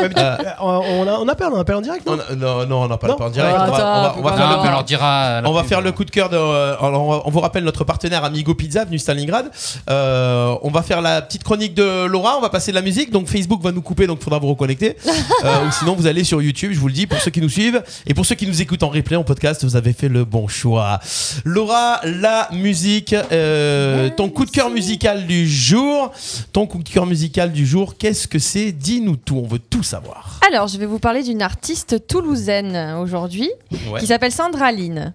Euh, Euh, on, a, on appelle, on appelle en direct. non on a- non, non, on n'en parle Non. pas en direct. Ah, on va, attends, on va- on va faut faire pas. le Non, coup, on leur dira euh, on va faire le coup de cœur. De, euh, alors, on, va- on vous rappelle notre partenaire Amigo Pizza venu Stalingrad. Euh, on va faire la petite chronique de Laura. On va passer de la musique. Donc Facebook va nous couper, donc faudra vous reconnecter. Euh, ou sinon vous allez sur YouTube. Je vous le dis pour ceux qui nous suivent et pour ceux qui nous écoutent en replay, en podcast, vous avez fait le bon choix. Laura, la musique, euh, ton coup de cœur musical du jour. Ton coup de cœur musical du jour. Qu'est-ce que c'est Dis-nous tout. On veut tout savoir. Alors, je vais vous parler d'une artiste toulousaine aujourd'hui Ouais. qui s'appelle Sandraline.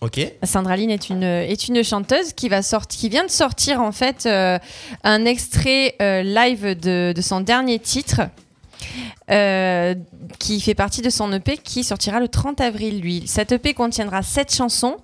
Ok. Sandraline est une, est une chanteuse qui, va sorti- qui vient de sortir en fait euh, un extrait euh, live de, de son dernier titre euh, qui fait partie de son EP qui sortira le 30 avril lui. Cet EP contiendra 7 chansons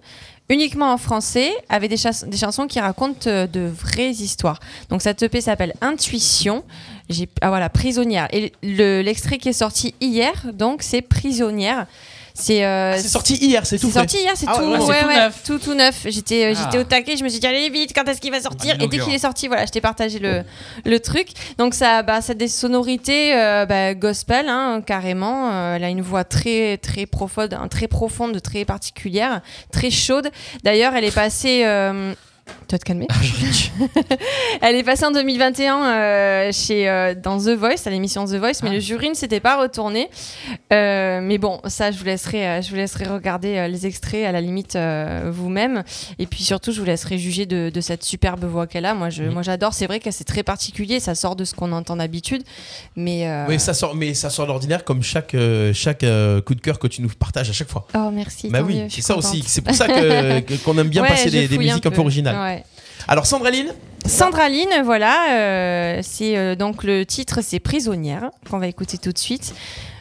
uniquement en français avec des, chas- des chansons qui racontent euh, de vraies histoires. Donc cet EP s'appelle Intuition. J'ai ah voilà prisonnière et le- l'extrait qui est sorti hier donc c'est prisonnière. C'est Ah, euh, Ah, C'est sorti hier, c'est tout. c'est fait. sorti hier, c'est Ah tout, ouais, ouais, c'est ouais, tout ouais, neuf. tout, tout neuf. J'étais euh, Ah. j'étais au taquet, je me suis dit allez vite, quand est-ce qu'il va sortir Et dès inaugurant. qu'il est sorti, voilà, je t'ai partagé le, le truc. Donc ça, bah, ça a des sonorités euh, bah, gospel, hein, carrément. Euh, elle a une voix très très profonde, hein, très profonde, très particulière, très chaude. D'ailleurs, elle est passée. euh, tu vas te calmer. elle est passée en 2021 euh, chez, euh, dans The Voice, à l'émission The Voice, mais Ah. le jury ne s'était pas retourné. Euh, mais bon, ça, je vous laisserai, euh, je vous laisserai regarder euh, les extraits à la limite euh, vous-même. Et puis surtout, je vous laisserai juger de, de cette superbe voix qu'elle a. Moi, je, moi, j'adore. C'est vrai que c'est très particulier. Ça sort de ce qu'on entend d'habitude. Mais. euh, Oui, ça sort, mais ça sort de l'ordinaire comme chaque, euh, chaque euh, coup de cœur que tu nous partages à chaque fois. Oh, merci. bah tant oui, mieux, je c'est suis ça contente. aussi. C'est pour ça que- que- qu'on aime bien Ouais, passer je des, des fouille musiques un peu, originales. Ouais. Alors, Sandraline Sandraline, voilà, euh, c'est euh, donc le titre, c'est Prisonnière qu'on va écouter tout de suite.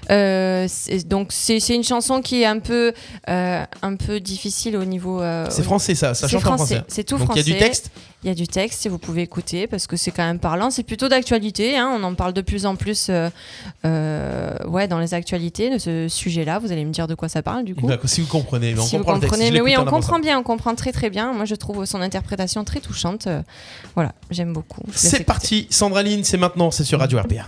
Euh, c'est- donc c'est c'est une chanson qui est un peu euh, un peu difficile au niveau. euh, C'est au- français, ça, ça C'est chante en français. C'est tout Donc, il y français. a du texte Il y a du texte et vous pouvez écouter parce que c'est quand même parlant. C'est plutôt d'actualité. hein, on en parle de plus en plus. euh, euh, ouais, dans les actualités de ce sujet-là. Vous allez me dire de quoi ça parle du coup. D'accord, Si vous comprenez, mais Eh ben, on Si vous comprend le texte. comprenez, Je mais oui, l'écoute hein, on en avance. comprend bien, on comprend très très bien. Moi, je trouve son interprétation très touchante. Euh, Voilà, j'aime beaucoup. Je vous laisse C'est écouter. parti, Sandraline, c'est maintenant, c'est sur Radio RPA.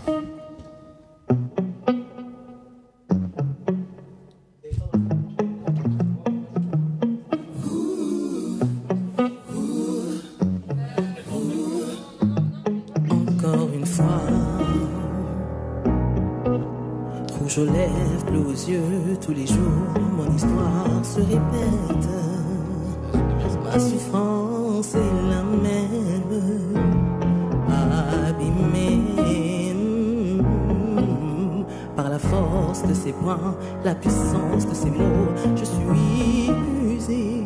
encore une fois. Rouge aux lèvres, bleu aux yeux, tous les jours, mon histoire se répète. Ma souffrance est la même, abîmée mm, par la force de ses poings, la puissance de ses mots. Je suis usée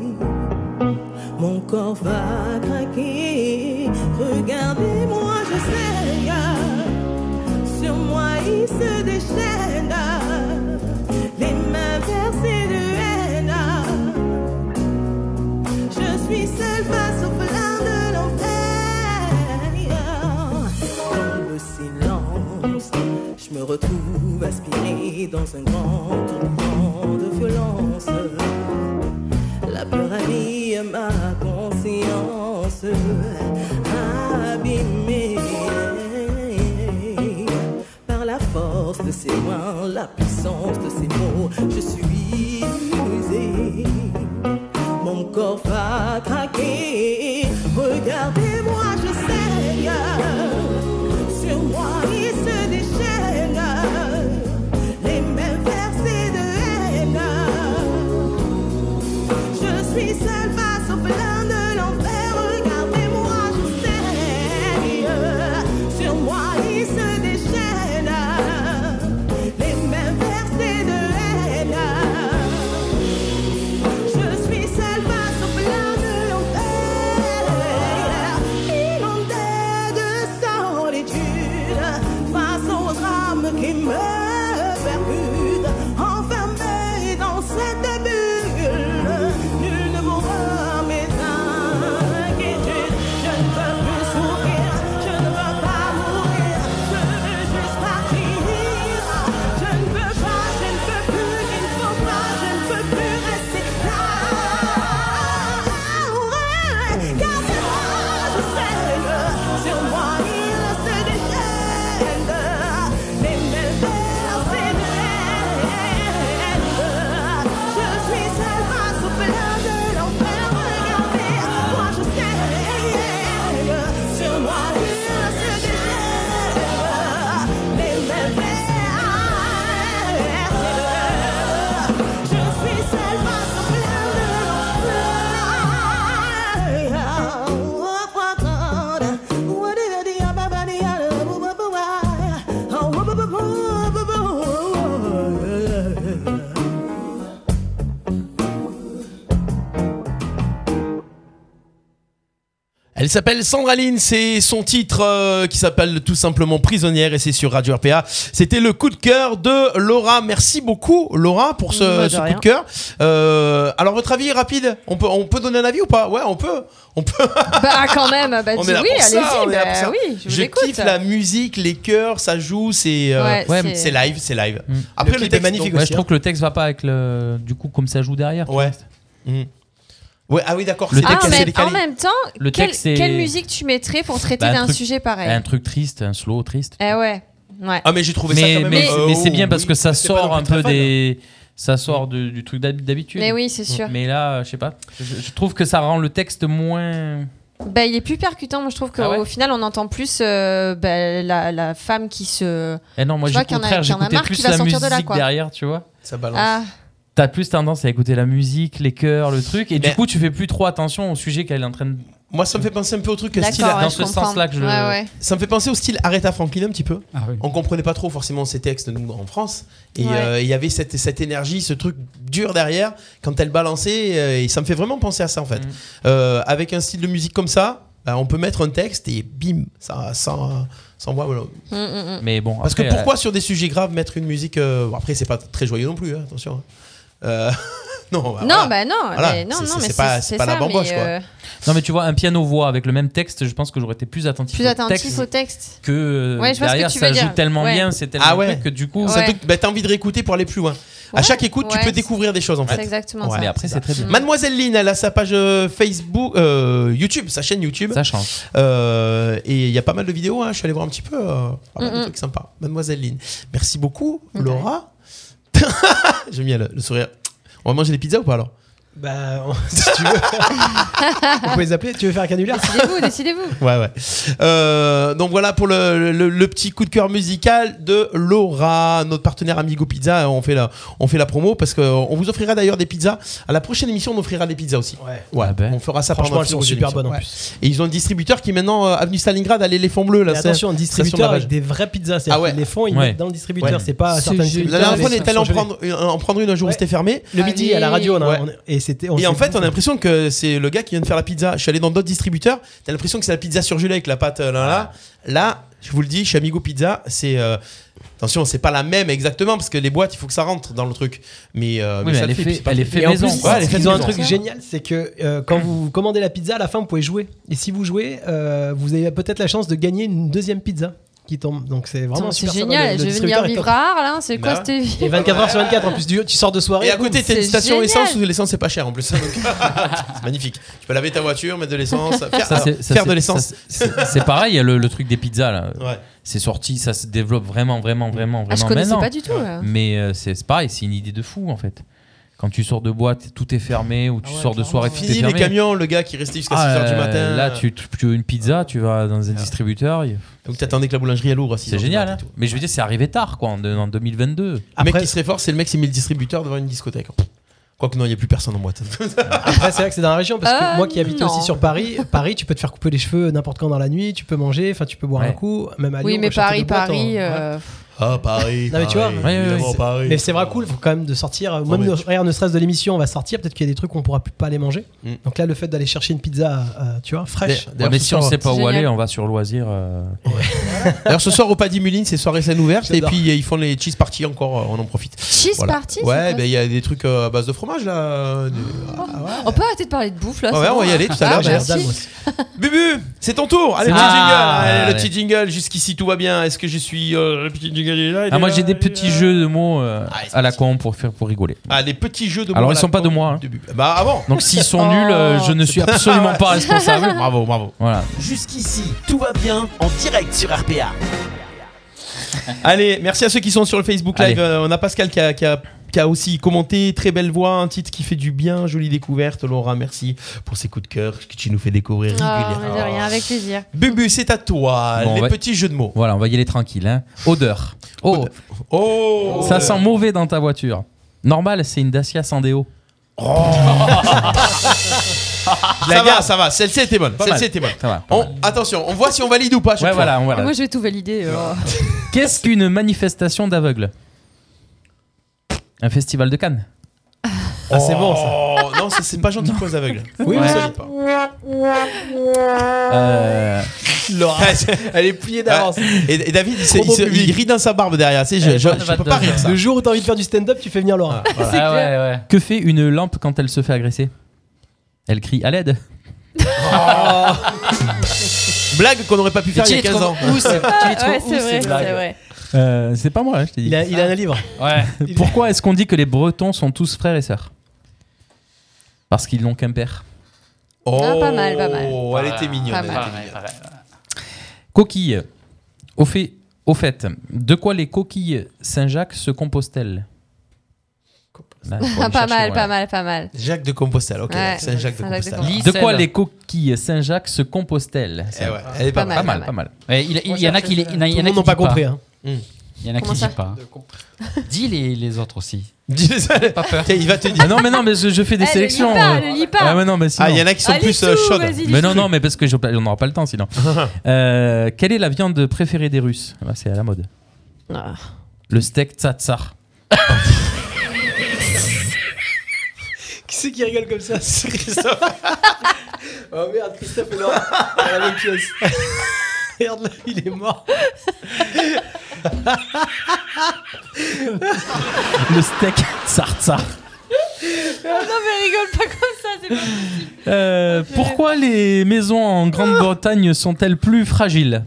mon corps va craquer. Regardez-moi, je saigne. Sur moi, il se déchaîne. Les mains versées de haine. Je suis seule face au plein de l'enfer. Dans le silence, je me retrouve aspirée dans un grand tourment de violence. La peur habille ma conscience abîmée par la force de ses mains, la puissance de ses mots. Je suis usée, mon corps va craquer. Regardez-moi, je saigne. Sur moi, il se déchaîne. Les mêmes versets de haine. Je suis seule face au plein de l'enfer. Regardez-moi, je saigne. Sur moi, il se déchaîne. Les mêmes versets de haine. Elle s'appelle Sandraline, c'est son titre euh, qui s'appelle tout simplement Prisonnière et c'est sur Radio RPA. C'était le coup de cœur de Laura. Merci beaucoup Laura pour Bah, ce, de ce coup rien. de cœur. Euh, alors votre avis rapide, on peut, on peut donner un avis ou pas Ouais, on peut. On peut. Bah quand même, bah On dis est là oui, pour ça, allez-y, on est là pour bah ça. oui, je vous Je écoute. kiffe la musique, les chœurs, ça joue, c'est euh, Ouais, Ouais, c'est- c'est live, c'est live. Après le, clip texte, donc- Mm. Ouais, je trouve que le texte va pas avec le. Du coup, comme ça joue derrière. Ouais. Mm. Ouais, ah oui, d'accord. Le Ah, texte, en, c'est même, décalé. en même temps, Le quelle, texte, c'est- quelle musique tu mettrais pour traiter Bah, un d'un truc- sujet pareil Un truc triste, un slow triste. Eh ouais. ouais. Ah, mais j'ai trouvé ça mais, quand même, Mais, euh, mais c'est oh, bien parce oui, que ça c'est pas non sort plus un très peu fun. hein. des. Ça sort de- du truc d'hab- d'habitude. Mais oui, c'est sûr. Mais là, euh, je sais pas. Je, je trouve que ça rend le texte moins. Bah, il est plus percutant. Moi, je trouve qu'au Ah ouais final, on entend plus euh, bah, la, la femme qui se. Eh non, moi Tu j'ai vois au qu'il y en a- contraire, qu'il y en a j'écoutais marre qui plus va la sortir musique de là, quoi. derrière, tu vois. Ça Ah. T'as plus tendance à écouter la musique, les chœurs, le truc, et du coup tu fais plus trop attention au sujet qu'elle est en train Mm. de. Moi ça me fait penser un peu au truc style style dans ce sens-là que je. Ça me fait penser au style Aretha Franklin un petit peu. On comprenait pas trop forcément ces textes nous en France et Ouais. euh, il y avait cette, cette énergie, ce truc dur derrière quand elle balançait euh, et ça me fait vraiment penser à ça en fait. Euh, avec un style de musique comme ça, bah, on peut mettre un texte et bim, ça ça ça envoie, voilà. Mm, Mais bon, Parce après, que pourquoi euh, sur des sujets graves mettre une musique euh, bon, après c'est pas très joyeux non plus hein, attention. hein. Euh, non, bah, Non, voilà. bah non, Voilà, mais non, c'est- non, c'est- mais c'est pas c'est c'est pas la ça, mais, bamboche quoi. euh, Non mais tu vois un piano voix avec le même texte, je pense que j'aurais été plus attentif. au Plus attentif texte au texte. Que euh, Ouais, je vois ce que derrière tu ça veux joue dire. tellement Ouais. bien, c'est tellement Ah ouais. truc que du coup. C'est un truc- bah, t'as envie de réécouter pour aller plus loin. à chaque écoute, tu Ouais. peux découvrir des choses en C'est fait. exactement ça. Mais après, c'est très Mm. bien. Mademoiselle Lynn, elle a sa page euh, Facebook, euh, YouTube, sa chaîne YouTube. Ça change. Euh, et il y a pas mal de vidéos. hein, Je suis allé voir un petit peu. euh, pas mal de Mm, mm. trucs sympas. Mademoiselle Lynn, merci beaucoup, Laura. J'ai mis le, le sourire. On va manger des pizzas ou pas alors Bah, si tu veux. Vous pouvez les appeler. Tu veux faire un canular Décidez-vous, décidez-vous. Ouais, ouais. Euh, donc voilà pour le, le- le petit coup de cœur musical de Laura, notre partenaire Amigo Pizza. On fait la, on fait la promo parce qu'on vous offrira d'ailleurs des pizzas. À la prochaine émission, on offrira des pizzas aussi. Ouais. On fera ça Ah ben. Franchement, pendant la elles sont prochaine super émission. bonnes hein. en Ouais. plus. Et ils ont un distributeur qui est maintenant euh, avenue Stalingrad à l'éléphant bleu. Là, Mais c'est- attention, un station distributeur lavage. avec des vraies pizzas. C'est-à-dire qu'ils les font, ils Ouais. mettent dans le distributeur. Ouais. C'est pas certains La distributeurs. dernière fois, on les est allé en prendre, une- en prendre une un jour où c'était fermé. Le midi, à la radio, on a- Ouais. on- et c'était. on Et en s'est fait, on a l'impression que c'est le gars qui vient de faire la pizza. Je suis allé dans d'autres distributeurs. T'as l'impression que c'est la pizza surgelée avec la pâte euh, là là. Là, je vous le dis, chez Amigo Pizza, c'est euh, attention, c'est pas la même exactement parce que les boîtes, il faut que ça rentre dans le truc. Mais, euh, Oui, mais elle est ça fait- puis c'est pas elle est fait. fait Et en maison, plus, quoi. elle est faite Ils ont un maison. truc génial, c'est que euh, quand vous commandez la pizza, à la fin, vous pouvez jouer. Et si vous jouez, euh, vous avez peut-être la chance de gagner une deuxième pizza qui tombe. Donc c'est vraiment Attends, C'est super sympa. Le- le génial, je vais venir distributeur est vivre top. à Arles, hein, c'est quoi cette vie Et 24 heures sur 24 en plus du- tu sors de soirée Et à côté, t'as une C'est station génial. essence où l'essence c'est pas cher en plus. Donc, c'est magnifique. Tu peux laver ta voiture, mettre de l'essence, faire, Ça, alors, c'est- ça, faire c'est- de l'essence. ça, c'est- C'est pareil, il y a le, le truc des pizzas là. Ouais. C'est sorti, ça se développe vraiment, vraiment, vraiment, Ah, je vraiment. connaissais maintenant. pas du tout, là. Mais euh, c'est c'est pareil, c'est une idée de fou en fait. Quand tu sors de boîte, tout est fermé, ou tu sors de soirée, tout est Fini les fermé. camions, le gars qui restait jusqu'à Ah, 6h du euh, matin. Ah. Là, tu, tu- tu veux une pizza, tu vas dans un distributeur. Donc t'attendais que la boulangerie elle ouvre. à 6 C'est heures du génial. matin hein. Mais je veux dire, c'est arrivé tard quoi, en, de- en 2022. Le mec qui serait fort, c'est le mec qui met le distributeur devant une discothèque. Quoique non, il n'y a plus personne en boîte. Après, c'est vrai que c'est dans la région parce que Euh, moi qui habitais non. aussi sur Paris, Paris, tu peux te faire couper les cheveux n'importe quand dans la nuit, tu peux manger, enfin, tu peux boire un coup, même à Lyon. Oui, mais quand j'étais Paris, de boîte, Paris. on- euh, Ah, Paris. Non, mais tu vois, Paris, évidemment, c'est- Paris. mais c'est vrai cool, faut quand même de sortir. euh, Oh, mais Même ne, tu- rien ne serait de l'émission, on va sortir. Peut-être qu'il y a des trucs qu'on pourra plus pas aller manger. Mm. Donc là, le fait d'aller chercher une pizza, euh, tu vois, fraîche. Ouais, mais si on sait pas où aller, Génial. on va sur loisir. euh, D'ailleurs, ce soir au Paddy Mulin, c'est soirée scène ouverte. Et J'adore. puis, ils font les cheese parties encore. euh, On en profite. Cheese party, c'est Ouais, quoi ben, il y a des trucs euh, à base de fromage là. euh, des- On peut arrêter de parler de bouffe là Ouais, c'est on bon. va y aller tout à Ah, l'heure, d'ailleurs. merci. Bubu, c'est ton tour. Allez, C'est petit moi. jingle. Ah, Allez, le allez. petit jingle. Jusqu'ici, tout va bien. Est-ce que je suis. euh, le petit jingle il est là il Ah, est moi là, j'ai des il est petits là. jeux de mots euh, à la con pour faire pour rigoler. Ah, les petits jeux de Alors mots à ils la sont pas con. de moi. hein. Bah, avant. Donc s'ils sont nuls, euh, je ne suis absolument pas responsable. Bravo, bravo. Voilà. Ah. Jusqu'ici, tout va bien en direct sur RPA. Allez, merci à ceux qui sont sur le Facebook Live. Euh, on a Pascal qui a, qui a- qui a aussi commenté. Très belle voix, un titre qui fait du bien. Jolie découverte, Laura. Merci pour ces coups de cœur que tu nous fais découvrir Ah, mais régulièrement. de rien, avec plaisir. Bubu, c'est à toi. Bon, on les va- petits jeux de mots. Voilà, on va y aller tranquille. hein. Odeur. Oh. Oh. Ça sent mauvais dans ta voiture. Normal, c'est une Dacia Sandeo. ça va, ça va. Celle-ci était bonne. Pas mal. Celle-ci était bonne. Ça va. On- attention, on voit si on valide ou pas. à chaque Ouais, fois. voilà, voilà. Moi, je vais tout valider. euh. Qu'est-ce qu'une manifestation d'aveugle Un festival de Cannes. Ah, c'est bon, ça. Oh, Non, ça, c'est pas gentil pour les aveugles. Oui, mais mais- ça l'est pas. Euh, Ah hein. Laura, elle est pliée d'avance. Et, et David, il, s'est- il se- il rit dans sa barbe derrière. Tu sais, je, je- je peux pas rire ça. Ah, Le jour où t'as envie de faire du stand-up, tu fais venir Laura. Que fait une lampe quand elle se fait agresser Elle crie à l'aide. Oh. Blague qu'on n'aurait pas pu Et faire tu il y a es trop 15 ans. où, c'est- Ah, ouais, c'est vrai, c'est vrai. Euh, c'est pas moi, je t'ai dit. Il a, il a un livre. Pourquoi est-ce qu'on dit que les Bretons sont tous frères et sœurs Parce qu'ils n'ont qu'un père. Ah, pas mal, pas mal. Oh, elle était mignonne. Pas elle mal. était mignonne. Coquille. Au fait, au fait, de quoi les coquilles Saint-Jacques se composent-elles Là, il faut Ah, aller pas chercher, mal, ouais. pas mal, pas mal. Jacques de Compostelle, ok. Ouais, Saint-Jacques de Saint-Jacques de Compostelle. Compostelle. De quoi les coquilles Saint-Jacques se composent-elles Eh ouais, elle est pas Pas mal, pas mal, mal. Pas mal. Ouais, il, il y en a qui il y en a- il y en a qui disent hein. hein. Il y en a qui Comment disent ça pas. Dis les, les autres aussi. Dis les Pas peur. Il va te dire. Ah non mais non mais je, je fais des Elle Eh, le sélections. lit pas, euh. elle le lit pas. Ah ouais, non mais sinon. Ah, il y en a qui sont Allez, plus, euh, sous, chaudes. vas-y, Mais lis non sous. non mais parce que je- on n'aura pas le temps sinon. Euh, quelle est la viande préférée des Russes Ah bah, C'est à la mode. Le steak tzatzar. Qui c'est qui rigole comme ça C'est Christophe. oh merde, Christophe est Laura. dans la même pièce. merde, là, il est mort. Le steak tzatzar. Ah non, mais rigole pas comme ça, c'est pas possible. Euh, pourquoi les maisons en Grande-Bretagne sont-elles plus fragiles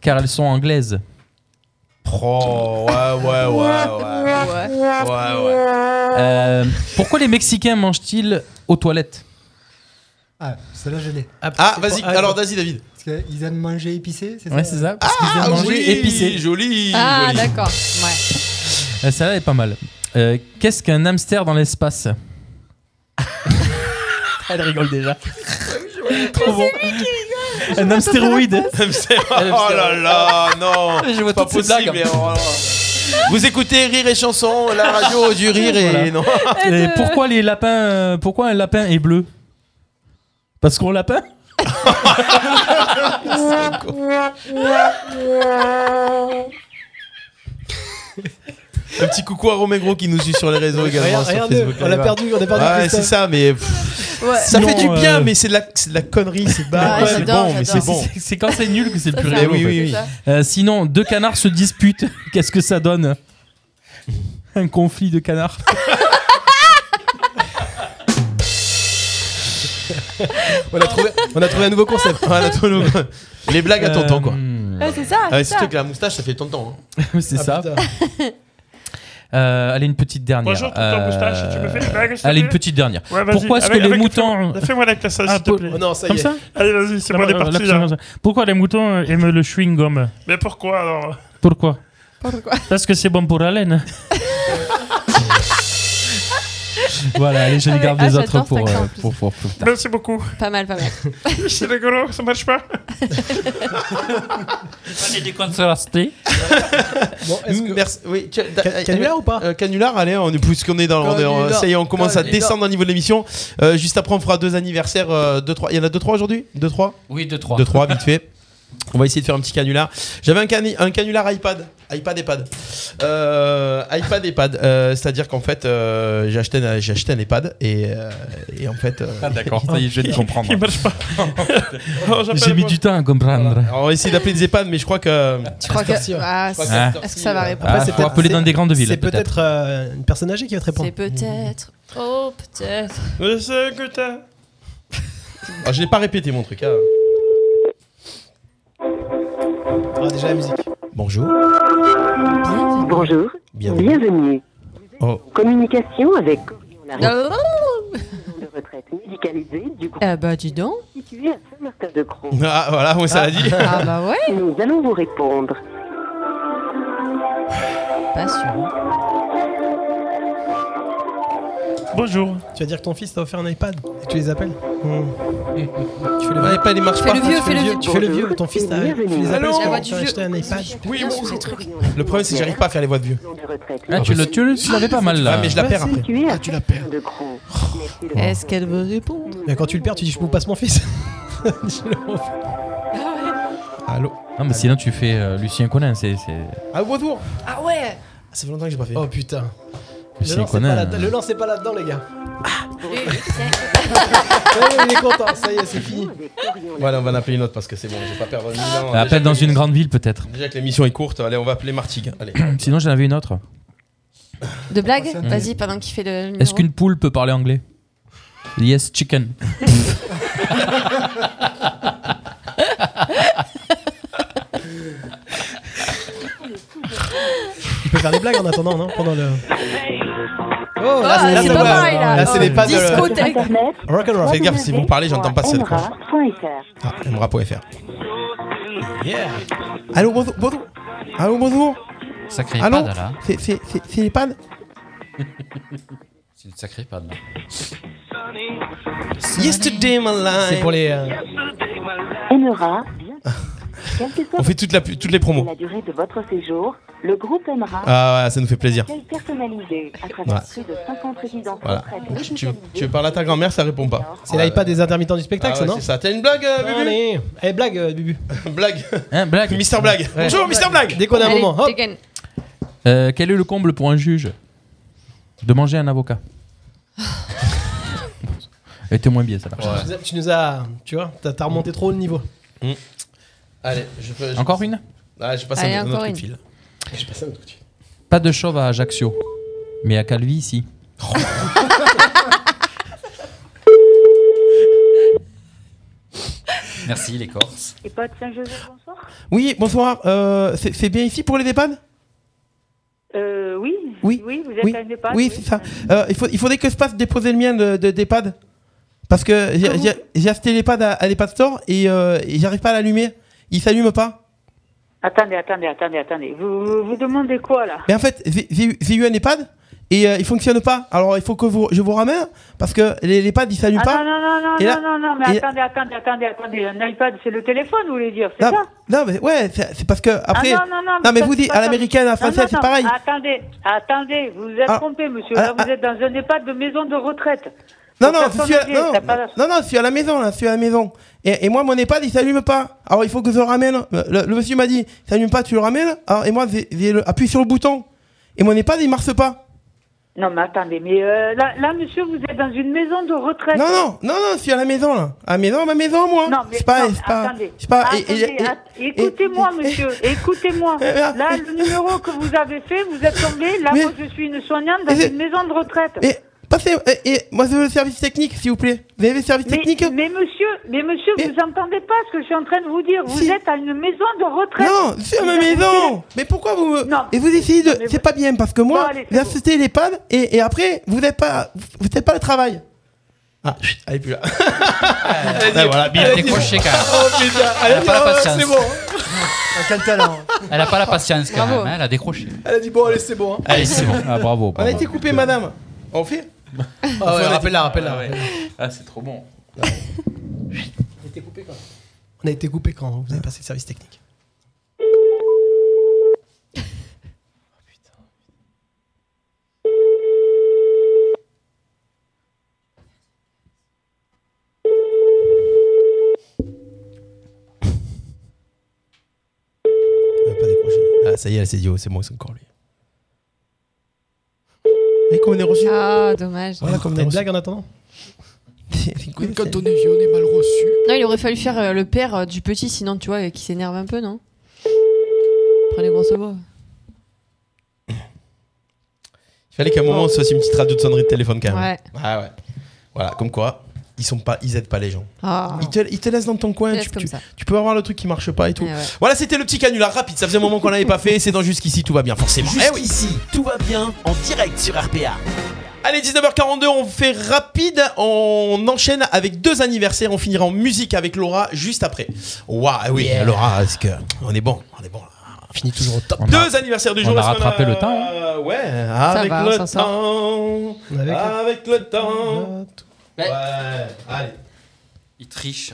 Car elles sont anglaises. Oh, ouais, ouais, ouais, ouais. Ouais, ouais. Euh, pourquoi les Mexicains mangent-ils aux toilettes Ah, celle-là, je l'ai. Ah, vas-y, alors vas-y, David. Parce qu'ils aiment manger épicé, c'est ça Ouais, c'est ça. Parce qu'ils Ah, aiment manger oui, épicé. Joli. Ah, joli. d'accord. Ouais. Euh, Celle-là est pas mal. Euh, Qu'est-ce qu'un hamster dans l'espace Elle rigole déjà. Trop bon. Un hamstéroïde. Oh là là, non. Ah, Je vois C'est pas toutes ces possible. blagues. hein. mais oh là là. Vous écoutez Rire et Chanson, la radio du rire et Voilà. non. hein. Et pourquoi les lapins euh, Pourquoi un lapin est bleu Parce qu'on lapin Un petit coucou à Romain Gros qui nous suit sur les réseaux également. Rien- sur rien Facebook, d'eux. On l'a Live. perdu, on a perdu Ouais, Christophe. c'est ça, mais. pff, Ouais. Ça Sinon, fait du bien, euh, mais c'est de, la- c'est de la connerie, c'est bas. Ouais, c'est j'adore, bon, mais c'est j'adore. Ah bon. C'est- C'est quand c'est nul que c'est le plus ça. rigolo. Eh oui, en fait. oui, oui. Euh, sinon, deux canards se disputent. Qu'est-ce que ça donne Un conflit de canards. On a trouvé, on a trouvé un nouveau concept. Ouais, on a trouvé le nouveau- Les blagues à tonton, Euh, quoi. Ouais, c'est ça, Ah, c'est surtout ça. que la moustache, ça fait tonton. hein. c'est ça. Euh, allez, une petite dernière. Euh, Bonjour, tonton Moustache, tu me fais une blague, s'il te Allez, une plaît petite dernière. Ouais, vas-y, Pourquoi est-ce que avec- les avec- moutons. fais- Fais-moi la classe, s'il Ah, te pour- plaît. Oh non, ça y Comme est. ça Allez, vas-y, c'est bon, on est Là, parti, là, là. là. Pourquoi les moutons aiment le chewing-gum Mais pourquoi, alors Pourquoi Pourquoi Parce que c'est bon pour la laine. voilà, allez, je les Ah, garde mais- les ah, autres j'adore pour, cet accent, euh, en plus. pour, pour plus tard. Merci beaucoup. Pas mal, pas mal. C'est rigolo, ça marche pas Allez, des consolastés. Merci. Oui, tu- da- Ca- canular euh, euh, Canular, allez, on est puisqu'on est dans, on est en- Canular. ça y est, on commence à Canular. descendre dans le niveau de l'émission. Euh, juste après, on fera deux anniversaires, euh, deux trois. Il y en a deux trois aujourd'hui, deux trois. Oui, deux, trois. Deux trois, vite fait. On va essayer de faire un petit canular. J'avais un, cani- un canular iPad, iPad iPad, Euh, iPad iPad. Euh, C'est-à-dire qu'en fait, euh, j'ai acheté, un- j'ai acheté un iPad et, euh, et en fait. euh, Ah, d'accord, ça y est, je viens de comprendre. Il marche pas. Oh, J'ai mis du temps à comprendre. Alors, on va essayer d'appeler des EHPAD, mais je crois que. Je crois que. Ah, crois qu'à c'est- Est-ce que ça va répondre Ah, faut appeler dans des grandes villes, C'est peut-être. peut-être euh, une personne âgée qui va te répondre. C'est peut-être. Oh, peut-être. Je sais que t'as. Ah, je l'ai pas répété mon truc. hein. Ah, déjà la musique. Bonjour. Bonjour. Bienvenue. Oh. Communication avec Ah, de retraite médicalisée du groupe Eh bah, dis donc. situé à Saint-Martin-de-Croix. Ah, voilà, moi ça l'a dit. Ah bah ouais. Nous allons vous répondre. Pas sûr. Bonjour. Tu vas dire que ton fils t'a offert un iPad et tu les appelles Hmm. Tu fais le Ouais, pas, il marche Fais pas. le vieux, Tu fais le vieux. Tu fais le vieux, ton fils t'a tu les appelles Allô Ah bah, parce que La voix tu du as vieux. acheté un iPad. Oui, bon. Le problème, c'est que j'arrive pas à faire les voix de vieux. Ah, tu le- tu le- tu l'avais pas mal, là. Ouais, mais je ah, la perds Oh. Eh, après. Situé à tu la perds. Est-ce qu'elle veut répondre Mais quand tu le perds, tu dis je vous passe mon fils. Je le refais. Allô Non, mais sinon, tu fais euh, Lucien Colin, c'est. c'est- Ah, bonjour Ah ouais Ça fait longtemps que j'ai pas fait. Oh putain. Le C'est lancez, connard. pas là- le lancez pas là-dedans, les gars. Ah. Ouais, il est content, ça y est, c'est fini. Voilà, on va en appeler une autre parce que c'est bon, je vais pas perdre mille ans. Déjà Appelle que dans l'émission- une grande ville, peut-être. Déjà que l'émission est courte, allez, on va appeler Martigues. Allez. Sinon, j'en avais une autre. De blague Mm. Vas-y, pendant qu'il fait le. numéro. Est-ce qu'une poule peut parler anglais Yes, chicken. Il peut faire des blagues en attendant, non Pendant le. Ah, Oh, là, c'est- là, c'est pas pareil, là. Là, c'est les pas de- Discothèque. Rock'n'roll. Faites gaffe, si vous parlez, j'entends pas cette quoi. Mra.fr. Ah, mra.fr. Allô, bonjour, bonjour. Allô, bonjour. Sacré Allô pad, là. C'est- C'est c'est- c'est les pannes C'est une sacrée panne. là. Yesterday my life. C'est pour les. euh, Aimera, bien. Quelle que soit Ah. On fait toute la pu- toutes les promos. la durée de votre séjour, le groupe aimera. Ah, ouais, ça nous fait plaisir. Accueil personnalisé à travers Ouais. plus de 50 résidences Voilà. retraites Tu, tu veux- tu veux parler à ta grand-mère, ça répond pas. C'est l'iPad des intermittents du spectacle, Ah ça, ouais, non c'est ça. T'as une blague, euh, Bubu Allez, Allez, blague, euh, Bubu. blague. Hein, blague. Mister Blague. Ouais. Bonjour, Mister Blague. Dès qu'on a un Allez, moment. hop. dégaine. Euh, quel est le comble pour un juge De manger un avocat. Elle était moins bien, ça marche. Tu nous as- Tu nous as. Tu vois, t'as t'as remonté trop haut le niveau. Allez, je peux. je- Encore une Ah, je passe Allez, un, un encore autre coup une. de fil. Je passe un autre coup de fil. Pas de chauve à Ajaccio, mais à Calvi, si. Merci, les Corses. Et potes Saint-Joseph, bonsoir. Oui, bonsoir. euh, c'est c'est bien ici pour les dépannes Euh, oui, Oui. vous êtes oui, un EHPAD, oui, c'est ça. Euh, il, faut, il faudrait que je passe déposer le mien de, de- d'EHPAD. Parce que j'ai- j'ai j'ai acheté l'EHPAD à, à l'EHPAD Store et, euh, et j'arrive pas à l'allumer. Il s'allume pas. Attendez, attendez, attendez, attendez. Vous, vous, vous demandez quoi là Mais en fait, j'ai- j'ai eu- j'ai eu un EHPAD et euh, il fonctionne pas. Alors il faut que vous, je vous ramène parce que les- l'EHPAD il s'allume ah, pas. non, non, non, non, Et là- non, non, non, mais et- attendez, attendez, attendez, attendez. Un iPad, c'est le téléphone, vous voulez dire, c'est Non, ça non, mais ouais, c'est c'est parce que après. ah, non, non, non, mais ça, vous c'est dites pas à ça. l'américaine, à la Non, française, non, Ah, c'est non. pareil. Attendez, attendez, vous vous êtes Ah, trompé, monsieur. ah, Là, vous êtes dans un EHPAD de maison de retraite. Non, Pour non, je personnes suis à, âgées, non, t'as pas la- non, non, je suis à la maison, là, je suis à la maison. Et, et moi, mon EHPAD, il s'allume pas. Alors, il faut que je le ramène. Le, le- le monsieur m'a dit, il s'allume pas, tu le ramènes. Alors, et moi, j'ai j'ai le- appuyé sur le bouton. Et mon EHPAD, il marche pas. Non, mais attendez, mais euh, là, là, monsieur, vous êtes dans une maison de retraite. Non, non, non, non, je suis à la maison, là. À la maison, ma maison, moi. Non, mais je sais pas, non, je sais pas, attendez. je sais pas, et- Attendez, et- et- Eh, att- écoutez-moi, monsieur. écoutez-moi. Là, le numéro que vous avez fait, vous êtes tombé. Là, moi, je suis une soignante dans Mais- une maison de retraite. Mais, passez, et, et- moi, je veux le service technique, s'il vous plaît. Vous avez le service Mais, technique mais monsieur, mais monsieur, vous entendez pas ce que je suis en train de vous dire. Vous êtes à une maison de retraite. Non, c'est à ma Vous avez- maison Mais pourquoi vous me... Et vous essayez de... C'est pas bien, parce que moi, j'ai acheté l'EHPAD, et, et après, vous n'êtes pas... Vous n'êtes pas le travail. Ah, chut, elle est plus là. Ben voilà, bien Allez, décroché quand même. Oh, putain, Elle a allez, pas la ouais, ouais, patience. c'est bon. Quel talent Elle a pas la patience quand Bravo. même, hein, elle a décroché. Elle a dit bon, allez, c'est bon. hein. Allez, c'est bon. Ah, bravo. On a été coupé, madame. On fait Ah ouais, rappelle-la, rappelle-la. Ah, c'est trop bon. On a été coupé quand On a été coupé quand vous avez passé le service technique. Ah, ça y est, elle s'est dit, oh, c'est bon, c'est encore lui. Et comme on est reçu. Ah, dommage. Voilà, comme on T'as est une reçu. blague en attendant Quand on est vieux, on est mal reçu. Non, il aurait fallu faire euh, le père euh, du petit, sinon tu vois, euh, qui s'énerve un peu, non Prenez grosso modo. Il fallait qu'à un moment, on se fasse une petite radio de sonnerie de téléphone quand même. Ouais. Ah ouais. Voilà, comme quoi, ils sont pas, ils aident pas les gens. Ah. Ils te, ils te laissent dans ton coin. Ils te Tu, laissent comme tu- ça. tu peux avoir le truc qui marche pas et tout. Eh ouais. Voilà, c'était le petit canular rapide. Ça faisait un moment qu'on l'avait pas fait. C'est dans jusqu'ici, tout va bien, forcément. Eh oui. Jusqu'ici, tout va bien en direct sur RPA. Allez, 19h42, on fait rapide. On enchaîne avec deux anniversaires. On finira en musique avec Laura juste après. Waouh, eh oui, Yeah. Laura, est-ce que on est bon, on est bon. On finit toujours au top. On a- Deux anniversaires du jour. on a la semaine, rattrapé le euh, temps, hein. Ouais, Ça avec va, le on s'en sort. temps. Avec, Avec le- le temps. Ouais, allez. Il triche.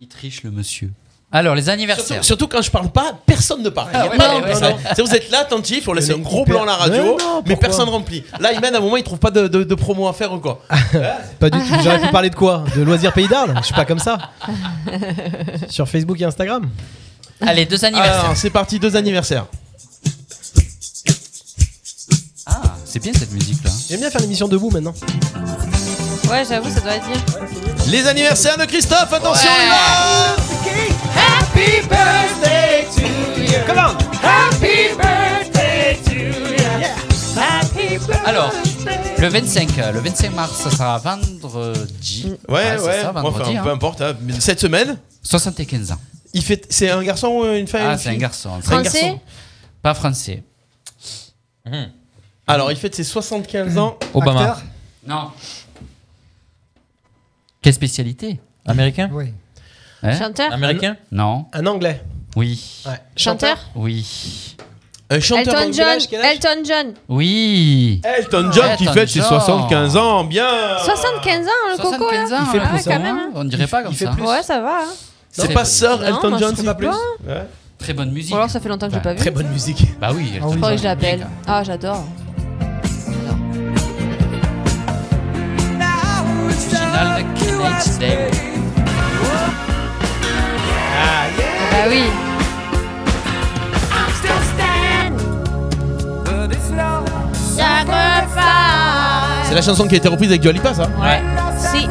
Il triche le monsieur. Alors, les anniversaires. Surtout, surtout quand je parle pas, personne ne parle. Ah Il y a ouais, pas ouais, de- ouais, ça- ouais. c'est- Vous êtes là, attentif, on laisse un gros plan à la Mais non, radio, mais, pourquoi personne remplit. Là, Iman, à un moment, il trouve pas de, de- de promo à faire ou quoi. Pas du Ah, tout. J'aurais pu parler de quoi De loisirs pays d'Arles Je suis pas comme ça. Sur Facebook et Instagram. Allez, deux Alors, c'est parti, deux anniversaires. Ah, C'est bien cette musique là. J'aime bien faire l'émission debout maintenant. Ouais, j'avoue, ça doit être bien. Les anniversaires de Christophe, attention, Ouais. il va Happy birthday to you. Come on. Happy birthday to you. Happy birthday. Alors, le 25, euh, le 25 mars, ça sera vendredi. Ouais, c'est ouais, ça, bon, vendredi, enfin, hein. peu importe, hein, mais cette semaine. 75 ans. Il fait, c'est un garçon ou une femme Ah, une c'est fille un garçon. C'est un garçon. Pas français. Alors, il fête ses 75 ans. Obama. Acteur Non. Quelle spécialité hein? Américain Oui. Chanteur Américain Non. Un anglais Oui. Chanteur Oui. Un Elton John. Elton John. Oui. Elton John qui Elton fête ses John. 75 ans, bien. 75 ans, le coco. hein. ans, Ah Il fait ouais, plus, quand hein. même. hein. On dirait pas comme fait ça. plus. Ouais, ça va. hein. C'est pas sœur Non, Elton moi, je John, sais c'est pas. plus Très bonne musique. Ou alors ça fait longtemps que j'ai pas vu. Très bonne hein. musique. Bah oui. Elton Faudrait que John. je l'appelle. Ah, j'adore. Original de Kenneth Day. Bah oui. C'est la chanson qui a été reprise avec Dua Lipa, ça Ouais. Si.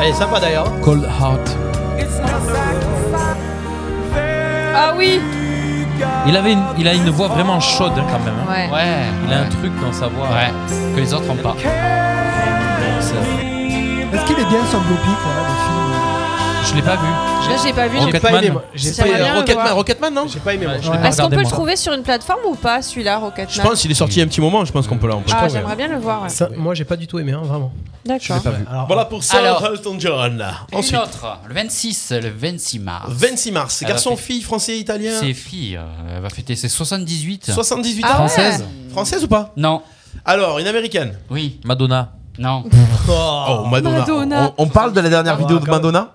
Elle est sympa d'ailleurs. Cold Heart. Ah oui. Il, avait une- il a une voix vraiment chaude hein, quand même. hein. Ouais. Ouais. Il a un truc dans sa voix. Ouais. Que les autres n'ont pas. Est-ce qu'il est bien son biopic là, le film Je l'ai pas vu. Là, j'ai pas vu. J'ai Rocketman. pas aimé, moi. J'ai J'aimerais pas aimé. bien le Rocketman, voir. Rocketman, non J'ai pas aimé. Est-ce qu'on peut le trouver sur une plateforme ou pas, celui-là, Rocketman Je pense qu'il est sorti il y a un petit moment, je pense qu'on peut l'en Ah, j'aimerais bien le voir. ouais. Ça, Moi j'ai pas du tout aimé, hein, vraiment. D'accord. Voilà pour ça, Alors- Elton John. Ensuite, Une autre. Le 26, le 26 mars. 26 mars, c'est Elle va garçon, fêter- fille, français, italien. C'est fille. euh, Elle va fêter ses 78. 78 ans. Ah ouais. Française Française ou pas Non. Alors, une américaine. Oui. Madonna. Non. Oh, Madonna. Madonna. On, on parle de la dernière vidéo de Madonna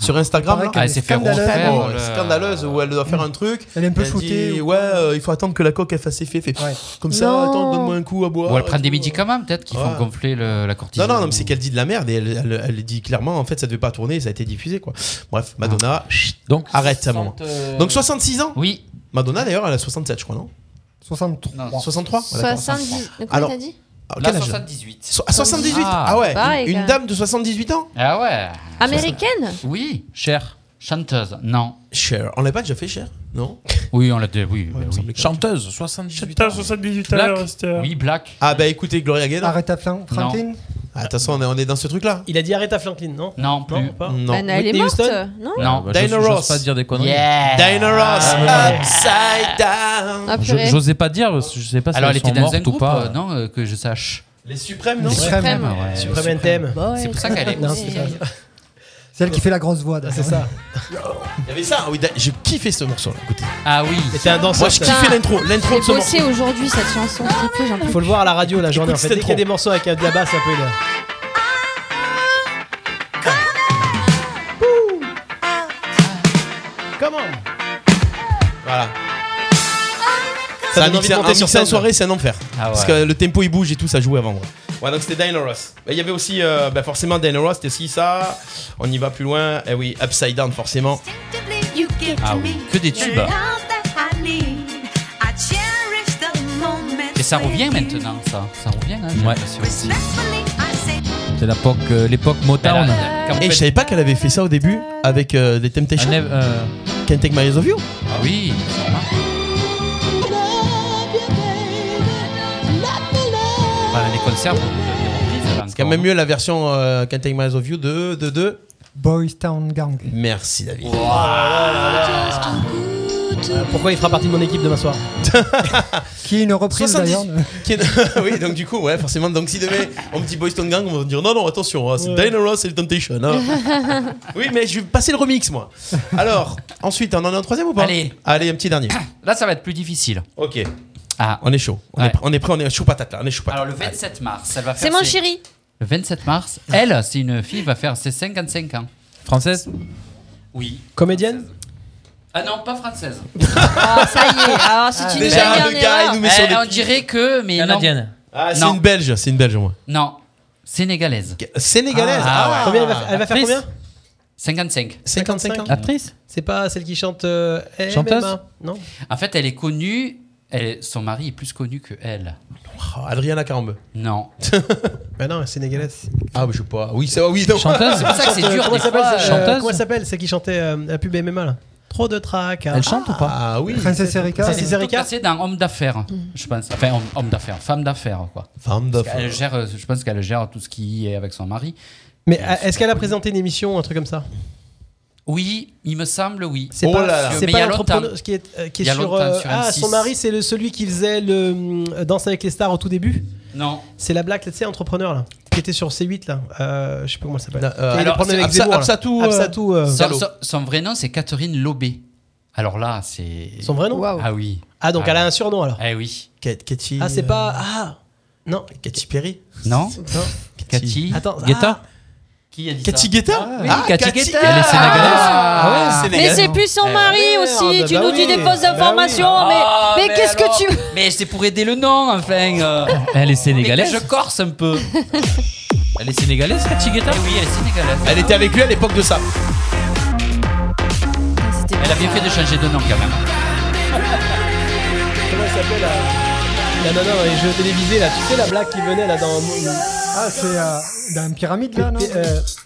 sur Instagram. paraît là qu'elle Ah, elle s'est fait scandaleuse. refaire. Oh, le- scandaleuse où elle doit faire un truc. Elle est un peu dit, foutée, ou- ouais, euh, il faut attendre que la coque elle fasse ses faits. Fait, Comme ça, Non. attends, donne-moi un coup à boire. Ou elle prend et des tout. médicaments peut-être qui Bah, euh, Ouais. font gonfler le- la Non, cortisone. non, non, mais c'est qu'elle dit de la merde et elle, elle- elle dit clairement en fait ça devait pas tourner, ça a été diffusé quoi. Ah. Bref, Madonna, chut, Donc, arrête à un moment. 60, euh, Donc 66 ans Oui. Madonna d'ailleurs elle a 67 je crois non 63. Non, 63 Voilà, d'accord. 70. Comment Alors- t'as dit Ah, Là, quel âge 78. So- ah, 78 Ah. ah, ouais Pareil, une, une gars. dame de 78 ans Ah ouais. Américaine Oui. Cher. Chanteuse. Non. Cher, on l'a pas déjà fait Cher Non Oui, on l'a dit. Oui. Ouais, il me oui. semblait que- Chanteuse, 78 ans. Putain, 78 Black. heures, c'était. Oui, Black. Ah bah écoutez Gloria Gaynor. Arrête à Fran- Franklin Ah, de toute façon on est, on est dans ce truc là. Il a dit arrête à Franklin, non Non, plus. pas. Non. Ben, Elle est Whitney morte, Houston non Non. Bah, j'ose- Diana j'ose Ross. pas dire des conneries. Yeah. Diana Ross, Ah. upside down. Ah, Je- purée. J'osais pas dire, parce que je sais pas si Alors, elles elle était sont dans mortes un ou groupe, pas. euh, non, euh, que je sache. Les suprêmes non Les Suprêmes. Suprême. Ouais, Supreme NTM. C'est pour ça qu'elle est. Non, c'est pas ça. Celle qui fait la grosse voix. C'est ça. Il y avait ça. ah Oui, da- je kiffais ce morceau là. Écoutez. Ah oui. C'était un danseur. Moi je ça. kiffais l'intro, l'intro de ce J'ai morceau. bossé aujourd'hui cette chanson. s'il te plaît, j'en peux Faut le voir à la radio la journée en fait. cette Dès qu'il y a intro. des morceaux avec de la basse un peu. là. Comment Voilà. Ça, donne a envie de mixé, un monter sur mixé en scène. soirée, c'est un enfer. Ah ouais. Parce que le tempo il bouge et tout, ça jouait avant. Ouais, Ouais, donc c'était Diana Ross. Et Il y avait aussi, euh, bah, forcément, Diana Ross, c'était aussi ça. On y va plus loin. Et oui, Upside Down, forcément. Ah oui. Que des tubes. Et ça revient maintenant, ça. Ça revient, hein, j'ai Ouais. l'impression. C'est l'époque, euh, l'époque Elle a- Motown. euh, quand Et je fait- savais pas qu'elle avait fait ça au début avec euh, des Temptations. Un ev- euh, Can't Take My Eyes Off You. Ah oui, c'est normal. Bah, les concerts, vous avez repris, ça va C'est quand encore. même mieux la version euh, Can't Take My Eyes Off You de, de, de. Boys Town Gang. Merci David. Oh, Euh, Pourquoi il fera partie de mon équipe demain soir Qui est une reprise d'ailleurs. 70. Qui est- oui, donc du coup, ouais, forcément. Donc si demain on me dit Boys Town Gang, on va dire non, non, attention, hein, c'est Diana Ross et le Temptation. hein. oui, mais je vais passer le remix, moi. Alors, ensuite, on en a un troisième ou pas Allez. Allez, un petit dernier. Là, ça va être plus difficile. ok, Ah. on est chaud. On, Ouais. est prêt, on est prêt, on est chaud patate là, on est chaud patate. Alors, le 27 mars, elle va faire. C'est mon ses- chéri. Le 27 mars, elle, c'est une fille, va faire ses 55 ans. Française Oui. Comédienne Ah non, pas française. Ah, ça y est. Alors, si tu Ah. nous Déjà, as le gars, il nous met sur Eh, des. on dirait que, mais non. Canadienne. Ah, c'est Non. une belge, c'est une belge, moi. Non, sénégalaise. Sénégalaise. Ah, Ah, ouais. Combien elle va, elle va faire Actrice combien 55. 55 ans. Actrice C'est pas celle qui chante euh, Chanteuse MMA, Non En fait, elle est connue. elle- son mari est plus connu que elle. Oh, Adriana Carambe. Non. Ben non, sénégalaise. Ah, bah, je sais pas. Oui, c'est oui, non. Chante- Comment elle s'appelle celle- euh, Chanteuse Comment elle s'appelle Celle qui chantait euh, la pub MMA là Trop de trac. Elle chante ou pas Ah oui. Princesse Erika. C'est Princesse plutôt Erika. placé d'un homme d'affaires, je pense. Enfin, homme, homme d'affaires, femme d'affaires, quoi. Femme d'affaires. Elle gère, euh, je pense qu'elle gère tout ce qui est avec son mari. Mais euh, est-ce qu'elle a présenté une émission, un truc comme ça Oui, il me semble, oui. C'est Oh là pas, là. c'est Mais il y pas a longtemps. l'entrepreneur qui est, euh, qui Il y est a sur. longtemps, euh, sur ah, M6. son mari, c'est le- celui qui faisait le hum, Danse avec les stars au tout début Non. C'est la blague, tu sais, entrepreneur là. Qui était sur C8 là. Euh, je sais pas comment elle s'appelle. Qui avait Alors, le problème c'est avec Absa- Zemmour, là. Absatou, euh, Absatou, euh, son, son- son vrai nom, c'est Catherine Lobé. Alors là, c'est. Son vrai nom Ah oui. Ah, donc elle a un surnom alors Eh oui. Cathy. Ah, c'est pas. Ah Non. Cathy euh, Perry Non. Non. Cathy. Attends, ah, Guetta. Qui a dit Cathy ça Guetta Oui, Ah, Cathy Cathy Guetta. Guetta. Elle est sénégalaise. Ah, Ah ouais, Ah, bah, Mais c'est plus son mari aussi, tu nous dis des fausses informations, mais, mais, qu'est-ce que tu... Oh, Mais c'est pour aider le nom, enfin. euh. Elle est Mais sénégalaise. que Je corse un peu. Elle est sénégalaise, Cathy Guetta Eh oui, elle est sénégalaise. Elle était avec lui à l'époque de ça. Elle a bien fait de changer de nom quand même. Comment elle s'appelle la... la nana dans les jeux télévisés là Tu sais la blague qui venait là dans. Ah, c'est euh, dans Pyramide là, non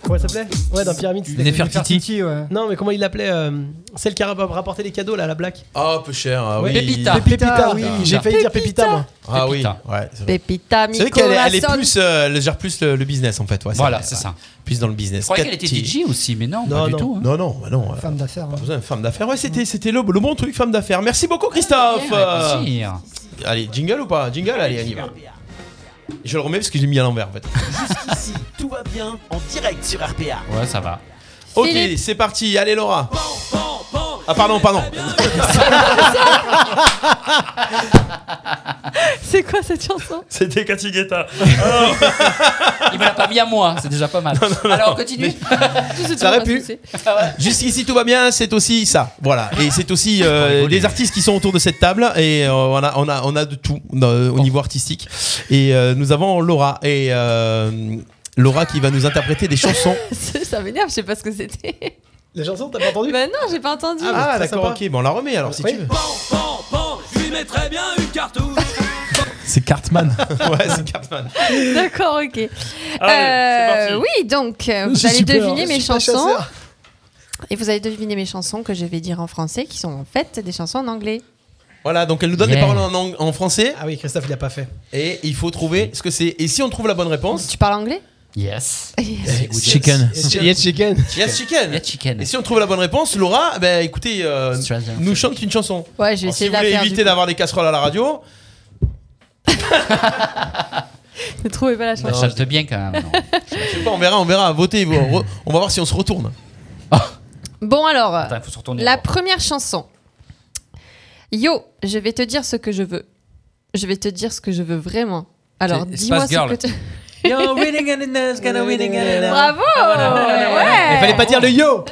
Comment elle s'appelait Ouais, dans Pyramide. c'était- Nefertiti. ouais. Non, mais comment il l'appelait euh, Celle qui a rap- rapporté les cadeaux là, la blague Ah, peu cher. ah oui. Pépita, oui. J'ai failli dire Pépita moi. Ah oui, ouais. c'est vrai. Pépita, C'est vrai qu'elle est- elle est Mikolasson. plus, euh, elle gère plus le, le business en fait. Ouais, Voilà, vrai, c'est ouais. ça. Plus dans le business. Je croyais qu'elle était DJ aussi, mais non, non, pas du non. tout, hein. Non, non, bah non. euh, Femme d'affaires. pas besoin de femme d'affaires. Ouais, c'était, c'était le, le bon truc, femme d'affaires. Merci beaucoup, Christophe. Ah, Ouais, Euh, avec plaisir. allez, jingle ou pas Jingle, allez, on y va. Je le remets parce que j'ai mis à l'envers en fait. Jusqu'ici, tout va bien en direct sur RPA. Ouais, ça va. Ok, c'est parti. Allez, Laura. Ah, pardon, pardon. C'est quoi cette chanson C'était Cathy Guetta. Il me l'a pas mis à moi, c'est déjà pas mal. Alors, continue. Ça aurait pu. Jusqu'ici tout va bien, c'est aussi ça. Voilà. Et c'est aussi euh, des artistes qui sont autour de cette table et euh, on, a, on, a, on a de tout euh, au niveau artistique. Et euh, nous avons Laura et euh, Laura qui va nous interpréter des chansons. Ça m'énerve, je sais pas ce que c'était. La chanson, t'as pas entendu Bah non, j'ai pas entendu. Ah, d'accord, ok, bon, on la remet alors si tu veux. je lui mettrais bien une cartouche. C'est Cartman. ouais, c'est Cartman. D'accord, ok. Allez, c'est parti. Euh, oui, donc euh, vous C'est allez super, deviner je mes suis pas chansons. chasseur. Et vous allez deviner mes chansons que je vais dire en français, qui sont en fait des chansons en anglais. Voilà, donc elle nous donne des Yeah. paroles en, ang- en français. Ah oui, Christophe, il a pas fait. Et il faut trouver ce que c'est. Et si on trouve la bonne réponse. Tu parles anglais Yes. Yes. Chicken. Yes, chicken. Yes, chicken. Et si on trouve la bonne réponse, Laura, ben écoutez, euh, nous chante une chanson. Ouais, je vais Alors, si essayer vous de la voulez faire. éviter d'avoir des casseroles à la radio, Ne trouvez pas la chanson. Non, Bah, chante bien quand même. je sais pas, on verra, on verra. Votez, vous, on re- on va voir si on se retourne. Bon alors, faut se retourner, la première chanson. Yo, je vais te dire ce que je veux. Je vais te dire ce que je veux vraiment. Alors, C'est dis-moi Space ce que Girl. tu... You're winning and it's gonna winning and it's- Bravo Il fallait pas dire le yo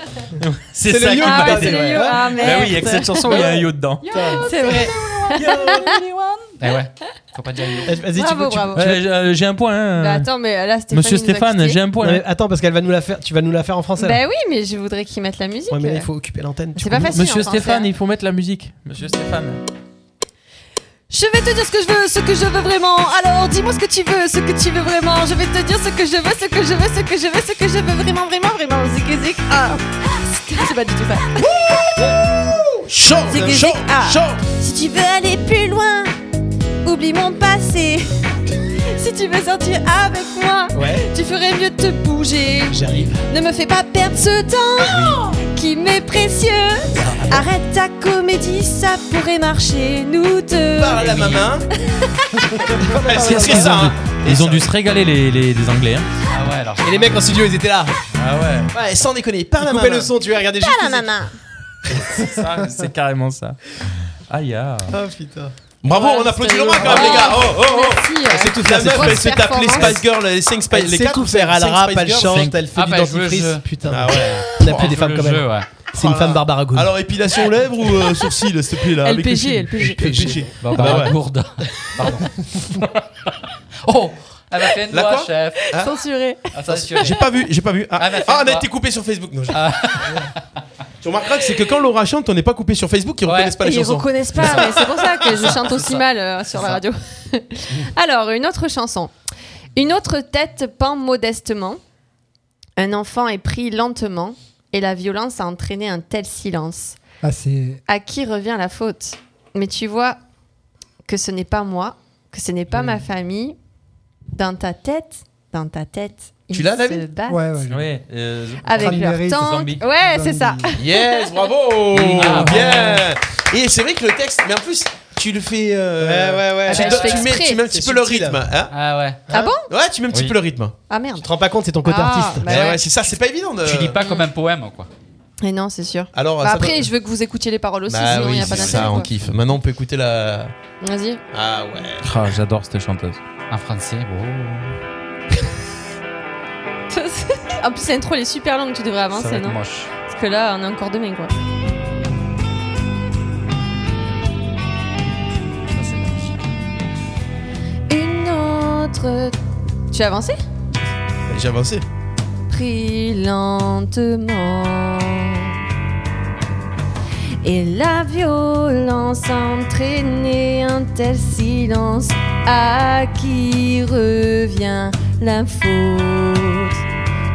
C'est le ça qui yo m'a qui aidé, passe. ouais. Ouais. Ah, merde. Bah oui, avec cette chanson, il y a un yo dedans. C'est vrai. Eh ouais. Faut pas dire Vas-y, tu Bravo, peux- tu bravo. peux- Ouais, tu- Euh, j'ai un point. hein. Bah, attends, mais là, Stéphane, il nous a quittés. Non, mais attends, parce qu'elle va nous la faire. Tu vas nous la faire en français. là. Bah oui, mais je voudrais qu'ils mettent la musique. Ouais, mais là, il faut occuper l'antenne. Bah, C'est pas facile. Monsieur en français, Stéphane, hein. il faut mettre la musique. Monsieur Stéphane. Je vais te dire ce que je veux, ce que je veux vraiment. Alors dis-moi ce que tu veux, ce que tu veux vraiment. Je vais te dire ce que je veux, ce que je veux, ce que je veux, ce que je veux vraiment, vraiment, vraiment. Zik zik ah. C'est pas du tout ça. Chante, Zik, zik, chante, ah. chante. Si tu veux aller plus loin, oublie mon passé. Si tu veux sortir avec moi, Ouais. tu ferais mieux de te bouger. J'arrive. Ne me fais pas perdre ce Ah temps qui m'est précieux. Arrête ta comédie, ça pourrait marcher, nous deux. Parle à ma main. C'est c'est Ils ont ça. hein. dû- Ils ont dû se régaler les, les, les Anglais. Ah ouais, alors. Et les mecs en studio, ils étaient là. Ah ouais. Ouais, sans déconner, parle à ma Coupez main. le son, tu vas regarder Pas Ah, juste. la maman. Oh, C'est ça, c'est carrément ça. Aïe, ah. Ah putain. Bravo, Ouais, on applaudit c'est Laura quand vrai. même, les gars. Oh, oh, oh. Merci, Elle sait tout euh, faire. grosse La meuf, elle se tape les performance. Spice Girls, les 5 Spice Elle les sait quatre tout ou faire. Elle cinq rappe, Spice elle Girls chante, elle fait Ah du bah, je veux le dentifrice. jeu. Putain. Ah ouais. On a Oh, plus des je femmes veux comme le elle. jeu, ouais. C'est une Oh femme là. barbare à gauche. Alors, épilation lèvres ou euh, sourcils, s'il te plaît, là avec le LPG, film. LPG. LPG. Bah Barbara Bah Ah, ouais. Gourde. Pardon. oh Elle m'a fait une La doigt, quoi chef. Hein Censuré. Censuré. J'ai pas vu, j'ai pas vu. Ah, Elle m'a fait ah, une on a doigt. été coupé sur Facebook. Non, je- Tu remarqueras que c'est que quand Laura chante, on n'est pas coupé sur Facebook, ils reconnaissent pas Et les ils chansons. reconnaissent pas, mais c'est pour ça que je chante aussi mal euh, sur la radio. Alors, une autre chanson. Une autre tête pend modestement. Un enfant est pris lentement et la violence a entraîné un tel silence. Ah, c'est. À qui revient la faute Mais tu vois que ce n'est pas moi, que ce n'est pas Hmm. ma famille. Dans ta tête, dans ta tête, ils Tu l'as, se David battent. Ouais, euh, Avec leur Cranberry, tante. Zombie. Ouais, Eh, c'est ça. Yes, bravo Ah, Bien Et c'est vrai que le texte, mais en plus, tu le fais. euh, Ouais, ouais, ouais. Tu, Ah bah, do- je fais tu mets, exprès. tu mets un petit C'est peu le subtil. rythme. hein. Ah ouais. Ah bon Ouais, tu mets un petit Oui. peu le rythme. Ah merde. Tu te rends pas compte, c'est ton côté Ah, artiste. bah Eh ouais. ouais, c'est ça, c'est pas évident. de- Tu lis pas comme un poème, quoi. Et non, c'est sûr. Alors, Bah Oh, ça après, doit- je veux que vous écoutiez les paroles aussi, Bah sinon il oui, n'y a pas c'est ça, on d'intérêt. kiffe. Maintenant, on peut écouter la. quoi. Vas-y. Ah ouais. Ah, J'adore cette chanteuse. En français, bon. en plus, l'intro elle est super longue, tu devrais Ça avancer, va être non moche. Parce que là, on a encore demain, quoi. Ça, c'est moche. Une autre. Tu as avancé J'ai avancé. Pris lentement. Et la violence entraînait un tel silence. À qui revient la faute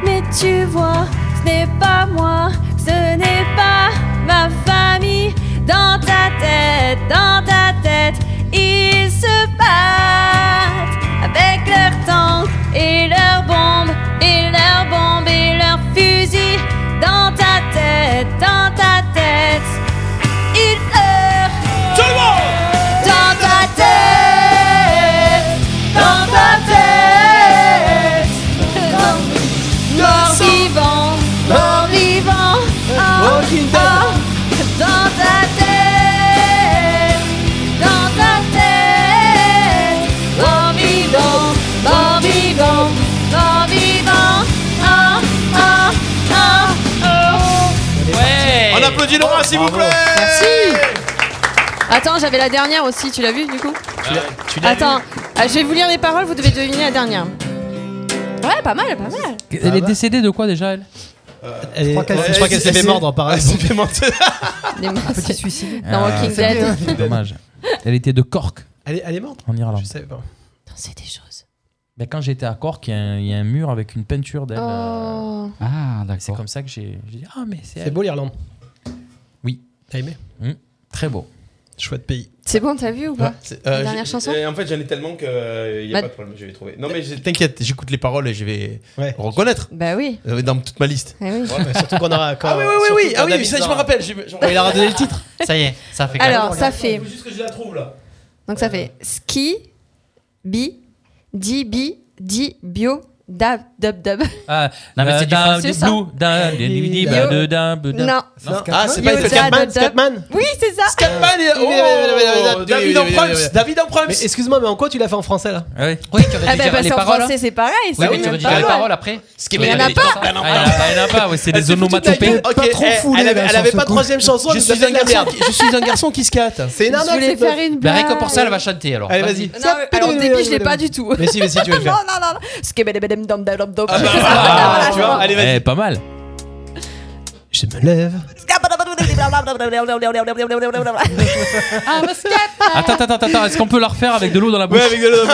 Mais tu vois, ce n'est pas moi, ce n'est pas ma famille. Dans ta tête, dans ta tête, ils se battent avec leurs tanks et leurs bombes et leurs bombes et leurs fusils. Dans ta tête, dans ta tête, ils pleurent. Tout le monde Dans ta tête, dans ta tête, dans mort vivant, mort vivant, oh, oh, dans ta tête, dans ta tête, mort vivant, mort vivant, mort vivant, ah, ah, ah, oh. Ouais On applaudit Laura, s'il vous plaît Attends, j'avais la dernière aussi, tu l'as vue du coup Tu l'as- tu l'as Attends, vu euh, je vais vous lire les paroles, vous devez deviner la dernière. Ouais, pas mal, pas mal. Elle est décédée de quoi déjà elle Elle est- crois qu'elle ouais, s'est- je crois qu'elle s'est fait mordre par Euh, Elle s'est fait mordre. Des morts. Petit suicide. Dans Walking c'est Dead. bien. Dommage. Elle était de Cork Elle est, elle est morte en Irlande. Je savais pas. C'est des choses. Ben, quand j'étais à Cork, il y a un- il y, a un mur avec une peinture d'elle. euh, Oh. Ah, C'est d'accord. comme ça que j'ai j'ai dit Ah, mais c'est C'est elle. beau l'Irlande. Oui. T'as aimé Hum, Très beau. Chouette pays. C'est bon, t'as vu ou pas C'est- La euh, dernière j'ai- chanson euh, En fait, j'en ai tellement que euh, y a Ma- pas de problème, je vais trouver. Non, mais j'ai- bah, t'inquiète, j'écoute les paroles et je vais Ouais. reconnaître Bah oui. euh, dans toute ma liste. eh oui. Ouais, mais surtout qu'on aura. quand- Ah oui, oui, oui, surtout oui, quand ah oui, David ça je me aura- rappelle. j'ai- j'ai- quand Il aura donné le titre. Ça y est, ça fait Alors, ça fait. Il faut juste que je la trouve là. Donc Euh. ça fait ski, bi, di, bi, di, bio, dab, dub, dub. Ah, Non, mais c'est du dans français, le ça. blue, dans le midi, bah, Yo. de- dans- dans- Non. Ah, c'est pas Pas David Scatman Scatman, Scatman Oui, c'est ça. Scatman Euh, et- oh, David en Prums David en Prums Mais excuse-moi, mais en quoi tu l'as fait en français là Ah oui. Oui, tu aurais Ah dû bah dire parce les qu'en paroles. hein. français c'est pareil, Oui, c'est mais tu même aurais dû pas dire les loin. paroles après. Ce qui Mais il y en a pas. Ah, il y en a pas, ouais, c'est Elle des se fout toute la onomatopées. gueule. Ok, Pas trop eh, foulé, elle avait- là, Elle sur avait ce pas coup. de troisième chanson. Je elle nous a suis fait un de la garçon merde. Je suis un garçon qui se casse. C'est une Je arnaque voulais cette faire meuf. une Bah, blague. rien que pour ça, elle va chanter alors. Allez, vas-y. Non, mais- alors au début je l'ai pas du tout. Mais si, mais si, tu veux le Non, faire. non, non, non. Skibidibidem dom dom dom dom. bah, Ah, tu vois, allez, vas-y. Eh, pas mal. Je me lève. Ah, basket Attends, attends, attends, attends, est-ce qu'on peut la refaire avec de l'eau dans la bouche Ouais, avec de l'eau.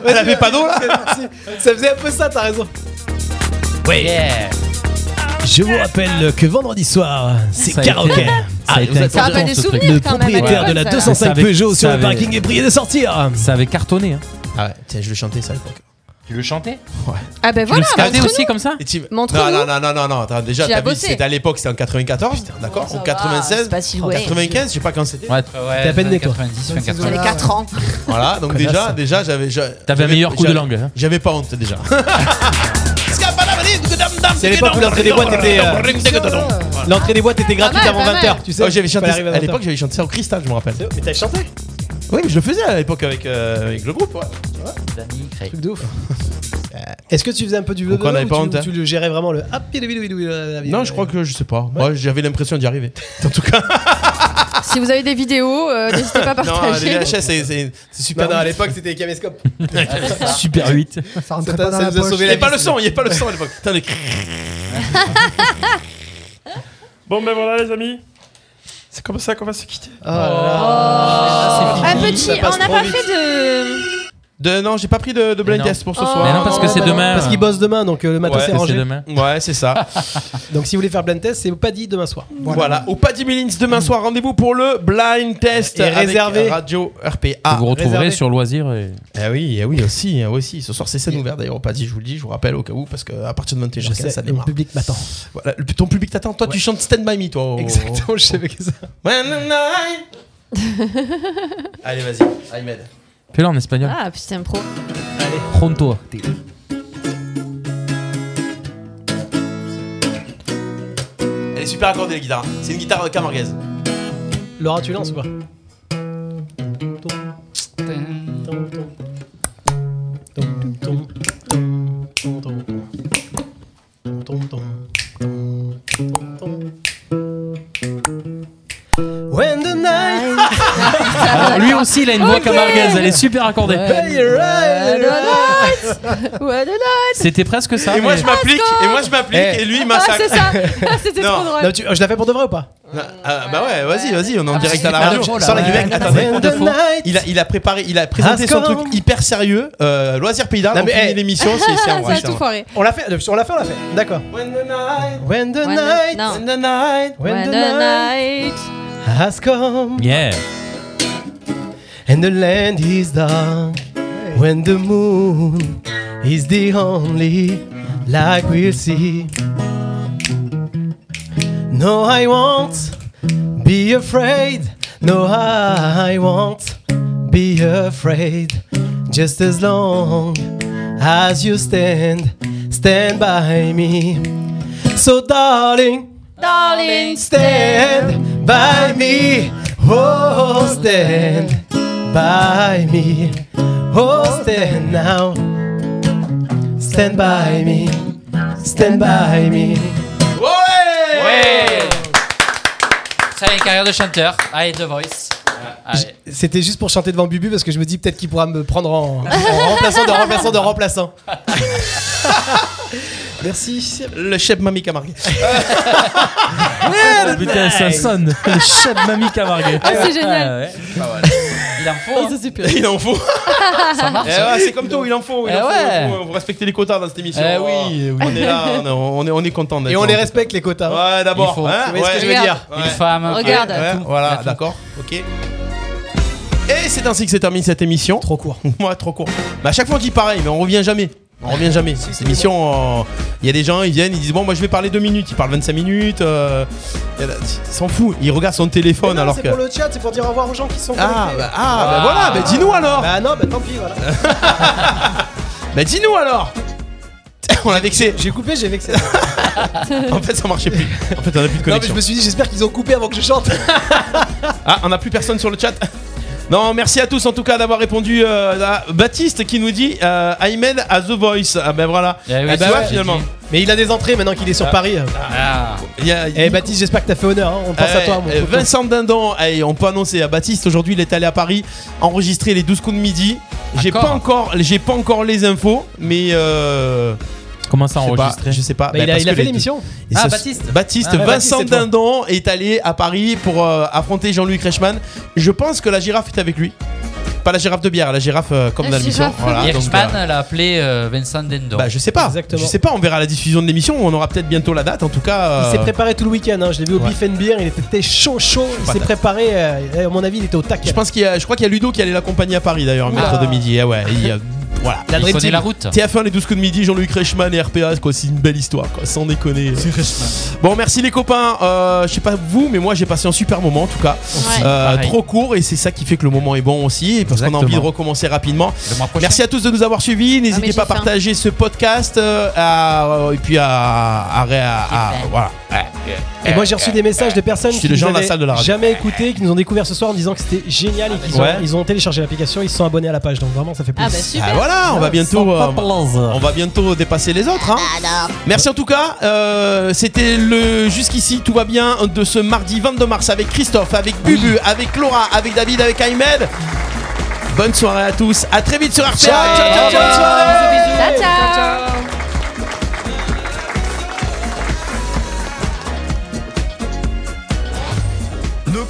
Elle avait pas d'eau là Ça faisait un peu ça, t'as raison. Ouais. Yeah. Je vous rappelle que vendredi soir, c'est Ça a été- karaoké. ça a Ah, été vous êtes Ça rappelle important, des ce truc. souvenirs Le quand même. propriétaire à de la l'école, ça. 205 Ça avait- Peugeot sur ça le avait- parking est prié de sortir. Ça avait cartonné. Hein. Ah ouais, tiens, je le chantais ça à l'époque. Tu le chantais Ah ben voilà, Tu le montre-nous. aussi comme ça Et tu- Non, Montre-nous. non, non, non, non, non, attends, déjà, Tu as t'as vu, bossé. c'était à l'époque, c'était en 94, d'accord ça En va, 96, Oh, bah, c'est pas si en loin. 95, je sais pas quand c'était. Ouais, Ouais, T'es à peine né, quoi. 90, fin 80. J'avais 4 ans. Voilà, donc Connasse. déjà, déjà, j'avais. j'a- T'avais un j'avais- meilleur coup de j'avais- langue. hein. J'avais pas honte déjà. C'est C'est à l'époque où l'entrée des boîtes était, euh, L'entrée des boîtes était gratuite mal, avant pas mal. 20h, tu sais. Oh, j'avais chanté Fallait arriver à l'époque, 20. j'avais chanté ça au cristal, je me rappelle. Mais t'as chanté Oui, mais je le faisais à l'époque avec, euh, avec le groupe. ouais. Danny Craig. Truc de ouf. Euh, Est-ce que tu faisais un peu du Donc, on blabla avait pas ou honte, tu, hein. tu le gérais vraiment le hop, bidou, bidou, bidou, la vie, Non, la je vie. crois que je sais pas. Moi, j'avais l'impression d'y arriver. En tout cas, Si vous avez des vidéos, euh, n'hésitez pas à non, les partager. VHS, c'est- c'est c'est Non, super. non, à ouf. l'époque c'était caméscope. Super 8. Ça rentrait Ça t'a- pas dans ça la nous a poche. sauvé Il la n'y a pas le son, il n'y a pas le son à l'époque. Putain, le cri- Bon, ben voilà, les amis. C'est comme ça qu'on va se quitter. Oh Oh. Un petit, Ça passe on n'a trop pas vite. fait de. De, non, j'ai pas pris de, de blind test pour ce soir. Mais non, parce que c'est demain. Parce qu'il bosse demain, donc euh, le matin Ouais, c'est c'est rangé. demain. Ouais, c'est ça. Ah. donc si vous voulez faire blind test, c'est pas dit demain soir. Voilà. au Paddy Millins demain soir, rendez-vous pour le blind test Et avec réservé. Radio Que RPA. vous retrouverez Ah, Réservé. sur Loisirs. Et... Eh oui, eh oui aussi, eh aussi. Ce soir c'est scène ouverte d'ailleurs au Paddy, je vous le dis, je vous rappelle au cas où parce que à partir de 21 sais, h ça le démarre. public m'attend. Voilà, le- ton public t'attend. Toi tu chantes Stand by Me toi. au- Exactement, je savais que ça. Allez, vas-y. Ahmed. Fais-le en espagnol. Ah putain, pro. Pronto. Elle est super accordée la guitare. C'est une guitare euh, camargaise. Laura, tu lances ou pas When the night. Ah, Alors, Ah, lui aussi, il a une voix Ok. camargaise, elle est super accordée. Hey, you're right. C'était presque ça. Et moi mais- je m'applique, et moi je m'applique, Eh. et lui il Ah, massacre. C'était Non. trop drôle. tu, je la fais pour de vrai ou pas Non, ah, bah ouais, vas-y, vas-y, on est en Ah, direct c'est à la pas radio. de faux, là, Ah, Sans la ouais. Québec, attendez, And pour de the faux. night. Il a, il a préparé, il a présenté Ask son on. truc hyper sérieux. Euh, Loisirs Pays d'Arles, hein. Non, on mais, finit eh. l'émission, c'est Ah, c'est un vrai. c'est un vrai. On l'a fait, on l'a fait, on l'a fait. D'accord. When the night, when the When the- night, non. when the night, When the night Ah, has come, Yeah. and the land is dark, when the moon is the only light we'll see. No, I won't be afraid. No, I won't be afraid. Just as long as you stand, stand by me. So, darling, darling, stand by me. Oh, stand by me. Oh, stand now. Stand by me. Stand by me. Ouais Ça y est, carrière de chanteur. Allez, The Voice. Ah, Allez. C'était juste pour chanter devant Bubu parce que je me dis peut-être qu'il pourra me prendre en, en remplaçant de remplaçant de remplaçant. Merci. Le chef Mamie Camargue. Oh, putain, ça sonne. Le chat de mamie Camargue. Ah, c'est génial. Ah, ouais. Il en Oh, faut. hein. Il en faut. Ça marche. Eh hein. ouais, c'est comme tout, il en faut. Il Eh en faut, ouais. il en faut. Vous respectez les quotas dans cette émission. Eh Oh, oui, oui. On est là, on est, on est, on est content d'être Et on là. les respecte les quotas. Ouais, Il d'abord. faut. hein, Vous voyez ce ouais. que je veux dire Ouais. Une femme. Ouais, Regarde. ouais, Tout. Voilà, Tout. d'accord. Ok. Et c'est ainsi que se termine cette émission. Trop court. Moi, trop court. Bah, à chaque fois, on dit pareil, mais on revient jamais. On revient jamais. Cette émission, euh, il y a des gens, ils viennent, ils disent Bon, moi je vais parler deux minutes. Ils parlent 25 minutes. euh, il y en a- ils s'en fout. Ils regardent son téléphone alors c'est que. pour le chat, c'est pour dire au revoir aux gens qui sont. Ah, connectés. bah, ah, bah voilà, bah dis-nous alors Bah non, bah tant pis, voilà. Bah dis-nous alors On l'a vexé J'ai coupé, j'ai vexé. En fait ça marchait plus En fait on a plus de non, mais je connexion me suis dit, j'espère qu'ils ont coupé avant que je chante. Ah on a plus personne sur le chat non, merci à tous en tout cas d'avoir répondu euh, à Baptiste qui nous dit euh, Aymed à The Voice. Ah ben voilà. Eh oui, Ah, c'est tu ce vois, que j'ai finalement. dit. Mais il a des entrées maintenant qu'il est sur Ah. Paris. Ah. Il y a- il- Eh Baptiste, j'espère que t'as fait honneur. hein. On pense à Eh, toi, mon eh, coco. Vincent Dindon, eh, on peut annoncer à Baptiste aujourd'hui il est allé à Paris enregistrer les 12 coups de midi. J'ai D'accord. pas encore j'ai pas encore les infos mais euh, Comment ça je sais pas, enregistrer Je sais pas. Bah, Ben, il a- parce il a que fait les- l'émission Et Ah, ce- Baptiste. Bastiste, Ah, ouais, Vincent Baptiste, c'est toi. Dindon est allé à Paris pour euh, affronter Jean-Louis Reichmann. Je pense que la girafe est avec lui. Pas la girafe de bière, la girafe euh, comme La dans l'émission. girafe. Voilà, donc, Hirschman euh, l'a appelé euh, Vincent Dendo. bah, je sais pas. Exactement. Je sais pas, on verra la diffusion de l'émission. On aura peut-être bientôt la date. En tout cas, Il euh, s'est préparé tout le week-end. hein. Je l'ai vu au ouais. Beef and Beer. Il était chaud, chaud. Il s'est Patate. préparé. euh, à mon avis, il était au tac. je pense qu'il y a, je crois qu'il y a Ludo qui allait l'accompagner à Paris d'ailleurs, maître de midi. Ah ouais, il, euh, voilà. Il Dream connaît Team. la route. TF1 les 12 coups de midi, Jean-Louis Reichmann et RPA, quoi, c'est une belle histoire, quoi, sans déconner. Bon, merci les copains. Euh, je sais pas vous, mais moi j'ai passé un super moment en tout cas. Euh, Pareil. trop court et c'est ça qui fait que le moment est bon aussi, parce qu'on a envie de Exactement. recommencer rapidement. Le mois prochain. Merci à tous de nous avoir suivis. Ah, mais N'hésitez j'ai pas à faim. partager ce podcast euh, à- et puis à, à- à- à- voilà. Et moi j'ai reçu des messages de personnes Je suis qui le nous genre de la avaient salle de la radio. jamais écouté, qui nous ont découvert ce soir en disant que c'était génial et qu'ils ont, Ouais. ils ont téléchargé l'application, ils se sont abonnés à la page, donc vraiment ça fait Ah plaisir. bah super Ah, voilà, on va bientôt, euh, on va bientôt dépasser les autres. hein. Merci en tout cas. euh, C'était le jusqu'ici tout va bien de ce mardi 22 mars avec Christophe, avec Bubu, avec Laura, avec David, avec Ahmed. Bonne soirée à tous. À très vite sur RPA. Ciao, ciao, ciao, ciao. Ciao, Ah, ciao.